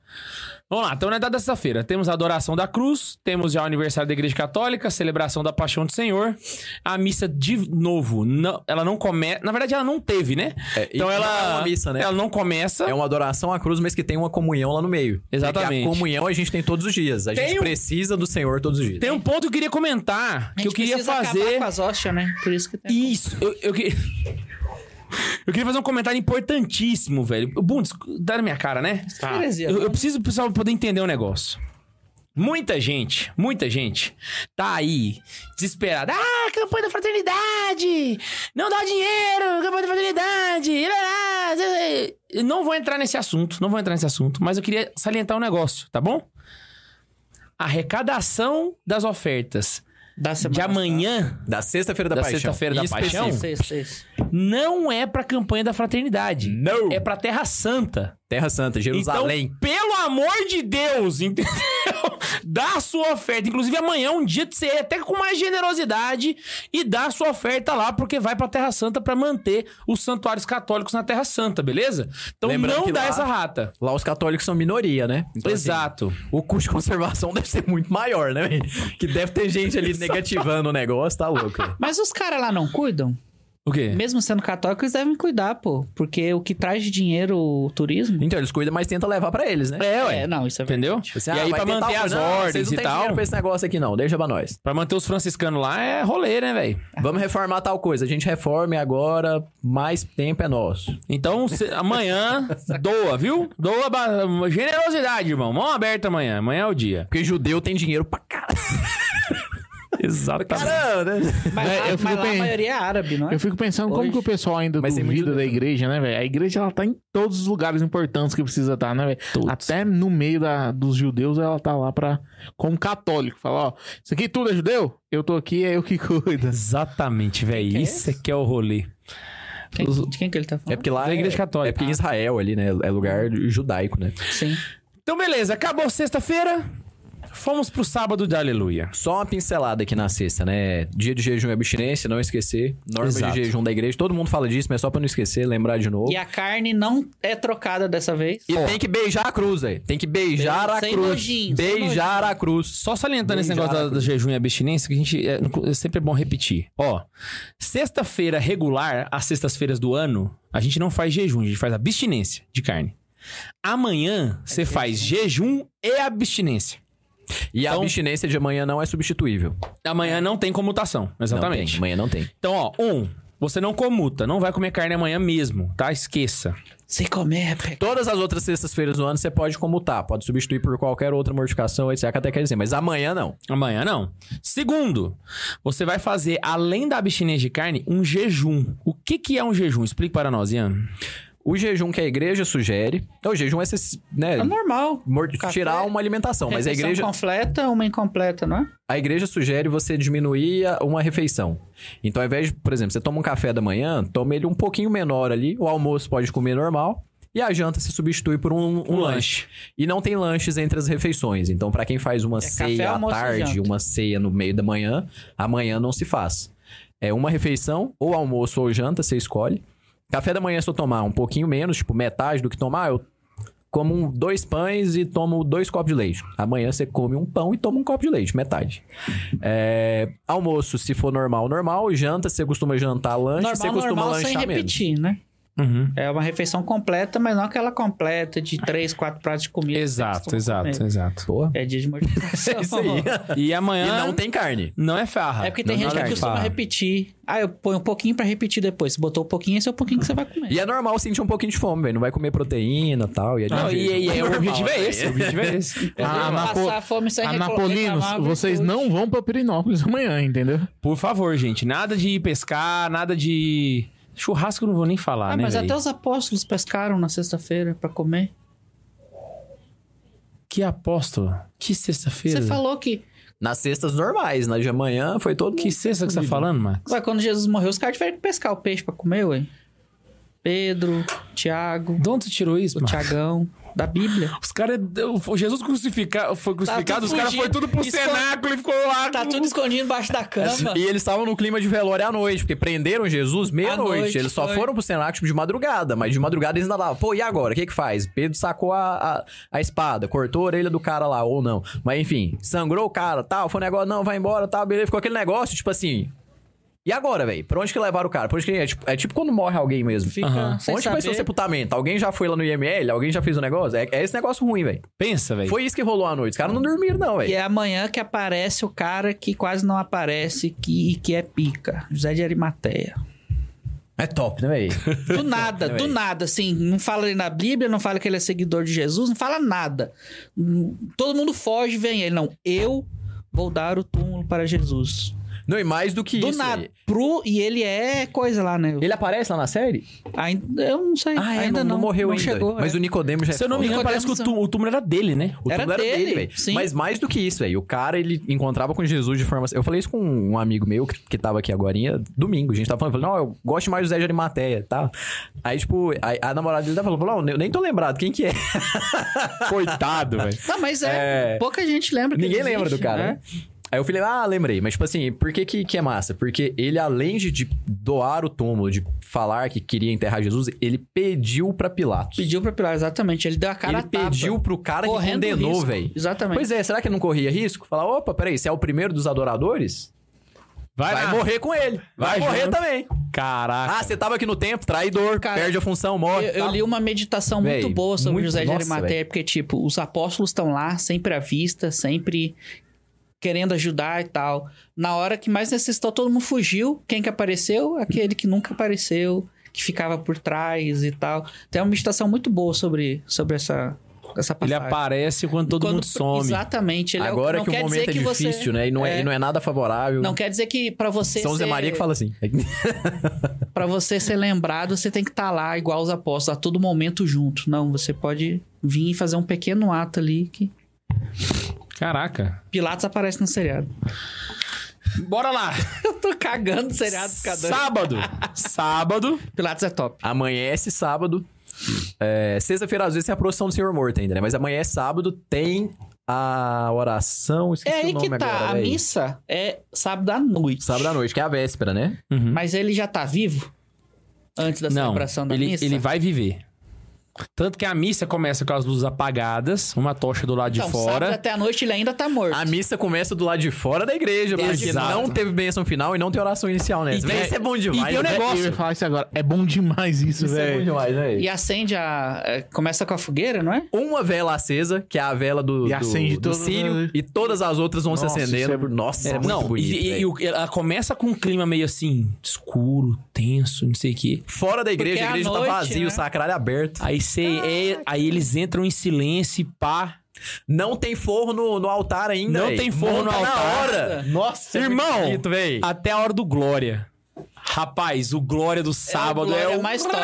[SPEAKER 1] Vamos lá, então na data dessa feira temos a adoração da cruz, temos já o aniversário da Igreja Católica, a celebração da Paixão do Senhor, a missa de novo. não- ela não começa. Na verdade, ela não teve, né?
[SPEAKER 2] É, e
[SPEAKER 1] então
[SPEAKER 2] não
[SPEAKER 1] ela.
[SPEAKER 2] é uma missa, né?
[SPEAKER 1] Ela não começa.
[SPEAKER 2] É uma adoração à cruz, mas que tem uma comunhão lá no meio.
[SPEAKER 1] Exatamente.
[SPEAKER 2] Porque a comunhão a gente tem todos os dias. A
[SPEAKER 1] Tem
[SPEAKER 2] gente
[SPEAKER 1] um-
[SPEAKER 2] precisa do Senhor todos os dias.
[SPEAKER 1] Tem um ponto que eu queria comentar,
[SPEAKER 3] A
[SPEAKER 1] que eu
[SPEAKER 3] gente
[SPEAKER 1] queria
[SPEAKER 3] precisa acabar
[SPEAKER 1] fazer.
[SPEAKER 3] com as hostes, né? Por isso que tem.
[SPEAKER 1] Isso, eu, eu que- eu queria fazer um comentário importantíssimo, velho. Bundes, dá na minha cara, né?
[SPEAKER 3] Tá. Heresia,
[SPEAKER 1] Eu,
[SPEAKER 3] né?
[SPEAKER 1] eu preciso pro pessoal poder entender o negócio. Muita gente, muita gente tá aí desesperada. Ah, campanha da fraternidade! Não dá dinheiro! Campanha da fraternidade! e lá, lá, zé, zé. Não vou entrar nesse assunto, não vou entrar nesse assunto, mas eu queria salientar um negócio, tá bom? A arrecadação das ofertas
[SPEAKER 3] Da semana
[SPEAKER 1] de amanhã,
[SPEAKER 2] Da sexta-feira da,
[SPEAKER 1] da
[SPEAKER 2] paixão.
[SPEAKER 1] sexta-feira da
[SPEAKER 2] Isso,
[SPEAKER 1] paixão,
[SPEAKER 2] específico.
[SPEAKER 3] Seis, seis.
[SPEAKER 1] não é pra campanha da fraternidade.
[SPEAKER 2] Não.
[SPEAKER 1] É pra Terra Santa.
[SPEAKER 2] Terra Santa, Jerusalém.
[SPEAKER 1] Então, pelo amor de Deus, entendeu? Dá a sua oferta. Inclusive, amanhã é um dia de você ir até com mais generosidade e dá a sua oferta lá, porque vai pra Terra Santa pra manter os santuários católicos na Terra Santa, beleza? Então
[SPEAKER 2] Lembrando
[SPEAKER 1] não
[SPEAKER 2] que
[SPEAKER 1] dá
[SPEAKER 2] lá-
[SPEAKER 1] essa rata.
[SPEAKER 2] Lá os católicos são minoria, né? Então, assim,
[SPEAKER 1] Exato.
[SPEAKER 2] o custo de conservação deve ser muito maior, né? velho? Que deve ter gente ali negativando o negócio, tá louco. velho.
[SPEAKER 3] Mas os caras lá não cuidam?
[SPEAKER 1] O quê?
[SPEAKER 3] Mesmo sendo católicos, eles devem cuidar, pô. Porque o que traz de dinheiro o turismo.
[SPEAKER 2] Então, eles cuidam, mas tentam levar pra eles, né?
[SPEAKER 1] É, ué.
[SPEAKER 3] É, não, isso é verdade.
[SPEAKER 1] Entendeu?
[SPEAKER 2] Tipo assim,
[SPEAKER 1] e
[SPEAKER 2] ah,
[SPEAKER 1] aí,
[SPEAKER 2] vai
[SPEAKER 1] pra
[SPEAKER 2] ter
[SPEAKER 1] manter
[SPEAKER 2] tal-
[SPEAKER 1] as
[SPEAKER 2] não, vocês
[SPEAKER 1] ordens
[SPEAKER 2] não
[SPEAKER 1] e
[SPEAKER 2] têm
[SPEAKER 1] tal.
[SPEAKER 2] dinheiro pra esse negócio aqui, não. Deixa pra nós.
[SPEAKER 1] Pra manter os franciscanos lá é rolê, né, velho?
[SPEAKER 2] Vamos reformar tal coisa. A gente reforme agora, mais tempo é nosso.
[SPEAKER 1] Então, cê- amanhã, doa, viu? Doa ba- generosidade, irmão. Mão aberta amanhã. Amanhã é o dia.
[SPEAKER 2] Porque judeu tem dinheiro pra caralho.
[SPEAKER 1] Exatamente.
[SPEAKER 2] Caramba, né?
[SPEAKER 3] Mas,
[SPEAKER 4] É,
[SPEAKER 3] lá,
[SPEAKER 4] eu fico
[SPEAKER 3] mas lá
[SPEAKER 4] bem-
[SPEAKER 3] a maioria é árabe, não é?
[SPEAKER 4] Eu fico pensando
[SPEAKER 3] Hoje.
[SPEAKER 4] como que o pessoal ainda
[SPEAKER 2] Mas tem muito
[SPEAKER 4] duvida da
[SPEAKER 2] judeu.
[SPEAKER 4] igreja, né, velho? A igreja, ela tá em todos os lugares importantes que precisa estar, né, velho?
[SPEAKER 1] Todos.
[SPEAKER 4] Até no meio da, dos judeus, ela tá lá pra... Como católico. Fala, ó, isso aqui tudo é judeu? Eu tô aqui, é eu que cuido.
[SPEAKER 1] Exatamente, velho.
[SPEAKER 3] é
[SPEAKER 1] Isso é que é o rolê.
[SPEAKER 3] Quem- De quem que ele tá
[SPEAKER 2] É
[SPEAKER 3] falando?
[SPEAKER 2] porque lá.
[SPEAKER 1] Da Igreja
[SPEAKER 2] é-
[SPEAKER 1] Católica.
[SPEAKER 2] É porque em Israel ali, né? É lugar judaico, né?
[SPEAKER 3] Sim.
[SPEAKER 1] Então, beleza. Acabou sexta-feira. Fomos pro sábado de aleluia.
[SPEAKER 2] Só uma pincelada aqui na sexta, né? Dia de jejum e abstinência, não esquecer. Norma
[SPEAKER 1] Exato.
[SPEAKER 2] de jejum da igreja. Todo mundo fala disso, mas é só pra não esquecer, lembrar de novo.
[SPEAKER 3] E a carne não é trocada dessa vez.
[SPEAKER 2] E tem que beijar a cruz, aí. Tem que beijar a
[SPEAKER 3] Sem
[SPEAKER 2] cruz.
[SPEAKER 3] nojinho, sem
[SPEAKER 2] beijar a cruz.
[SPEAKER 1] é Só salientando esse
[SPEAKER 2] Beijar
[SPEAKER 1] negócio da,
[SPEAKER 2] a
[SPEAKER 1] da jejum e abstinência, que a gente. é, é sempre é bom repetir. Ó, sexta-feira regular, às sextas-feiras do ano, a gente não faz jejum, a gente faz abstinência de carne.
[SPEAKER 2] É
[SPEAKER 1] Amanhã, você faz jejum e abstinência.
[SPEAKER 2] E a
[SPEAKER 1] Então-
[SPEAKER 2] abstinência de amanhã não é substituível.
[SPEAKER 1] Amanhã não tem comutação,
[SPEAKER 2] Não tem,
[SPEAKER 1] exatamente.
[SPEAKER 2] amanhã não tem.
[SPEAKER 1] então, ó, um, você não comuta, não vai comer carne amanhã mesmo, tá? Esqueça.
[SPEAKER 3] Sem comer, é pecado.
[SPEAKER 2] Todas as outras sextas-feiras do ano você pode comutar, pode substituir por qualquer outra mortificação, etc. Até quer dizer, mas amanhã não.
[SPEAKER 1] Amanhã não. Segundo, você vai fazer, além da abstinência de carne, um jejum. O que, que é um jejum? Explique para nós, Ian.
[SPEAKER 2] O jejum que a igreja sugere. é O jejum é esse, né?
[SPEAKER 3] É normal.
[SPEAKER 2] mor-
[SPEAKER 3] Café,
[SPEAKER 2] tirar uma alimentação, mas a
[SPEAKER 3] Refeição
[SPEAKER 2] igreja,
[SPEAKER 3] completa, uma incompleta, não é?
[SPEAKER 2] a igreja sugere você diminuir a- uma refeição. Então, ao invés de, por exemplo, você toma um café da manhã, toma ele um pouquinho menor ali, o almoço pode comer normal e a janta se substitui por um, um
[SPEAKER 1] Um
[SPEAKER 2] lanche. E não tem lanches entre as refeições. Então, pra quem faz uma
[SPEAKER 3] É café,
[SPEAKER 2] ceia à
[SPEAKER 3] almoço e
[SPEAKER 2] tarde,
[SPEAKER 3] janta.
[SPEAKER 2] uma ceia no meio da manhã, amanhã não se faz. É uma refeição, ou almoço ou janta, você escolhe. Café da manhã, se eu tomar um pouquinho menos, tipo metade do que tomar, eu como dois pães e tomo dois copos de leite. Amanhã você come um pão e toma um copo de leite, metade. É, almoço, se for normal, normal. Janta, você costuma jantar lanche,
[SPEAKER 3] normal,
[SPEAKER 2] você costuma
[SPEAKER 3] normal, sem
[SPEAKER 2] lanchar menos.
[SPEAKER 3] repetir, né?
[SPEAKER 1] Uhum.
[SPEAKER 3] É uma refeição completa, mas não aquela completa de três, quatro pratos de comida.
[SPEAKER 1] Exato,
[SPEAKER 3] Você costuma
[SPEAKER 1] exato,
[SPEAKER 3] comer.
[SPEAKER 1] exato.
[SPEAKER 2] Porra.
[SPEAKER 3] É dia de mortificação.
[SPEAKER 2] É isso aí.
[SPEAKER 1] E
[SPEAKER 2] E
[SPEAKER 1] amanhã.
[SPEAKER 2] não tem carne.
[SPEAKER 1] Não é farra.
[SPEAKER 3] É porque tem
[SPEAKER 1] Não-
[SPEAKER 3] gente
[SPEAKER 1] não
[SPEAKER 3] que
[SPEAKER 1] é
[SPEAKER 3] costuma
[SPEAKER 1] farra.
[SPEAKER 3] repetir. Ah, eu ponho um pouquinho pra repetir depois. Se botou um pouquinho, esse é o pouquinho que você vai comer.
[SPEAKER 2] E é normal sentir um pouquinho de fome, velho. Não vai comer proteína e tal. E é de
[SPEAKER 1] Não,
[SPEAKER 2] jeito.
[SPEAKER 1] e, e- e- o objetivo
[SPEAKER 3] né?
[SPEAKER 1] é esse. O objetivo é esse.
[SPEAKER 4] Ah, Anapo-
[SPEAKER 3] Passar fome sem reclamar,
[SPEAKER 4] Anapolinos,
[SPEAKER 3] reclamar,
[SPEAKER 4] vocês
[SPEAKER 3] virtude.
[SPEAKER 4] não vão pra Pirinópolis amanhã, entendeu?
[SPEAKER 1] Por favor, gente, nada de ir pescar, nada de. Churrasco eu não vou nem falar,
[SPEAKER 3] Ah,
[SPEAKER 1] né?
[SPEAKER 3] mas
[SPEAKER 1] véi?
[SPEAKER 3] até os apóstolos pescaram na sexta-feira pra comer.
[SPEAKER 1] Que apóstolo? Que sexta-feira?
[SPEAKER 3] Você falou que.
[SPEAKER 2] Nas sextas normais, na de amanhã foi todo
[SPEAKER 1] Que
[SPEAKER 2] mundo.
[SPEAKER 1] sexta que você tá falando, Max?
[SPEAKER 3] Ué, quando Jesus morreu, os caras tiveram que pescar o peixe pra comer, ué. Pedro, Tiago,
[SPEAKER 1] De onde você tirou isso,
[SPEAKER 3] o
[SPEAKER 1] Max?
[SPEAKER 3] Tiagão, da Bíblia.
[SPEAKER 1] Os caras. o Jesus crucificado, foi crucificado,
[SPEAKER 3] tudo
[SPEAKER 1] os caras foram
[SPEAKER 3] fugindo.
[SPEAKER 1] tudo pro
[SPEAKER 3] Esco-
[SPEAKER 1] cenáculo e ficou lá.
[SPEAKER 3] Tá
[SPEAKER 1] com-
[SPEAKER 3] tudo escondido embaixo da cama.
[SPEAKER 2] E eles estavam no clima de velório à noite, porque prenderam Jesus
[SPEAKER 3] À
[SPEAKER 2] meia-noite.
[SPEAKER 3] noite,
[SPEAKER 2] Eles só
[SPEAKER 3] foi.
[SPEAKER 2] foram pro cenáculo de madrugada, mas de madrugada eles ainda lá. Pô, e agora? O que que faz? Pedro sacou a, a, a espada, cortou a orelha do cara lá, ou não. Mas enfim, sangrou o cara, tal. Foi um negócio, não, vai embora, tal. Beleza, ficou aquele negócio, tipo assim. E agora, velho? Pra onde que levaram o cara? Pra onde que... É, tipo, é tipo quando morre alguém mesmo.
[SPEAKER 3] Fica sem
[SPEAKER 2] Onde que
[SPEAKER 3] saber.
[SPEAKER 2] vai ser o sepultamento? Alguém já foi lá no IML? Alguém já fez o negócio? É, é esse negócio ruim, velho.
[SPEAKER 1] Pensa, velho.
[SPEAKER 2] Foi isso que rolou à noite. Os caras não dormiram, não,
[SPEAKER 3] E
[SPEAKER 2] velho.
[SPEAKER 3] é amanhã que aparece o cara que quase não aparece que, e que é pica. José de Arimateia.
[SPEAKER 2] É top, né, velho?
[SPEAKER 3] Do nada, do nada, assim. Não fala ele na Bíblia, não fala que ele é seguidor de Jesus, não fala nada. Hum, Todo mundo foge, vem ele. Não, eu vou dar o túmulo para Jesus.
[SPEAKER 2] não, e mais do que
[SPEAKER 3] Do
[SPEAKER 2] isso.
[SPEAKER 3] nada.
[SPEAKER 2] véi.
[SPEAKER 3] Pro, e ele é coisa lá, né?
[SPEAKER 2] Ele aparece lá na série?
[SPEAKER 3] Ainda, eu não sei.
[SPEAKER 2] é,
[SPEAKER 3] ainda não,
[SPEAKER 2] morreu ainda.
[SPEAKER 3] Chegou,
[SPEAKER 2] mas
[SPEAKER 3] é.
[SPEAKER 2] o Nicodemo já é
[SPEAKER 1] Se eu não me
[SPEAKER 2] foda.
[SPEAKER 1] engano, parece que o, tú- o túmulo era dele, né?
[SPEAKER 2] O
[SPEAKER 3] Era
[SPEAKER 2] túmulo
[SPEAKER 3] dele,
[SPEAKER 2] velho.
[SPEAKER 3] sim.
[SPEAKER 2] Mas mais do que isso, velho. O cara, ele encontrava com Jesus de forma... Eu falei isso com um amigo meu que, que tava aqui agora, domingo. A gente tava falando, falei, não, eu gosto mais do Zé de Arimateia, tá? Aí, tipo, a, a namorada dele tava falando, não, eu nem tô lembrado, quem que é?
[SPEAKER 1] Coitado, velho.
[SPEAKER 3] Não, mas é,
[SPEAKER 2] É.
[SPEAKER 3] Pouca gente lembra. que
[SPEAKER 2] Ninguém
[SPEAKER 3] ele
[SPEAKER 2] lembra do
[SPEAKER 3] existe,
[SPEAKER 2] cara,
[SPEAKER 3] né?
[SPEAKER 2] né? Aí eu falei, ah, lembrei. Mas, tipo assim, por que, que que é massa? Porque ele, além de, de doar o túmulo, de falar que queria enterrar Jesus, ele pediu pra Pilatos.
[SPEAKER 3] Pediu pra Pilar, exatamente. Ele deu a cara
[SPEAKER 2] ele
[SPEAKER 3] a tapa,
[SPEAKER 2] pediu pro cara que
[SPEAKER 3] correndo
[SPEAKER 2] condenou,
[SPEAKER 3] risco.
[SPEAKER 2] velho.
[SPEAKER 3] Exatamente.
[SPEAKER 2] Pois é, será que não corria risco? Falar, opa, peraí, você é o primeiro dos adoradores?
[SPEAKER 1] Vai,
[SPEAKER 2] Vai
[SPEAKER 1] lá.
[SPEAKER 2] morrer com ele.
[SPEAKER 1] Vai
[SPEAKER 2] Vai, morrer
[SPEAKER 1] junto.
[SPEAKER 2] também.
[SPEAKER 1] Caraca.
[SPEAKER 2] Ah, você tava aqui no tempo, traidor,
[SPEAKER 3] Cara,
[SPEAKER 2] perde a função, morre.
[SPEAKER 3] Eu, eu
[SPEAKER 2] tá.
[SPEAKER 3] li uma meditação
[SPEAKER 2] Véi,
[SPEAKER 3] muito boa sobre
[SPEAKER 2] muito-
[SPEAKER 3] José de
[SPEAKER 2] nossa,
[SPEAKER 3] Arimateia, porque, tipo, os apóstolos estão lá, sempre à vista, sempre querendo ajudar e tal. Na hora que mais necessitou, todo mundo fugiu. Quem que apareceu? Aquele que nunca apareceu, que ficava por trás e tal. Tem uma meditação muito boa sobre, sobre essa, essa
[SPEAKER 1] ele
[SPEAKER 2] é
[SPEAKER 3] passagem.
[SPEAKER 1] aparece Ah, quando todo
[SPEAKER 3] Quando-
[SPEAKER 1] mundo some.
[SPEAKER 3] Exatamente. Ele é o-
[SPEAKER 2] Agora
[SPEAKER 3] não
[SPEAKER 2] que o
[SPEAKER 3] quer dizer
[SPEAKER 2] momento é
[SPEAKER 3] que você-
[SPEAKER 2] difícil, né? E não é,
[SPEAKER 3] É.
[SPEAKER 2] e não é nada favorável.
[SPEAKER 3] Não quer dizer que pra você
[SPEAKER 2] São Zé
[SPEAKER 3] ser-
[SPEAKER 2] Maria que fala assim.
[SPEAKER 3] Pra você ser lembrado, você tem que estar lá igual os apóstolos, a todo momento junto. Não, você pode vir e fazer um pequeno ato ali que
[SPEAKER 1] Caraca.
[SPEAKER 3] Pilatos aparece no seriado.
[SPEAKER 1] Bora lá.
[SPEAKER 3] Eu tô cagando seriado por causa doido.
[SPEAKER 1] Sábado. Sábado.
[SPEAKER 3] Pilatos é top.
[SPEAKER 2] Amanhece sábado. É, Sexta-feira, às vezes, tem a procissão do Senhor Morto ainda, né? Mas amanhã é sábado, tem a oração. Esqueci
[SPEAKER 3] é aí
[SPEAKER 2] o nome
[SPEAKER 3] que tá.
[SPEAKER 2] agora.
[SPEAKER 3] a
[SPEAKER 2] véi.
[SPEAKER 3] missa é sábado à noite.
[SPEAKER 2] Sábado à noite, que é a véspera, né?
[SPEAKER 3] Mas ele já tá vivo? Antes da
[SPEAKER 1] Não,
[SPEAKER 3] celebração da
[SPEAKER 1] ele,
[SPEAKER 3] missa?
[SPEAKER 1] ele vai viver. Tanto que a missa começa com as luzes apagadas, uma tocha do lado
[SPEAKER 3] então,
[SPEAKER 1] de
[SPEAKER 3] sábado
[SPEAKER 1] fora.
[SPEAKER 3] até a noite ele ainda tá morto.
[SPEAKER 2] A missa começa do lado de fora da igreja, porque
[SPEAKER 1] É, Exato.
[SPEAKER 2] não teve bênção final e não tem oração inicial nessa.
[SPEAKER 1] E tem-
[SPEAKER 2] Véi, isso é bom demais.
[SPEAKER 1] e tem um
[SPEAKER 2] né?
[SPEAKER 1] negócio.
[SPEAKER 4] Eu ia falar isso agora. É bom demais isso,
[SPEAKER 2] Isso é bom
[SPEAKER 4] velho.
[SPEAKER 2] demais, né?
[SPEAKER 3] E acende a... é, Começa com a fogueira, não é?
[SPEAKER 2] Uma vela acesa, que é a vela do,
[SPEAKER 4] E
[SPEAKER 2] do,
[SPEAKER 4] acende
[SPEAKER 2] do
[SPEAKER 4] todas
[SPEAKER 2] sírio,
[SPEAKER 4] as-
[SPEAKER 2] e todas as outras vão
[SPEAKER 4] Nossa,
[SPEAKER 2] se acendendo.
[SPEAKER 4] isso é-
[SPEAKER 2] Nossa, é muito
[SPEAKER 1] não,
[SPEAKER 2] bonito.
[SPEAKER 1] e- e,
[SPEAKER 2] véi.
[SPEAKER 1] e o- ela começa com um clima meio assim, escuro, tenso, não sei o quê.
[SPEAKER 2] Fora da igreja,
[SPEAKER 3] Porque
[SPEAKER 2] a
[SPEAKER 3] é à
[SPEAKER 2] igreja
[SPEAKER 3] noite,
[SPEAKER 2] tá vazia,
[SPEAKER 3] né?
[SPEAKER 2] o sacrário é aberto.
[SPEAKER 1] Aí, cê, é- aí eles entram em silêncio e pá.
[SPEAKER 2] Não tem forro no, no altar ainda.
[SPEAKER 1] Não
[SPEAKER 2] véi.
[SPEAKER 1] tem forro no
[SPEAKER 2] Monta
[SPEAKER 1] altar.
[SPEAKER 2] Na hora. é
[SPEAKER 1] Nossa,
[SPEAKER 2] muito
[SPEAKER 1] irmão,
[SPEAKER 2] bonito, véi.
[SPEAKER 1] até a hora do Glória. Rapaz, o Glória do
[SPEAKER 2] Ah,
[SPEAKER 1] sábado é,
[SPEAKER 3] glória
[SPEAKER 1] o
[SPEAKER 3] mais top.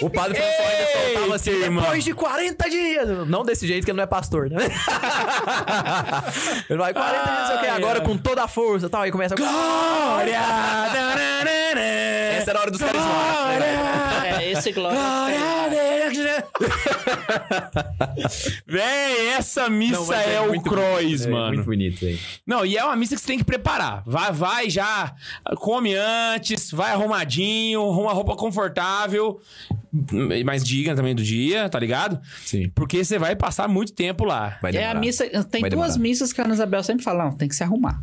[SPEAKER 2] O padre François ainda soltava assim,
[SPEAKER 1] Eita, irmão.
[SPEAKER 2] depois de 40 dias. Não desse jeito, que ele não é pastor, né? ele vai 40 dias, não sei o que,
[SPEAKER 1] Ai,
[SPEAKER 2] agora
[SPEAKER 1] ai.
[SPEAKER 2] com toda a força e tal. Aí começa...
[SPEAKER 1] Glória! Tananana.
[SPEAKER 2] Essa era a hora dos né? carismáticos.
[SPEAKER 1] Glória!
[SPEAKER 3] É, esse Glória.
[SPEAKER 1] Véi, essa missa
[SPEAKER 2] Não, mas
[SPEAKER 1] é, o
[SPEAKER 2] muito
[SPEAKER 1] Crois,
[SPEAKER 2] bonito, é
[SPEAKER 1] mano.
[SPEAKER 2] Muito bonito, velho.
[SPEAKER 1] Não, e é uma missa que você tem que preparar. Vai, vai já, come antes, vai arrumadinho, uma roupa confortável, mais digna também do dia, tá ligado?
[SPEAKER 2] Sim.
[SPEAKER 1] Porque você vai passar muito tempo lá.
[SPEAKER 2] Vai
[SPEAKER 3] É
[SPEAKER 2] demorar.
[SPEAKER 3] a missa. Tem
[SPEAKER 2] Vai
[SPEAKER 3] duas
[SPEAKER 2] demorar.
[SPEAKER 3] missas que a Ana Isabel sempre fala, não, tem que se arrumar.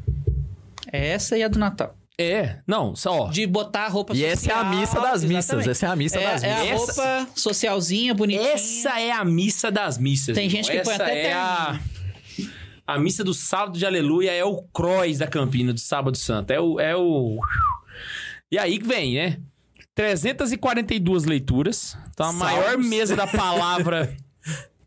[SPEAKER 3] É essa e a do Natal.
[SPEAKER 1] É, não, só ó.
[SPEAKER 3] De botar a roupa
[SPEAKER 2] E essa é a missa das missas. Essa é a missa
[SPEAKER 3] é,
[SPEAKER 2] das
[SPEAKER 3] é
[SPEAKER 2] missas.
[SPEAKER 3] a roupa socialzinha, bonitinha.
[SPEAKER 1] Essa é a missa das missas.
[SPEAKER 3] Tem
[SPEAKER 1] irmão.
[SPEAKER 3] gente que põe
[SPEAKER 1] Essa
[SPEAKER 3] até
[SPEAKER 1] é a... a missa do sábado de aleluia é o cross da Campina, do sábado santo. É o... É o... E aí que vem, né? 342 leituras. Então, a
[SPEAKER 2] Salmos.
[SPEAKER 1] maior mesa da palavra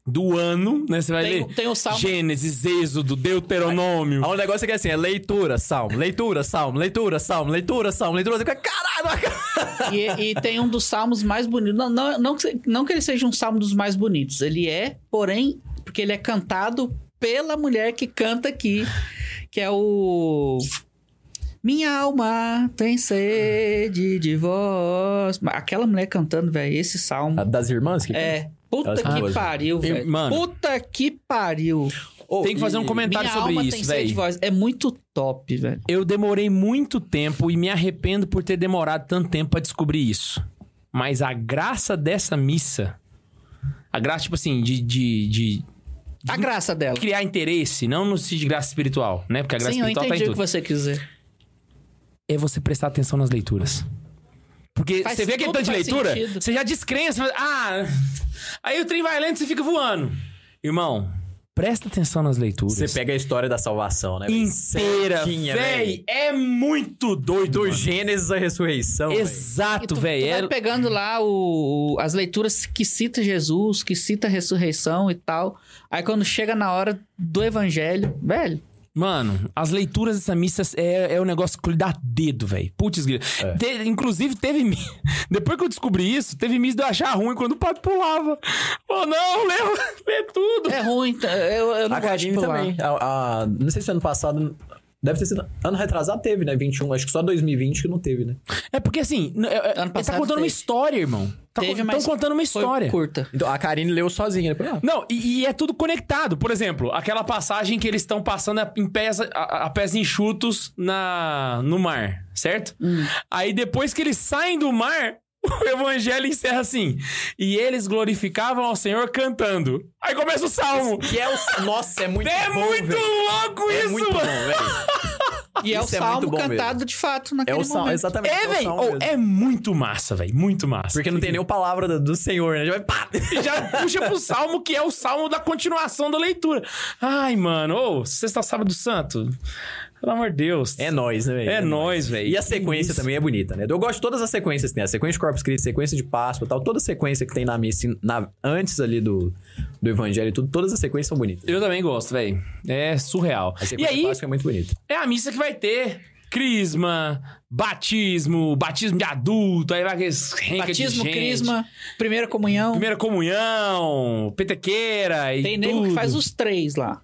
[SPEAKER 1] do ano, né? Você vai
[SPEAKER 3] Tem,
[SPEAKER 1] ler
[SPEAKER 3] tem o salmo.
[SPEAKER 1] Gênesis, Êxodo, Deuteronômio.
[SPEAKER 2] Ah, um negócio que é assim, é leitura, salmo, leitura, salmo, leitura, salmo, leitura, salmo, leitura, salmo. Caralho!
[SPEAKER 3] E, e tem um dos salmos mais bonitos. Não, não, não, que, se- não que ele seja um salmo dos mais bonitos. Ele é, porém, porque ele é cantado pela mulher que canta aqui, que é o. Minha alma tem sede de vós. Aquela mulher cantando, velho, esse
[SPEAKER 1] Hum.
[SPEAKER 3] salmo.
[SPEAKER 2] A Ah, Das irmãs? Que...
[SPEAKER 3] É. Puta
[SPEAKER 2] Elas
[SPEAKER 3] que
[SPEAKER 2] são boas, né?
[SPEAKER 3] pariu,
[SPEAKER 1] Eu-
[SPEAKER 3] velho.
[SPEAKER 1] mano.
[SPEAKER 3] Puta que pariu.
[SPEAKER 2] Oh,
[SPEAKER 1] Tem que fazer um
[SPEAKER 2] e-
[SPEAKER 1] comentário
[SPEAKER 3] Minha
[SPEAKER 1] sobre
[SPEAKER 3] alma tem
[SPEAKER 1] isso,
[SPEAKER 3] sede de
[SPEAKER 1] velho.
[SPEAKER 3] voz. É muito top, velho.
[SPEAKER 1] Eu demorei muito tempo e me arrependo por ter demorado tanto tempo pra descobrir isso. Mas a graça dessa missa, a graça, tipo assim, de, de, de
[SPEAKER 3] A graça dela.
[SPEAKER 1] criar interesse, não no sentido de graça espiritual, né? Porque a graça
[SPEAKER 3] Sim, eu
[SPEAKER 1] espiritual tá
[SPEAKER 3] entendi
[SPEAKER 1] em
[SPEAKER 3] o que
[SPEAKER 1] tudo.
[SPEAKER 3] você quiser.
[SPEAKER 1] É você prestar atenção nas leituras. Porque
[SPEAKER 3] Faz
[SPEAKER 1] você vê aquele
[SPEAKER 3] tudo
[SPEAKER 1] tanto de
[SPEAKER 3] faz
[SPEAKER 1] leitura,
[SPEAKER 3] sentido.
[SPEAKER 1] você já descrença, mas, ah, aí o trem vai lento e você fica voando. Irmão, presta atenção nas leituras.
[SPEAKER 2] Você pega a história da salvação, né? velho?
[SPEAKER 1] inteira,
[SPEAKER 2] Certinha,
[SPEAKER 1] véi,
[SPEAKER 2] velho.
[SPEAKER 1] é muito doido.
[SPEAKER 2] Do
[SPEAKER 1] mano.
[SPEAKER 2] Gênesis à ressurreição, velho.
[SPEAKER 3] E
[SPEAKER 1] Exato,
[SPEAKER 3] tu,
[SPEAKER 1] velho.
[SPEAKER 3] tu vai
[SPEAKER 1] É-
[SPEAKER 3] pegando lá o, o- as leituras que cita Jesus, que cita a ressurreição e tal. Aí quando chega na hora do evangelho, velho,
[SPEAKER 1] Mano, as leituras dessa missa é, é um negócio que lhe dá dedo, velho. Putz, grilo.
[SPEAKER 3] É.
[SPEAKER 1] Te- inclusive teve. mi- Depois que eu descobri isso, teve missa de eu achar ruim quando o padre pulava. Falou, não, lê, lê tudo.
[SPEAKER 3] é ruim. tá? Eu, eu não
[SPEAKER 2] A
[SPEAKER 3] gosto de
[SPEAKER 2] Cadine
[SPEAKER 3] pular.
[SPEAKER 2] também. A, a- não sei se ano passado... Deve ter sido... Ano retrasado teve, né? 21. Acho que só 2020 que não teve, né?
[SPEAKER 1] É porque assim, n- é- é-
[SPEAKER 3] Ano
[SPEAKER 1] ele tá
[SPEAKER 3] passado
[SPEAKER 1] contando uma
[SPEAKER 3] teve.
[SPEAKER 1] história, irmão. Tá
[SPEAKER 3] Teve,
[SPEAKER 1] con-
[SPEAKER 3] mas
[SPEAKER 1] Tão contando uma
[SPEAKER 3] Foi
[SPEAKER 1] história.
[SPEAKER 3] curta.
[SPEAKER 2] Então, a Karine leu sozinha, né? Falei, ah,
[SPEAKER 1] Não, e, e é tudo conectado. Por exemplo, aquela passagem que eles estão passando a, em pés, a, a pés enxutos na, no mar, certo?
[SPEAKER 2] Hum.
[SPEAKER 1] Aí depois que eles saem do mar, o evangelho encerra assim. E eles glorificavam ao Senhor cantando. Aí começa o salmo.
[SPEAKER 2] Que é o... Nossa, é muito
[SPEAKER 1] É
[SPEAKER 2] bom,
[SPEAKER 1] muito
[SPEAKER 2] velho.
[SPEAKER 1] louco
[SPEAKER 2] É
[SPEAKER 1] isso,
[SPEAKER 2] muito bom,
[SPEAKER 1] mano.
[SPEAKER 2] velho.
[SPEAKER 3] E é o
[SPEAKER 2] Isso é
[SPEAKER 3] salmo
[SPEAKER 2] muito bom mesmo.
[SPEAKER 3] cantado de fato
[SPEAKER 2] É
[SPEAKER 3] naquele
[SPEAKER 2] o
[SPEAKER 3] momento.
[SPEAKER 2] salmo, exatamente.
[SPEAKER 1] É,
[SPEAKER 2] o
[SPEAKER 1] velho.
[SPEAKER 2] salmo
[SPEAKER 1] Oh,
[SPEAKER 2] mesmo.
[SPEAKER 1] é muito massa, velho. Muito massa.
[SPEAKER 2] Porque não tem nenhuma palavra do, do Senhor, né? Já vai... Pá!
[SPEAKER 1] E já puxa pro salmo que é o salmo da continuação da leitura. Ai, mano, ô, sexta sábado santo. Pelo amor de Deus.
[SPEAKER 2] É nóis, né, velho?
[SPEAKER 1] É nóis, velho.
[SPEAKER 2] E a sequência também é bonita, né? Eu gosto de todas as sequências que tem. A sequência de Corpus Christi, sequência de Páscoa e tal. Toda sequência que tem na missa, na- antes ali do, do Evangelho e tudo, todas as sequências são bonitas.
[SPEAKER 1] Eu também gosto, velho. É surreal.
[SPEAKER 2] A
[SPEAKER 1] E
[SPEAKER 2] sequência
[SPEAKER 1] aí,
[SPEAKER 2] de Páscoa é muito bonita.
[SPEAKER 1] é a missa que vai ter crisma, batismo, batismo de adulto, aí vai aqueles renca de
[SPEAKER 3] Batismo,
[SPEAKER 1] gente.
[SPEAKER 3] crisma, primeira comunhão.
[SPEAKER 1] Primeira comunhão, petequeira e
[SPEAKER 3] Tem
[SPEAKER 1] tudo.
[SPEAKER 3] nego que faz os três lá.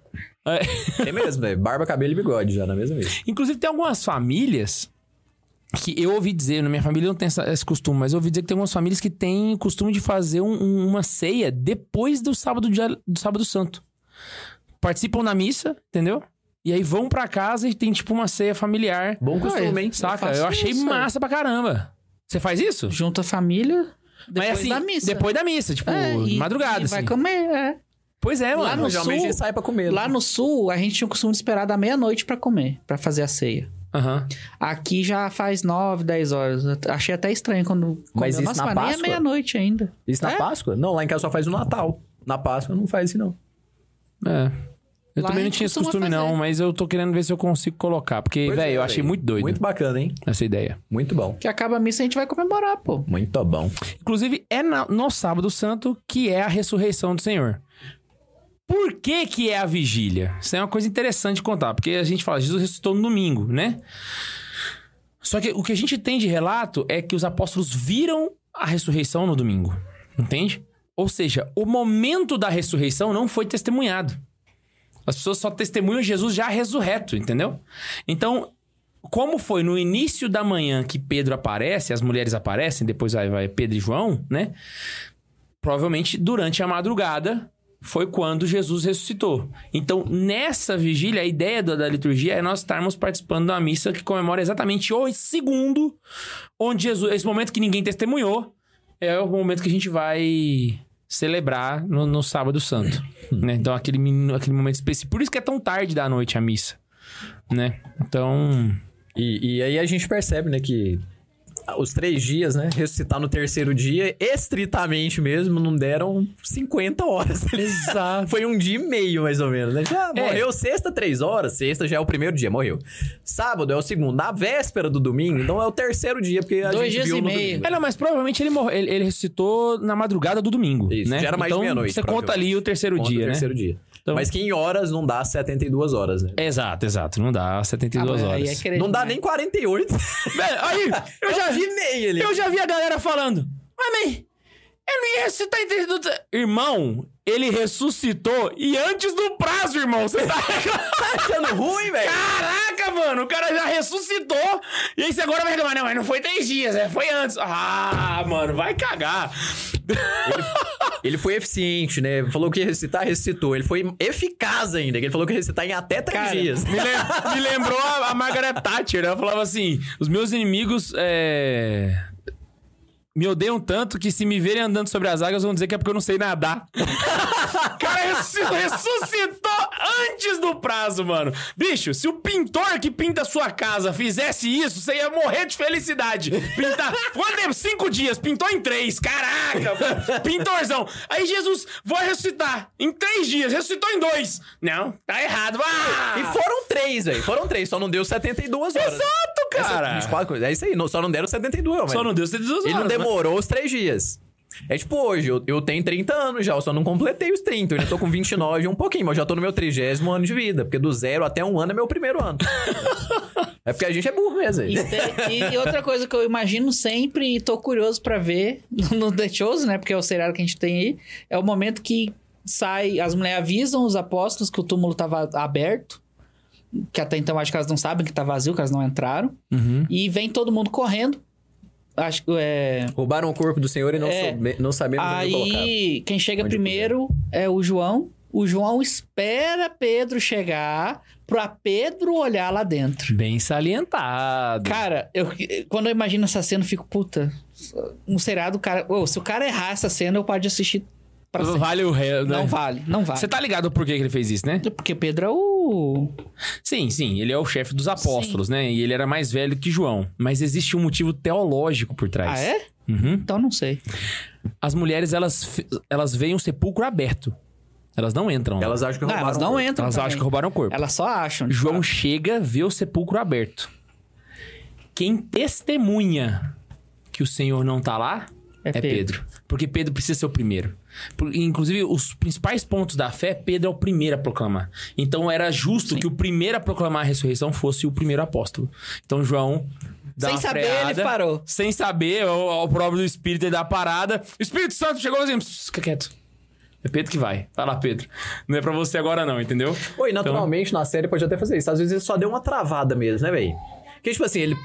[SPEAKER 1] É.
[SPEAKER 2] É mesmo, velho. Barba, cabelo e bigode já é na mesma missa.
[SPEAKER 1] Inclusive, tem algumas famílias que eu ouvi dizer, na minha família não tem essa- esse costume, mas eu ouvi dizer que tem algumas famílias que têm costume de fazer um- um- uma ceia depois do sábado, de- do sábado santo. Participam na missa, entendeu? E aí vão pra casa e tem tipo uma ceia familiar.
[SPEAKER 2] Bom costume, hein?
[SPEAKER 1] Saca?
[SPEAKER 3] faço
[SPEAKER 1] Eu achei
[SPEAKER 3] isso.
[SPEAKER 1] massa pra caramba. Você faz isso?
[SPEAKER 3] Junta a família depois
[SPEAKER 1] Mas assim,
[SPEAKER 3] da missa.
[SPEAKER 1] depois da missa, tipo,
[SPEAKER 3] É, e-
[SPEAKER 1] madrugada.
[SPEAKER 3] e vai
[SPEAKER 1] assim.
[SPEAKER 3] comer, é.
[SPEAKER 1] Pois é,
[SPEAKER 3] Lá
[SPEAKER 1] mano.
[SPEAKER 3] no
[SPEAKER 2] Geralmente
[SPEAKER 3] sul-
[SPEAKER 2] ele sai pra comer.
[SPEAKER 3] Lá
[SPEAKER 2] né?
[SPEAKER 3] no sul, a gente tinha o costume de esperar da meia-noite pra comer, pra fazer a ceia.
[SPEAKER 1] Aham.
[SPEAKER 3] Aqui já faz 9, 10 horas. Eu Achei até estranho quando
[SPEAKER 2] Mas
[SPEAKER 3] comeu.
[SPEAKER 2] isso
[SPEAKER 3] Nossa,
[SPEAKER 2] na
[SPEAKER 3] nem é
[SPEAKER 2] Páscoa?
[SPEAKER 3] meia-noite ainda.
[SPEAKER 2] Isso na
[SPEAKER 3] É?
[SPEAKER 2] Páscoa? Não, lá em casa só faz o Natal. Na Páscoa não faz isso, não.
[SPEAKER 1] É. Eu também
[SPEAKER 3] Lá a
[SPEAKER 1] não
[SPEAKER 3] gente
[SPEAKER 1] tinha esse
[SPEAKER 3] costuma
[SPEAKER 1] costume, não,
[SPEAKER 3] fazer.
[SPEAKER 1] mas eu tô querendo ver se eu consigo colocar. Porque,
[SPEAKER 2] Pois
[SPEAKER 1] velho,
[SPEAKER 2] é,
[SPEAKER 1] eu achei
[SPEAKER 2] velho.
[SPEAKER 1] muito doido
[SPEAKER 2] Muito bacana, hein?
[SPEAKER 1] essa ideia.
[SPEAKER 2] Muito bom.
[SPEAKER 3] Que acaba a missa, a gente vai comemorar, pô.
[SPEAKER 2] Muito bom.
[SPEAKER 1] Inclusive, é na- no Sábado Santo que é a ressurreição do Senhor. Por que, que é a vigília? Isso é uma coisa interessante de contar, porque a gente fala, Jesus ressuscitou no domingo, né? Só que o que a gente tem de relato é que os apóstolos viram a ressurreição no domingo, entende? Ou seja, o momento da ressurreição não foi testemunhado. As pessoas só testemunham Jesus já ressurreto, entendeu? Então, Como foi no início da manhã que Pedro aparece, as mulheres aparecem, depois vai, vai Pedro e João, né? Provavelmente durante a madrugada foi quando Jesus ressuscitou. Então, nessa vigília, a ideia da, da liturgia é nós estarmos participando da missa que comemora exatamente o segundo onde Jesus, esse momento que ninguém testemunhou, é o momento que a gente vai celebrar no, no sábado santo, né? Então, aquele, menino- aquele momento específico. Por isso que é tão tarde da noite a missa, né? Então,
[SPEAKER 2] E, e aí a gente percebe, né, que os três dias, né, ressuscitar no terceiro dia, estritamente mesmo, não deram 50 horas. Exato. Foi um dia e meio, mais ou menos, né? Já
[SPEAKER 1] É.
[SPEAKER 2] morreu sexta, três horas. Sexta já é o primeiro dia, morreu. Sábado é o segundo. Na véspera do domingo, então é o terceiro dia, porque a
[SPEAKER 3] Dois
[SPEAKER 2] gente
[SPEAKER 3] dias
[SPEAKER 2] viu
[SPEAKER 3] e
[SPEAKER 2] no
[SPEAKER 3] meio.
[SPEAKER 2] domingo.
[SPEAKER 1] É, não, mas provavelmente ele, morre- ele, ele ressuscitou na madrugada do domingo.
[SPEAKER 2] Isso,
[SPEAKER 1] né?
[SPEAKER 2] já era mais de
[SPEAKER 1] então,
[SPEAKER 2] meia-noite,
[SPEAKER 1] Você
[SPEAKER 2] provavelmente.
[SPEAKER 1] conta ali o terceiro
[SPEAKER 2] Conta o
[SPEAKER 1] dia,
[SPEAKER 2] terceiro
[SPEAKER 1] né?
[SPEAKER 2] dia.
[SPEAKER 1] Então-
[SPEAKER 2] Mas que em horas não dá 72 horas, né?
[SPEAKER 1] Exato, exato. Não dá 72
[SPEAKER 3] Ah, mas aí
[SPEAKER 1] horas.
[SPEAKER 3] é querer
[SPEAKER 2] Não dá
[SPEAKER 3] demais.
[SPEAKER 2] nem 48.
[SPEAKER 1] Velho, Aí, eu já,
[SPEAKER 2] vi meio ali.
[SPEAKER 1] eu já vi a galera falando. Amém! Eu não ia ressuscitar em 32 horas." Irmão, ele ressuscitou e antes do prazo, irmão. Você tá.
[SPEAKER 2] Tá achando ruim, velho?
[SPEAKER 1] Caraca, mano, o cara já ressuscitou. E aí você agora vai reclamar. Não, mas não foi três dias, é, foi antes. Ah, mano, vai cagar.
[SPEAKER 2] Ele foi eficiente, né? Falou que ia ressuscitar, ressuscitou. Ele foi eficaz ainda. que Ele falou que ia ressuscitar em até três
[SPEAKER 3] Cara,
[SPEAKER 2] dias.
[SPEAKER 1] Me, lem- me lembrou a, a Margaret Thatcher. Ela falava assim: os meus inimigos é, me odeiam tanto que se me verem andando sobre as águas vão dizer que é porque eu não sei nadar. O cara ressu- ressuscitou antes do prazo, mano. Bicho, se o pintor que pinta a sua casa fizesse isso, você ia morrer de felicidade. Pintar. Quanto tempo? Cinco dias. Pintou em três. Caraca, mano. pintorzão. Aí Jesus, vou ressuscitar. Em três dias. Ressuscitou em dois. Não, tá errado. Ah!
[SPEAKER 2] E foram três, velho. Foram três. Só não deu 72 horas.
[SPEAKER 1] Exato, cara.
[SPEAKER 2] Essa, 24 coisas. É isso aí. não- só não deram 72, velho.
[SPEAKER 1] Só não deu 72
[SPEAKER 2] Ele não
[SPEAKER 1] horas, né? mas-
[SPEAKER 2] demorou os três dias. É tipo hoje, eu, eu tenho 30 anos já, eu só não completei os 30. Eu ainda tô com 29 e um pouquinho, mas eu já tô no meu trigésimo ano de vida. Porque do zero até um ano é meu primeiro ano. é porque a gente é burro mesmo.
[SPEAKER 3] E,
[SPEAKER 2] velho.
[SPEAKER 3] tem- e outra coisa que eu imagino sempre e tô curioso pra ver no The Chosen, né? Porque é o seriado que a gente tem aí. É o momento que sai, as mulheres avisam os apóstolos que o túmulo tava aberto. Que até então acho que elas não sabem que tá vazio, que elas não entraram. E vem todo mundo correndo. Acho que é.
[SPEAKER 2] Roubaram o corpo do senhor e não,
[SPEAKER 3] É.
[SPEAKER 2] soube- não sabemos onde colocaram.
[SPEAKER 3] Aí, quem chega
[SPEAKER 2] Onde
[SPEAKER 3] primeiro é o João. O João espera Pedro chegar pra Pedro olhar lá dentro.
[SPEAKER 1] Bem salientado.
[SPEAKER 3] Cara, eu, quando eu imagino essa cena, eu fico, puta, um seriado, o cara. Ô, se o cara errar essa cena, eu paro de assistir pra sempre.
[SPEAKER 1] vale o né? ré.
[SPEAKER 3] Não vale, não vale.
[SPEAKER 1] Você tá ligado por que que ele fez isso, né?
[SPEAKER 3] Porque Pedro é o.
[SPEAKER 1] Sim, sim, ele é o chefe dos apóstolos, né? E ele era mais velho que João. Mas existe um motivo teológico por trás.
[SPEAKER 3] Ah, é?
[SPEAKER 1] Uhum.
[SPEAKER 3] Então não sei.
[SPEAKER 1] As mulheres, elas, fe- elas veem um sepulcro aberto. Elas não entram. lá.
[SPEAKER 2] Elas acham que
[SPEAKER 3] Não,
[SPEAKER 2] roubaram
[SPEAKER 3] elas
[SPEAKER 2] o
[SPEAKER 3] não
[SPEAKER 2] corpo.
[SPEAKER 3] entram.
[SPEAKER 1] Elas
[SPEAKER 3] também.
[SPEAKER 1] acham que roubaram o corpo.
[SPEAKER 3] Elas só acham. né?
[SPEAKER 1] João chega, vê o sepulcro aberto. Quem testemunha que o Senhor não tá lá
[SPEAKER 3] É
[SPEAKER 1] é, Pedro. Porque Pedro precisa ser o primeiro. Por- Inclusive, os principais pontos da fé, Pedro é o primeiro a proclamar. Então era justo que o primeiro a proclamar a ressurreição fosse o primeiro apóstolo. Então João. dá
[SPEAKER 3] Sem
[SPEAKER 1] uma
[SPEAKER 3] saber, ele
[SPEAKER 1] freada.
[SPEAKER 3] parou.
[SPEAKER 1] Sem saber, é o, o próprio Espírito aí da parada. O Espírito Santo chegou e falou assim: "Pss, fica quieto. É Pedro que vai. Vai lá, Pedro. Não é pra você agora, não, entendeu?
[SPEAKER 2] Pô, e naturalmente na série pode até fazer isso. Às vezes ele só deu uma travada mesmo, né, velho? Porque, tipo assim, ele.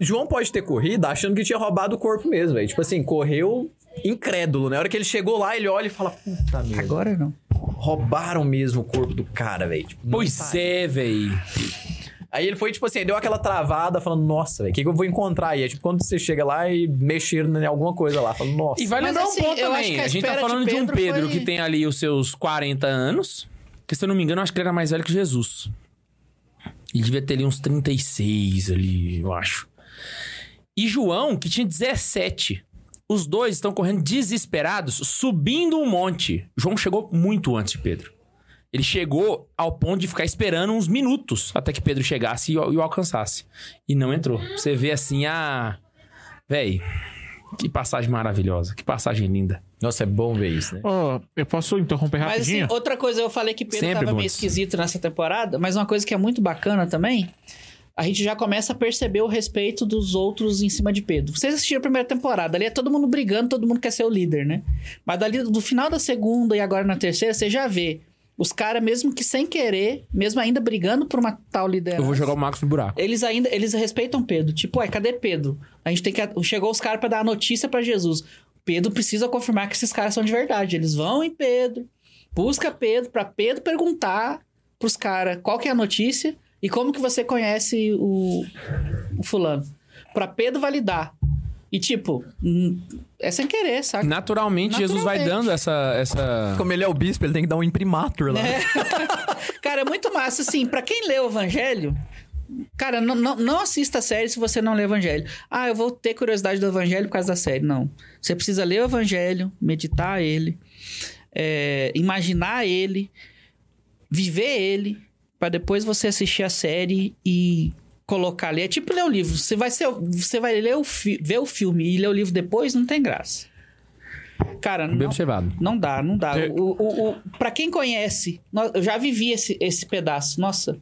[SPEAKER 2] João pode ter corrido achando que tinha roubado o corpo mesmo, velho. Tipo assim, correu incrédulo. Na hora que ele chegou lá, ele olha e fala: Puta merda.
[SPEAKER 3] Agora não.
[SPEAKER 2] Roubaram mesmo o corpo do cara, velho. Tipo,
[SPEAKER 1] Pois é, véi.
[SPEAKER 2] Aí ele foi, tipo assim, deu aquela travada, falando, nossa, velho, o que, que eu vou encontrar aí? É tipo, quando você chega lá e mexeram em alguma coisa lá, falando, nossa.
[SPEAKER 1] E vai
[SPEAKER 3] Mas,
[SPEAKER 1] lembrar
[SPEAKER 3] assim,
[SPEAKER 1] um ponto
[SPEAKER 3] eu acho
[SPEAKER 1] também.
[SPEAKER 3] que a
[SPEAKER 1] A, gente tá
[SPEAKER 3] espera de
[SPEAKER 1] falando de, um
[SPEAKER 3] Pedro
[SPEAKER 1] Pedro
[SPEAKER 3] foi-
[SPEAKER 1] que tem ali os seus 40 anos. Que se eu não me engano, eu acho que ele era mais velho que Jesus. Ele devia ter ali uns 36 ali, eu acho. E João, que tinha 17. Os dois estão correndo desesperados, subindo um monte. João chegou muito antes de Pedro. Ele chegou ao ponto de ficar esperando uns minutos até que Pedro chegasse e o e o alcançasse. E não entrou. Você vê assim a. Véi, que passagem maravilhosa, que passagem linda.
[SPEAKER 2] Nossa, é bom ver isso, né?
[SPEAKER 4] Ó, eu posso interromper
[SPEAKER 3] Mas assim,
[SPEAKER 4] rapidinho?
[SPEAKER 3] outra coisa, eu falei que Pedro
[SPEAKER 1] Sempre é
[SPEAKER 3] tava
[SPEAKER 1] bom
[SPEAKER 3] meio
[SPEAKER 1] isso.
[SPEAKER 3] esquisito nessa temporada, mas uma coisa que é muito bacana também, a gente já começa a perceber o respeito dos outros em cima de Pedro. Vocês assistiram a primeira temporada, ali é todo mundo brigando, todo mundo quer ser o líder, né? Mas dali do final da segunda e agora na terceira, você já vê Os caras, mesmo que sem querer, mesmo ainda brigando por uma tal liderança.
[SPEAKER 1] Eu vou jogar o Marcos no buraco.
[SPEAKER 3] Eles ainda, eles respeitam Pedro. Tipo, ué, cadê Pedro? A gente tem que. Chegou os caras pra dar a notícia pra Jesus. Pedro precisa confirmar que esses caras são de verdade. Eles vão em Pedro, busca Pedro, pra Pedro perguntar pros caras qual que é a notícia e como que você conhece o, o fulano. Pra Pedro validar. E tipo, hum, é sem querer, saca?
[SPEAKER 1] Naturalmente, Jesus vai
[SPEAKER 3] Naturalmente.
[SPEAKER 1] dando essa. essa...
[SPEAKER 2] Como ele é o bispo, ele tem que dar um imprimatur lá.
[SPEAKER 3] Cara, é muito massa, assim, pra quem lê o Evangelho, cara, não, não, não assista a série se você não lê o Evangelho. Ah, eu vou ter curiosidade do Evangelho por causa da série. Não. Você precisa ler o Evangelho, meditar ele, é, imaginar ele, viver ele, pra depois você assistir a série e colocar ali. É tipo ler o livro. Você vai, ser, você vai ler o fi- ver o filme e ler o livro depois, não tem graça. Cara,
[SPEAKER 1] Bem
[SPEAKER 3] não,
[SPEAKER 1] observado.
[SPEAKER 3] não dá, não dá.
[SPEAKER 4] É.
[SPEAKER 3] O, o, o- pra quem conhece, nó- eu já vivi esse, esse pedaço. Nossa,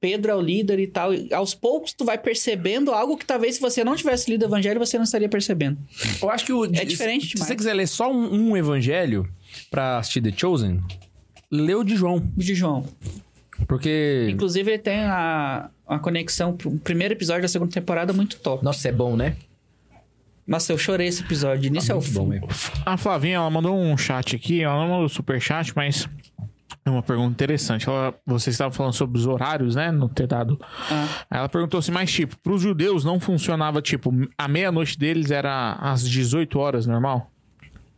[SPEAKER 3] Pedro é o líder e tal. E aos poucos tu vai percebendo algo que talvez se você não tivesse lido o evangelho, você não estaria percebendo.
[SPEAKER 1] Eu acho que o.
[SPEAKER 3] É diferente
[SPEAKER 1] Se você
[SPEAKER 3] demais.
[SPEAKER 1] quiser ler só um, um evangelho pra assistir The Chosen, lê o de João.
[SPEAKER 3] O de João.
[SPEAKER 1] Porque.
[SPEAKER 3] Inclusive, ele tem a, a conexão, o primeiro episódio da segunda temporada muito top.
[SPEAKER 2] Nossa, é bom, né?
[SPEAKER 3] Nossa, eu chorei esse episódio, de
[SPEAKER 1] Ah,
[SPEAKER 3] início ao fim.
[SPEAKER 4] A Flavinha, ela mandou um chat aqui, ela não mandou super chat, mas é uma pergunta interessante. Ela, você estava falando sobre os horários, né? No ter dado.
[SPEAKER 3] Ah.
[SPEAKER 4] Aí Ela perguntou assim, mas tipo, para os judeus não funcionava, tipo, a meia-noite deles era às 18 horas normal?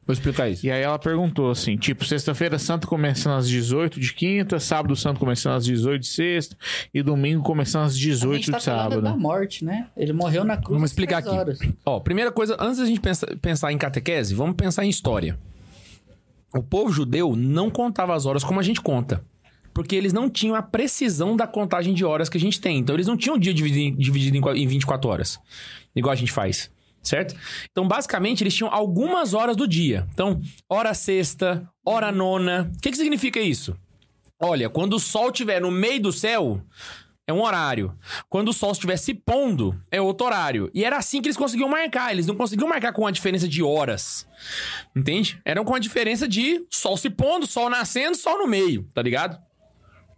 [SPEAKER 1] Vou explicar isso.
[SPEAKER 4] E aí ela perguntou assim, tipo, sexta-feira santo começando às 18 de quinta, sábado santo começando às 18 de sexta e domingo começando às
[SPEAKER 3] A gente
[SPEAKER 4] 18
[SPEAKER 3] tá
[SPEAKER 4] de
[SPEAKER 3] falando da
[SPEAKER 4] sábado.
[SPEAKER 3] morte, né? Ele morreu na cruz.
[SPEAKER 1] Vamos
[SPEAKER 3] às
[SPEAKER 1] explicar
[SPEAKER 3] três horas.
[SPEAKER 1] aqui. Ó, primeira coisa, antes da gente pensa- pensar em catequese, vamos pensar em história. O povo judeu não contava as horas como a gente conta. Porque eles não tinham a precisão da contagem de horas que a gente tem. Então, eles não tinham o dia dividido, em- dividido em qua- em 24 horas. Igual a gente faz. Certo? Então, basicamente, eles tinham algumas horas do dia. Então, hora sexta, hora nona. O que, que significa isso? Olha, quando o sol estiver no meio do céu, é um horário. Quando o sol estiver se pondo, é outro horário. E era assim que eles conseguiam marcar. Eles não conseguiam marcar com a diferença de horas. Entende? Eram com a diferença de sol se pondo, sol nascendo, sol no meio, tá ligado?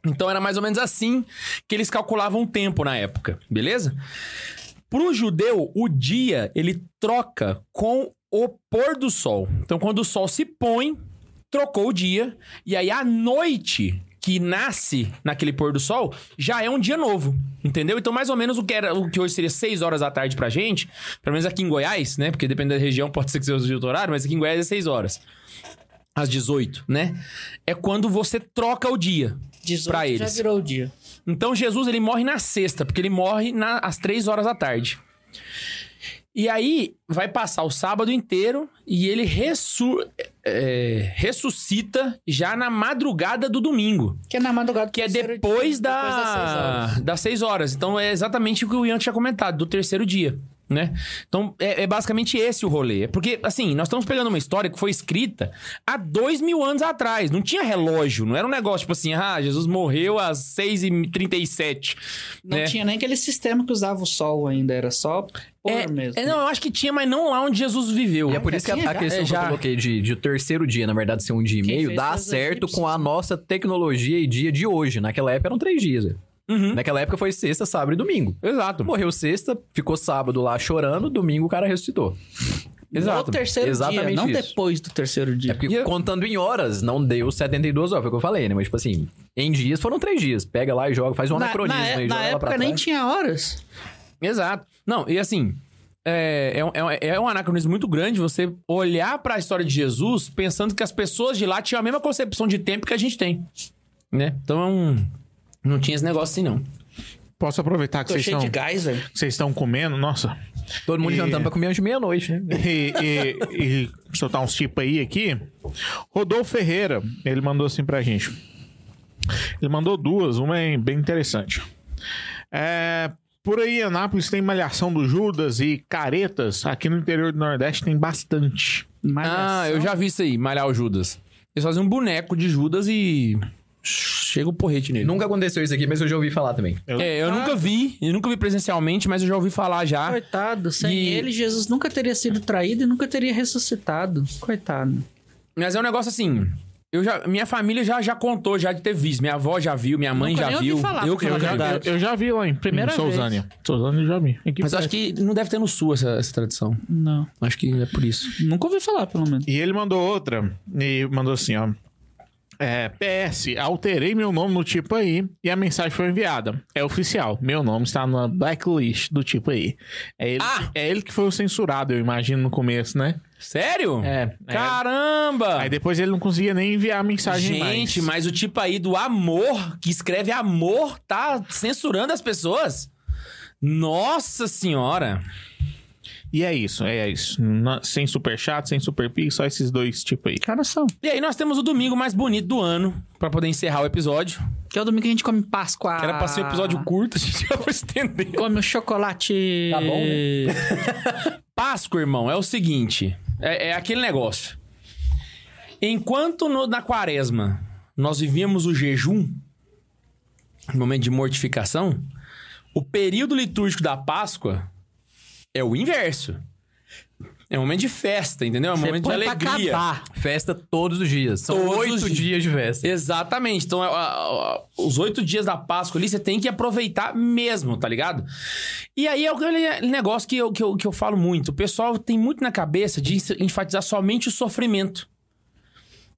[SPEAKER 1] Então era mais ou menos assim que eles calculavam o tempo na época, beleza? Pro um judeu, o dia ele troca com o pôr do sol. Então quando o sol se põe, trocou o dia, e aí a noite que nasce naquele pôr do sol já é um dia novo, entendeu? Então mais ou menos o que era o que hoje seria 6 horas da tarde pra gente, pelo menos aqui em Goiás, né? Porque dependendo da região pode ser que seja o outro horário, mas aqui em Goiás é 6 horas. Às 18, né? É quando você troca o dia.
[SPEAKER 3] 18
[SPEAKER 1] Pra
[SPEAKER 3] já
[SPEAKER 1] eles.
[SPEAKER 3] virou o dia.
[SPEAKER 1] Então Jesus ele morre na sexta, porque ele morre na- às três horas da tarde. E aí vai passar o sábado inteiro e ele ressu- é, ressuscita já na madrugada do domingo,
[SPEAKER 3] Que é na madrugada. do
[SPEAKER 1] que é
[SPEAKER 3] terceiro dia,
[SPEAKER 1] depois,
[SPEAKER 3] depois das seis
[SPEAKER 1] da,
[SPEAKER 3] horas.
[SPEAKER 1] das seis horas. Então é exatamente o que o Ian tinha comentado, do terceiro dia. Né? Então é, é basicamente esse o rolê. É Porque, assim, nós estamos pegando uma história que foi escrita há dois mil anos atrás. Não tinha relógio, não era um negócio tipo assim, ah, Jesus morreu às 6h37.
[SPEAKER 3] Não
[SPEAKER 2] É.
[SPEAKER 1] né?
[SPEAKER 3] tinha nem aquele sistema que usava o sol ainda, era só pôr
[SPEAKER 1] É,
[SPEAKER 3] mesmo.
[SPEAKER 1] é, não, eu acho que tinha, mas não lá onde Jesus viveu.
[SPEAKER 2] E é por isso que a,
[SPEAKER 3] tinha
[SPEAKER 2] a
[SPEAKER 3] já?
[SPEAKER 2] questão
[SPEAKER 1] É,
[SPEAKER 2] que eu
[SPEAKER 1] já.
[SPEAKER 2] coloquei de, de o terceiro dia, na verdade, ser um dia e
[SPEAKER 3] Quem
[SPEAKER 2] meio,
[SPEAKER 3] fez
[SPEAKER 2] dá
[SPEAKER 3] foi os
[SPEAKER 2] certo
[SPEAKER 3] egípcios.
[SPEAKER 2] com a nossa tecnologia e dia de hoje. Naquela época eram três dias. velho.
[SPEAKER 1] Uhum.
[SPEAKER 2] Naquela época foi sexta, sábado e domingo.
[SPEAKER 1] Exato.
[SPEAKER 2] Morreu sexta, ficou sábado lá chorando, domingo o cara ressuscitou.
[SPEAKER 1] Exato.
[SPEAKER 3] No terceiro
[SPEAKER 2] Exatamente
[SPEAKER 3] dia, não
[SPEAKER 2] isso.
[SPEAKER 3] depois do terceiro
[SPEAKER 2] É
[SPEAKER 3] dia.
[SPEAKER 2] porque
[SPEAKER 1] E eu-
[SPEAKER 2] contando em horas, não deu 72 horas, foi o que eu falei, né? Mas, tipo assim, em dias foram três dias. Pega lá e joga, faz um
[SPEAKER 3] na,
[SPEAKER 2] anacronismo
[SPEAKER 3] na,
[SPEAKER 2] aí,
[SPEAKER 3] na
[SPEAKER 2] joga lá pra
[SPEAKER 3] época
[SPEAKER 2] trás.
[SPEAKER 3] nem tinha horas.
[SPEAKER 1] Exato. Não, e assim. É, é um- é um- é um anacronismo muito grande você olhar pra história de Jesus pensando que as pessoas de lá tinham a mesma concepção de tempo que a gente tem. Né? Então é um. Não tinha esse negócio assim, não.
[SPEAKER 4] Posso aproveitar que
[SPEAKER 3] Tô
[SPEAKER 4] vocês
[SPEAKER 3] cheio
[SPEAKER 4] estão,
[SPEAKER 3] de gás, velho.
[SPEAKER 4] vocês estão comendo? Nossa.
[SPEAKER 2] Todo mundo
[SPEAKER 4] E-
[SPEAKER 2] jantando pra comer antes de meia-noite, né?
[SPEAKER 4] e, e- e soltar uns tipos aí aqui. Rodolfo Ferreira, ele mandou assim pra gente. Ele mandou duas, uma é bem interessante. É, por aí, em Anápolis tem malhação do Judas e caretas. Aqui no interior do Nordeste tem bastante.
[SPEAKER 5] É
[SPEAKER 3] Malhação.
[SPEAKER 1] Ah, eu já vi isso aí, malhar o Judas. Eles fazem um boneco de Judas e. Chega o porrete nele.
[SPEAKER 2] Nunca aconteceu isso aqui, mas eu já ouvi falar também.
[SPEAKER 1] É, eu nunca vi, eu nunca vi presencialmente, mas eu já ouvi falar
[SPEAKER 2] Ah,
[SPEAKER 1] já.
[SPEAKER 3] Coitado, sem
[SPEAKER 1] E-
[SPEAKER 3] ele, Jesus nunca teria sido traído e nunca teria ressuscitado. Coitado.
[SPEAKER 1] Mas é um negócio assim. Eu já, minha família já, já contou já de ter visto. Minha avó já viu, minha mãe
[SPEAKER 5] Nunca
[SPEAKER 1] já
[SPEAKER 5] nem ouvi
[SPEAKER 1] viu.
[SPEAKER 5] falar,
[SPEAKER 1] eu
[SPEAKER 5] pra
[SPEAKER 1] que
[SPEAKER 5] falar
[SPEAKER 1] eu
[SPEAKER 5] a
[SPEAKER 1] já,
[SPEAKER 5] verdade.
[SPEAKER 4] Eu, eu já vi lá em
[SPEAKER 5] Primeira
[SPEAKER 4] em
[SPEAKER 5] vez.
[SPEAKER 4] Sousânia. Sousânia eu já vi. Aqui
[SPEAKER 1] Mas eu acho
[SPEAKER 4] perto.
[SPEAKER 1] que não deve ter no sul essa, essa tradição.
[SPEAKER 5] Não.
[SPEAKER 1] Acho que é por isso.
[SPEAKER 5] Nunca ouvi falar, pelo menos.
[SPEAKER 4] E ele mandou outra. E mandou assim, ó. É, PS, alterei meu nome no tipo aí e a mensagem foi enviada. É oficial, meu nome está na blacklist do tipo aí. É ele, é ele que foi o censurado, eu imagino, no começo, né?
[SPEAKER 1] Sério?
[SPEAKER 4] É.
[SPEAKER 1] Caramba!
[SPEAKER 4] Aí depois ele não conseguia nem enviar a mensagem mais.
[SPEAKER 1] Ah. Gente, mas o tipo aí do amor, que escreve amor, tá censurando as pessoas? Nossa senhora!
[SPEAKER 4] E é isso, é isso. Na- sem super chat, sem super pix, só esses dois tipo aí.
[SPEAKER 5] Cara, são.
[SPEAKER 1] E aí nós temos o domingo mais bonito do ano, pra poder encerrar o episódio.
[SPEAKER 5] Que é o domingo que a gente come Páscoa.
[SPEAKER 1] Que era pra ser um episódio
[SPEAKER 4] Ah.
[SPEAKER 1] curto, a gente já vai estender.
[SPEAKER 5] Come o chocolate.
[SPEAKER 2] Tá bom,
[SPEAKER 1] Páscoa, irmão, é o seguinte: é, é aquele negócio. Enquanto no- na quaresma nós vivíamos o jejum, um momento de mortificação, o período litúrgico da Páscoa é o inverso. É um momento de festa, entendeu? É um momento de
[SPEAKER 5] põe pra
[SPEAKER 1] alegria.
[SPEAKER 5] acabar.
[SPEAKER 2] Festa todos os dias. São
[SPEAKER 1] Todos
[SPEAKER 2] oito
[SPEAKER 1] os dias.
[SPEAKER 2] dias de festa.
[SPEAKER 1] Exatamente. Então, a- a- a- os oito dias da Páscoa ali, você tem que aproveitar mesmo, tá ligado? E aí é aquele negócio que eu, que, eu, que eu falo muito. O pessoal tem muito na cabeça de ens- enfatizar somente o sofrimento.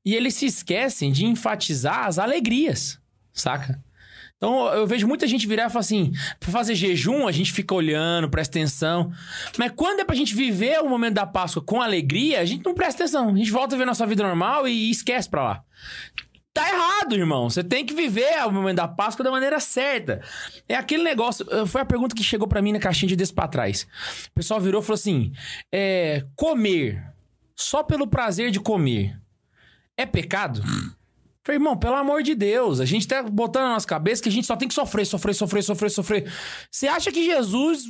[SPEAKER 1] E eles se esquecem de enfatizar as alegrias, saca? Então, eu vejo muita gente virar e falar assim: pra fazer jejum, a gente fica olhando, presta atenção. Mas quando é pra gente viver o momento da Páscoa com alegria, a gente não presta atenção. A gente volta a ver nossa vida normal e esquece pra lá. Tá errado, irmão. Você tem que viver o momento da Páscoa da maneira certa. É aquele negócio. eh, Foi a pergunta que chegou pra mim na caixinha de desse pra trás. O pessoal virou e falou assim: é, comer só pelo prazer de comer é pecado? Eu Falei, irmão, pelo amor de Deus, a gente tá botando na nossa cabeça que a gente só tem que sofrer, sofrer, sofrer, sofrer, sofrer. Você acha que Jesus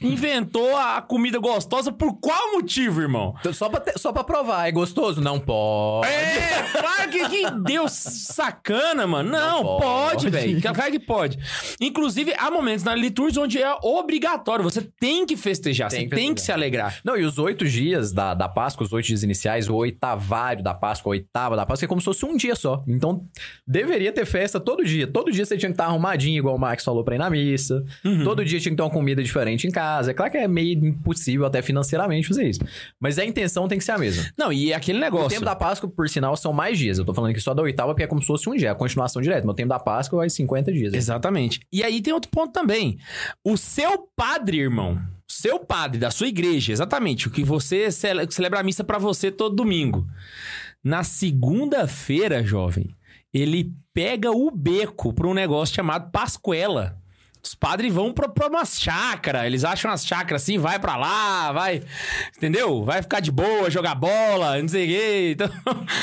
[SPEAKER 1] inventou a comida gostosa por qual motivo, irmão?
[SPEAKER 2] Então, Só pra, te- só pra provar, é gostoso? Não pode.
[SPEAKER 1] É, claro que, que Deus sacana, mano. Não,
[SPEAKER 2] Não
[SPEAKER 1] pode,
[SPEAKER 2] pode.
[SPEAKER 1] velho. Claro que pode. Inclusive, há momentos na litúrgia onde é obrigatório. Você tem que festejar,
[SPEAKER 2] Tem
[SPEAKER 1] você
[SPEAKER 2] que
[SPEAKER 1] tem
[SPEAKER 2] festejar.
[SPEAKER 1] que se alegrar.
[SPEAKER 2] Não, e os oito dias da, da Páscoa, os oito dias iniciais, o oitavário da Páscoa, a oitava da Páscoa, é como se fosse um dia só. Então, deveria ter festa todo dia. Todo dia você tinha que estar arrumadinho, igual o Max falou pra ir na missa. Todo dia tinha que ter uma comida diferente em casa. É claro que é meio impossível, até financeiramente, fazer isso. Mas é a intenção tem que ser a mesma.
[SPEAKER 1] Não, e é aquele
[SPEAKER 2] O
[SPEAKER 1] negócio.
[SPEAKER 2] tempo da Páscoa, por sinal, são mais dias. Eu tô falando aqui só da oitava, porque é como se fosse um dia, é a continuação direta. Mas o tempo da Páscoa vai 50 dias.
[SPEAKER 1] Exatamente. E aí tem outro ponto também. O seu padre, irmão, seu padre da sua igreja, exatamente, o que você cele- celebra a missa pra você todo domingo. Na segunda-feira, jovem, ele pega o beco pra um negócio chamado Pascuela. Os padres vão pra, pra uma chácara, eles acham as chácaras assim, vai pra lá, vai, entendeu? Vai ficar de boa, jogar bola, não sei o quê. Então,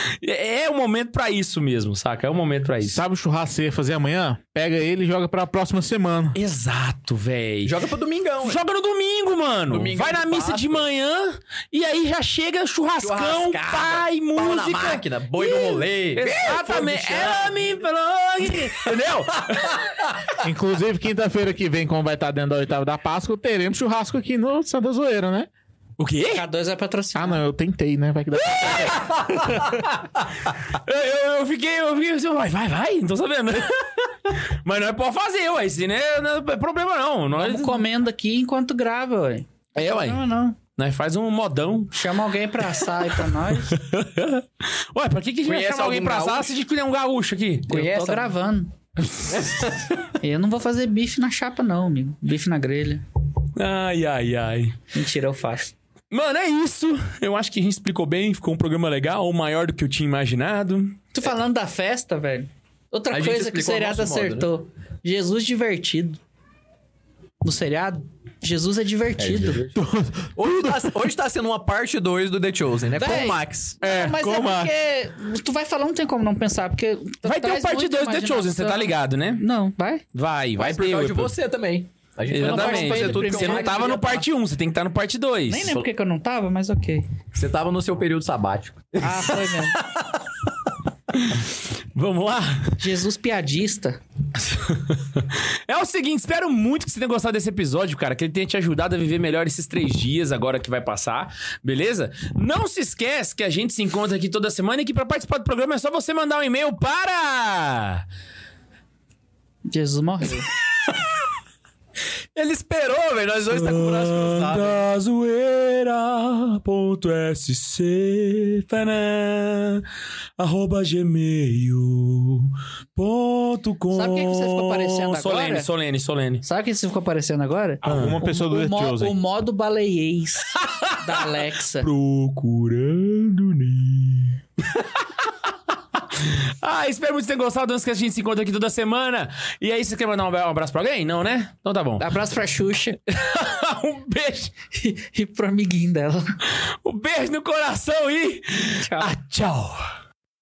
[SPEAKER 1] é o momento pra isso mesmo, saca? É o momento pra isso.
[SPEAKER 4] Sabe o churrasco que você ia fazer amanhã? Pega ele e joga pra próxima semana.
[SPEAKER 1] Exato, véi.
[SPEAKER 2] Joga pro domingão. ué.
[SPEAKER 1] Joga no domingo, mano.
[SPEAKER 2] Domingão
[SPEAKER 1] Vai na
[SPEAKER 2] de
[SPEAKER 1] missa de
[SPEAKER 2] Páscoa.
[SPEAKER 1] manhã e aí já chega churrascão,
[SPEAKER 2] Churrascada,
[SPEAKER 1] pai,
[SPEAKER 2] Pau
[SPEAKER 1] música.
[SPEAKER 2] na máquina, boi no rolê. fogo de
[SPEAKER 1] Exatamente.
[SPEAKER 2] chão.
[SPEAKER 1] Ela me falou que- Entendeu?
[SPEAKER 4] Inclusive, quinta-feira que vem, como vai estar dentro da oitava da Páscoa, teremos churrasco aqui no Santa Zoeira, né?
[SPEAKER 1] O quê?
[SPEAKER 5] K2
[SPEAKER 3] é
[SPEAKER 5] vai patrocinar.
[SPEAKER 4] Ah, não, eu tentei, né? Vai que dá.
[SPEAKER 1] Eu, eu, eu fiquei, eu fiquei assim, vai, vai, vai, não tô sabendo. Mas nós podemos fazer, ué. Isso não é, não é problema, não. Nós,
[SPEAKER 5] Vamos comendo aqui enquanto grava, ué.
[SPEAKER 1] é, ué.
[SPEAKER 5] Não, não.
[SPEAKER 1] Nós faz um modão.
[SPEAKER 5] Chama alguém pra assar aí pra nós.
[SPEAKER 1] Ué, pra que, que a gente vai
[SPEAKER 2] Conhece
[SPEAKER 1] chamar alguém
[SPEAKER 2] algum
[SPEAKER 1] pra assar
[SPEAKER 2] gaúcho?
[SPEAKER 1] se a gente tem um gaúcho aqui?
[SPEAKER 5] Eu
[SPEAKER 2] Conhece
[SPEAKER 5] tô
[SPEAKER 2] alguém?
[SPEAKER 5] gravando. Eu não vou fazer bife na chapa, não, amigo. Bife na grelha.
[SPEAKER 1] Ai, ai, ai.
[SPEAKER 5] Mentira, eu faço.
[SPEAKER 1] Mano, é isso. Eu acho que a gente explicou bem, ficou um programa legal, maior do que eu tinha imaginado.
[SPEAKER 5] Tu falando da festa, velho. Outra
[SPEAKER 2] A gente
[SPEAKER 5] coisa que o
[SPEAKER 2] explicou ao
[SPEAKER 5] seriado
[SPEAKER 2] nosso modo,
[SPEAKER 5] acertou. Jesus divertido. No seriado, Jesus é divertido.
[SPEAKER 2] Hoje tá, hoje tá sendo uma parte 2 do The Chosen, né? Com
[SPEAKER 5] Véi.
[SPEAKER 2] o Max.
[SPEAKER 4] É,
[SPEAKER 5] Mas
[SPEAKER 4] como a-
[SPEAKER 5] é porque tu vai falar, não tem como não pensar, porque...
[SPEAKER 1] Vai ter o
[SPEAKER 5] traz
[SPEAKER 1] parte
[SPEAKER 5] muita
[SPEAKER 1] 2 do The Chosen, você tá
[SPEAKER 5] imaginação.
[SPEAKER 1] ligado, né?
[SPEAKER 5] Não, vai.
[SPEAKER 1] Vai, vai
[SPEAKER 2] Mas por
[SPEAKER 1] ter.
[SPEAKER 2] causa
[SPEAKER 1] ué,
[SPEAKER 2] de
[SPEAKER 1] pô.
[SPEAKER 2] você também. A gente não vai
[SPEAKER 1] Exatamente.
[SPEAKER 2] fazer tudo que o
[SPEAKER 1] Você não
[SPEAKER 2] Max
[SPEAKER 1] tava
[SPEAKER 2] queria
[SPEAKER 1] no parte 1, um, você tem que estar no parte 2.
[SPEAKER 5] Nem lembro porque que eu não tava, mas ok.
[SPEAKER 2] falar. Você tava no seu período sabático.
[SPEAKER 5] Ah, foi mesmo.
[SPEAKER 1] Vamos lá?
[SPEAKER 5] Jesus piadista.
[SPEAKER 1] é o seguinte, espero muito que você tenha gostado desse episódio, cara. Que ele tenha te ajudado a viver melhor esses três dias agora que vai passar, beleza? Não se esquece que a gente se encontra aqui toda semana e que pra participar do programa é só você mandar um e-mail para...
[SPEAKER 3] Jesus morreu.
[SPEAKER 2] Ele esperou, velho. Nós dois tá com o braço cruzado.
[SPEAKER 1] Santazoeira.sc tanã, arroba gmail.com
[SPEAKER 3] Sabe quem que você ficou parecendo agora?
[SPEAKER 1] Solene, Solene, Solene.
[SPEAKER 3] Sabe o que isso ficou aparecendo agora?
[SPEAKER 4] Alguma Ah, pessoa
[SPEAKER 3] o,
[SPEAKER 4] do
[SPEAKER 3] o, mo-
[SPEAKER 4] Earth
[SPEAKER 3] o modo baleiês da Alexa.
[SPEAKER 1] Procurando Nemo. ah, espero muito que tenham gostado. Não esqueça que a gente se encontra aqui toda semana. E aí, você quer mandar um abraço pra alguém? Não, né? Então tá bom.
[SPEAKER 3] Abraço pra Xuxa
[SPEAKER 1] um beijo.
[SPEAKER 3] e, e pro amiguinho dela.
[SPEAKER 1] Um beijo no coração e.
[SPEAKER 3] Tchau.
[SPEAKER 1] Ah, tchau.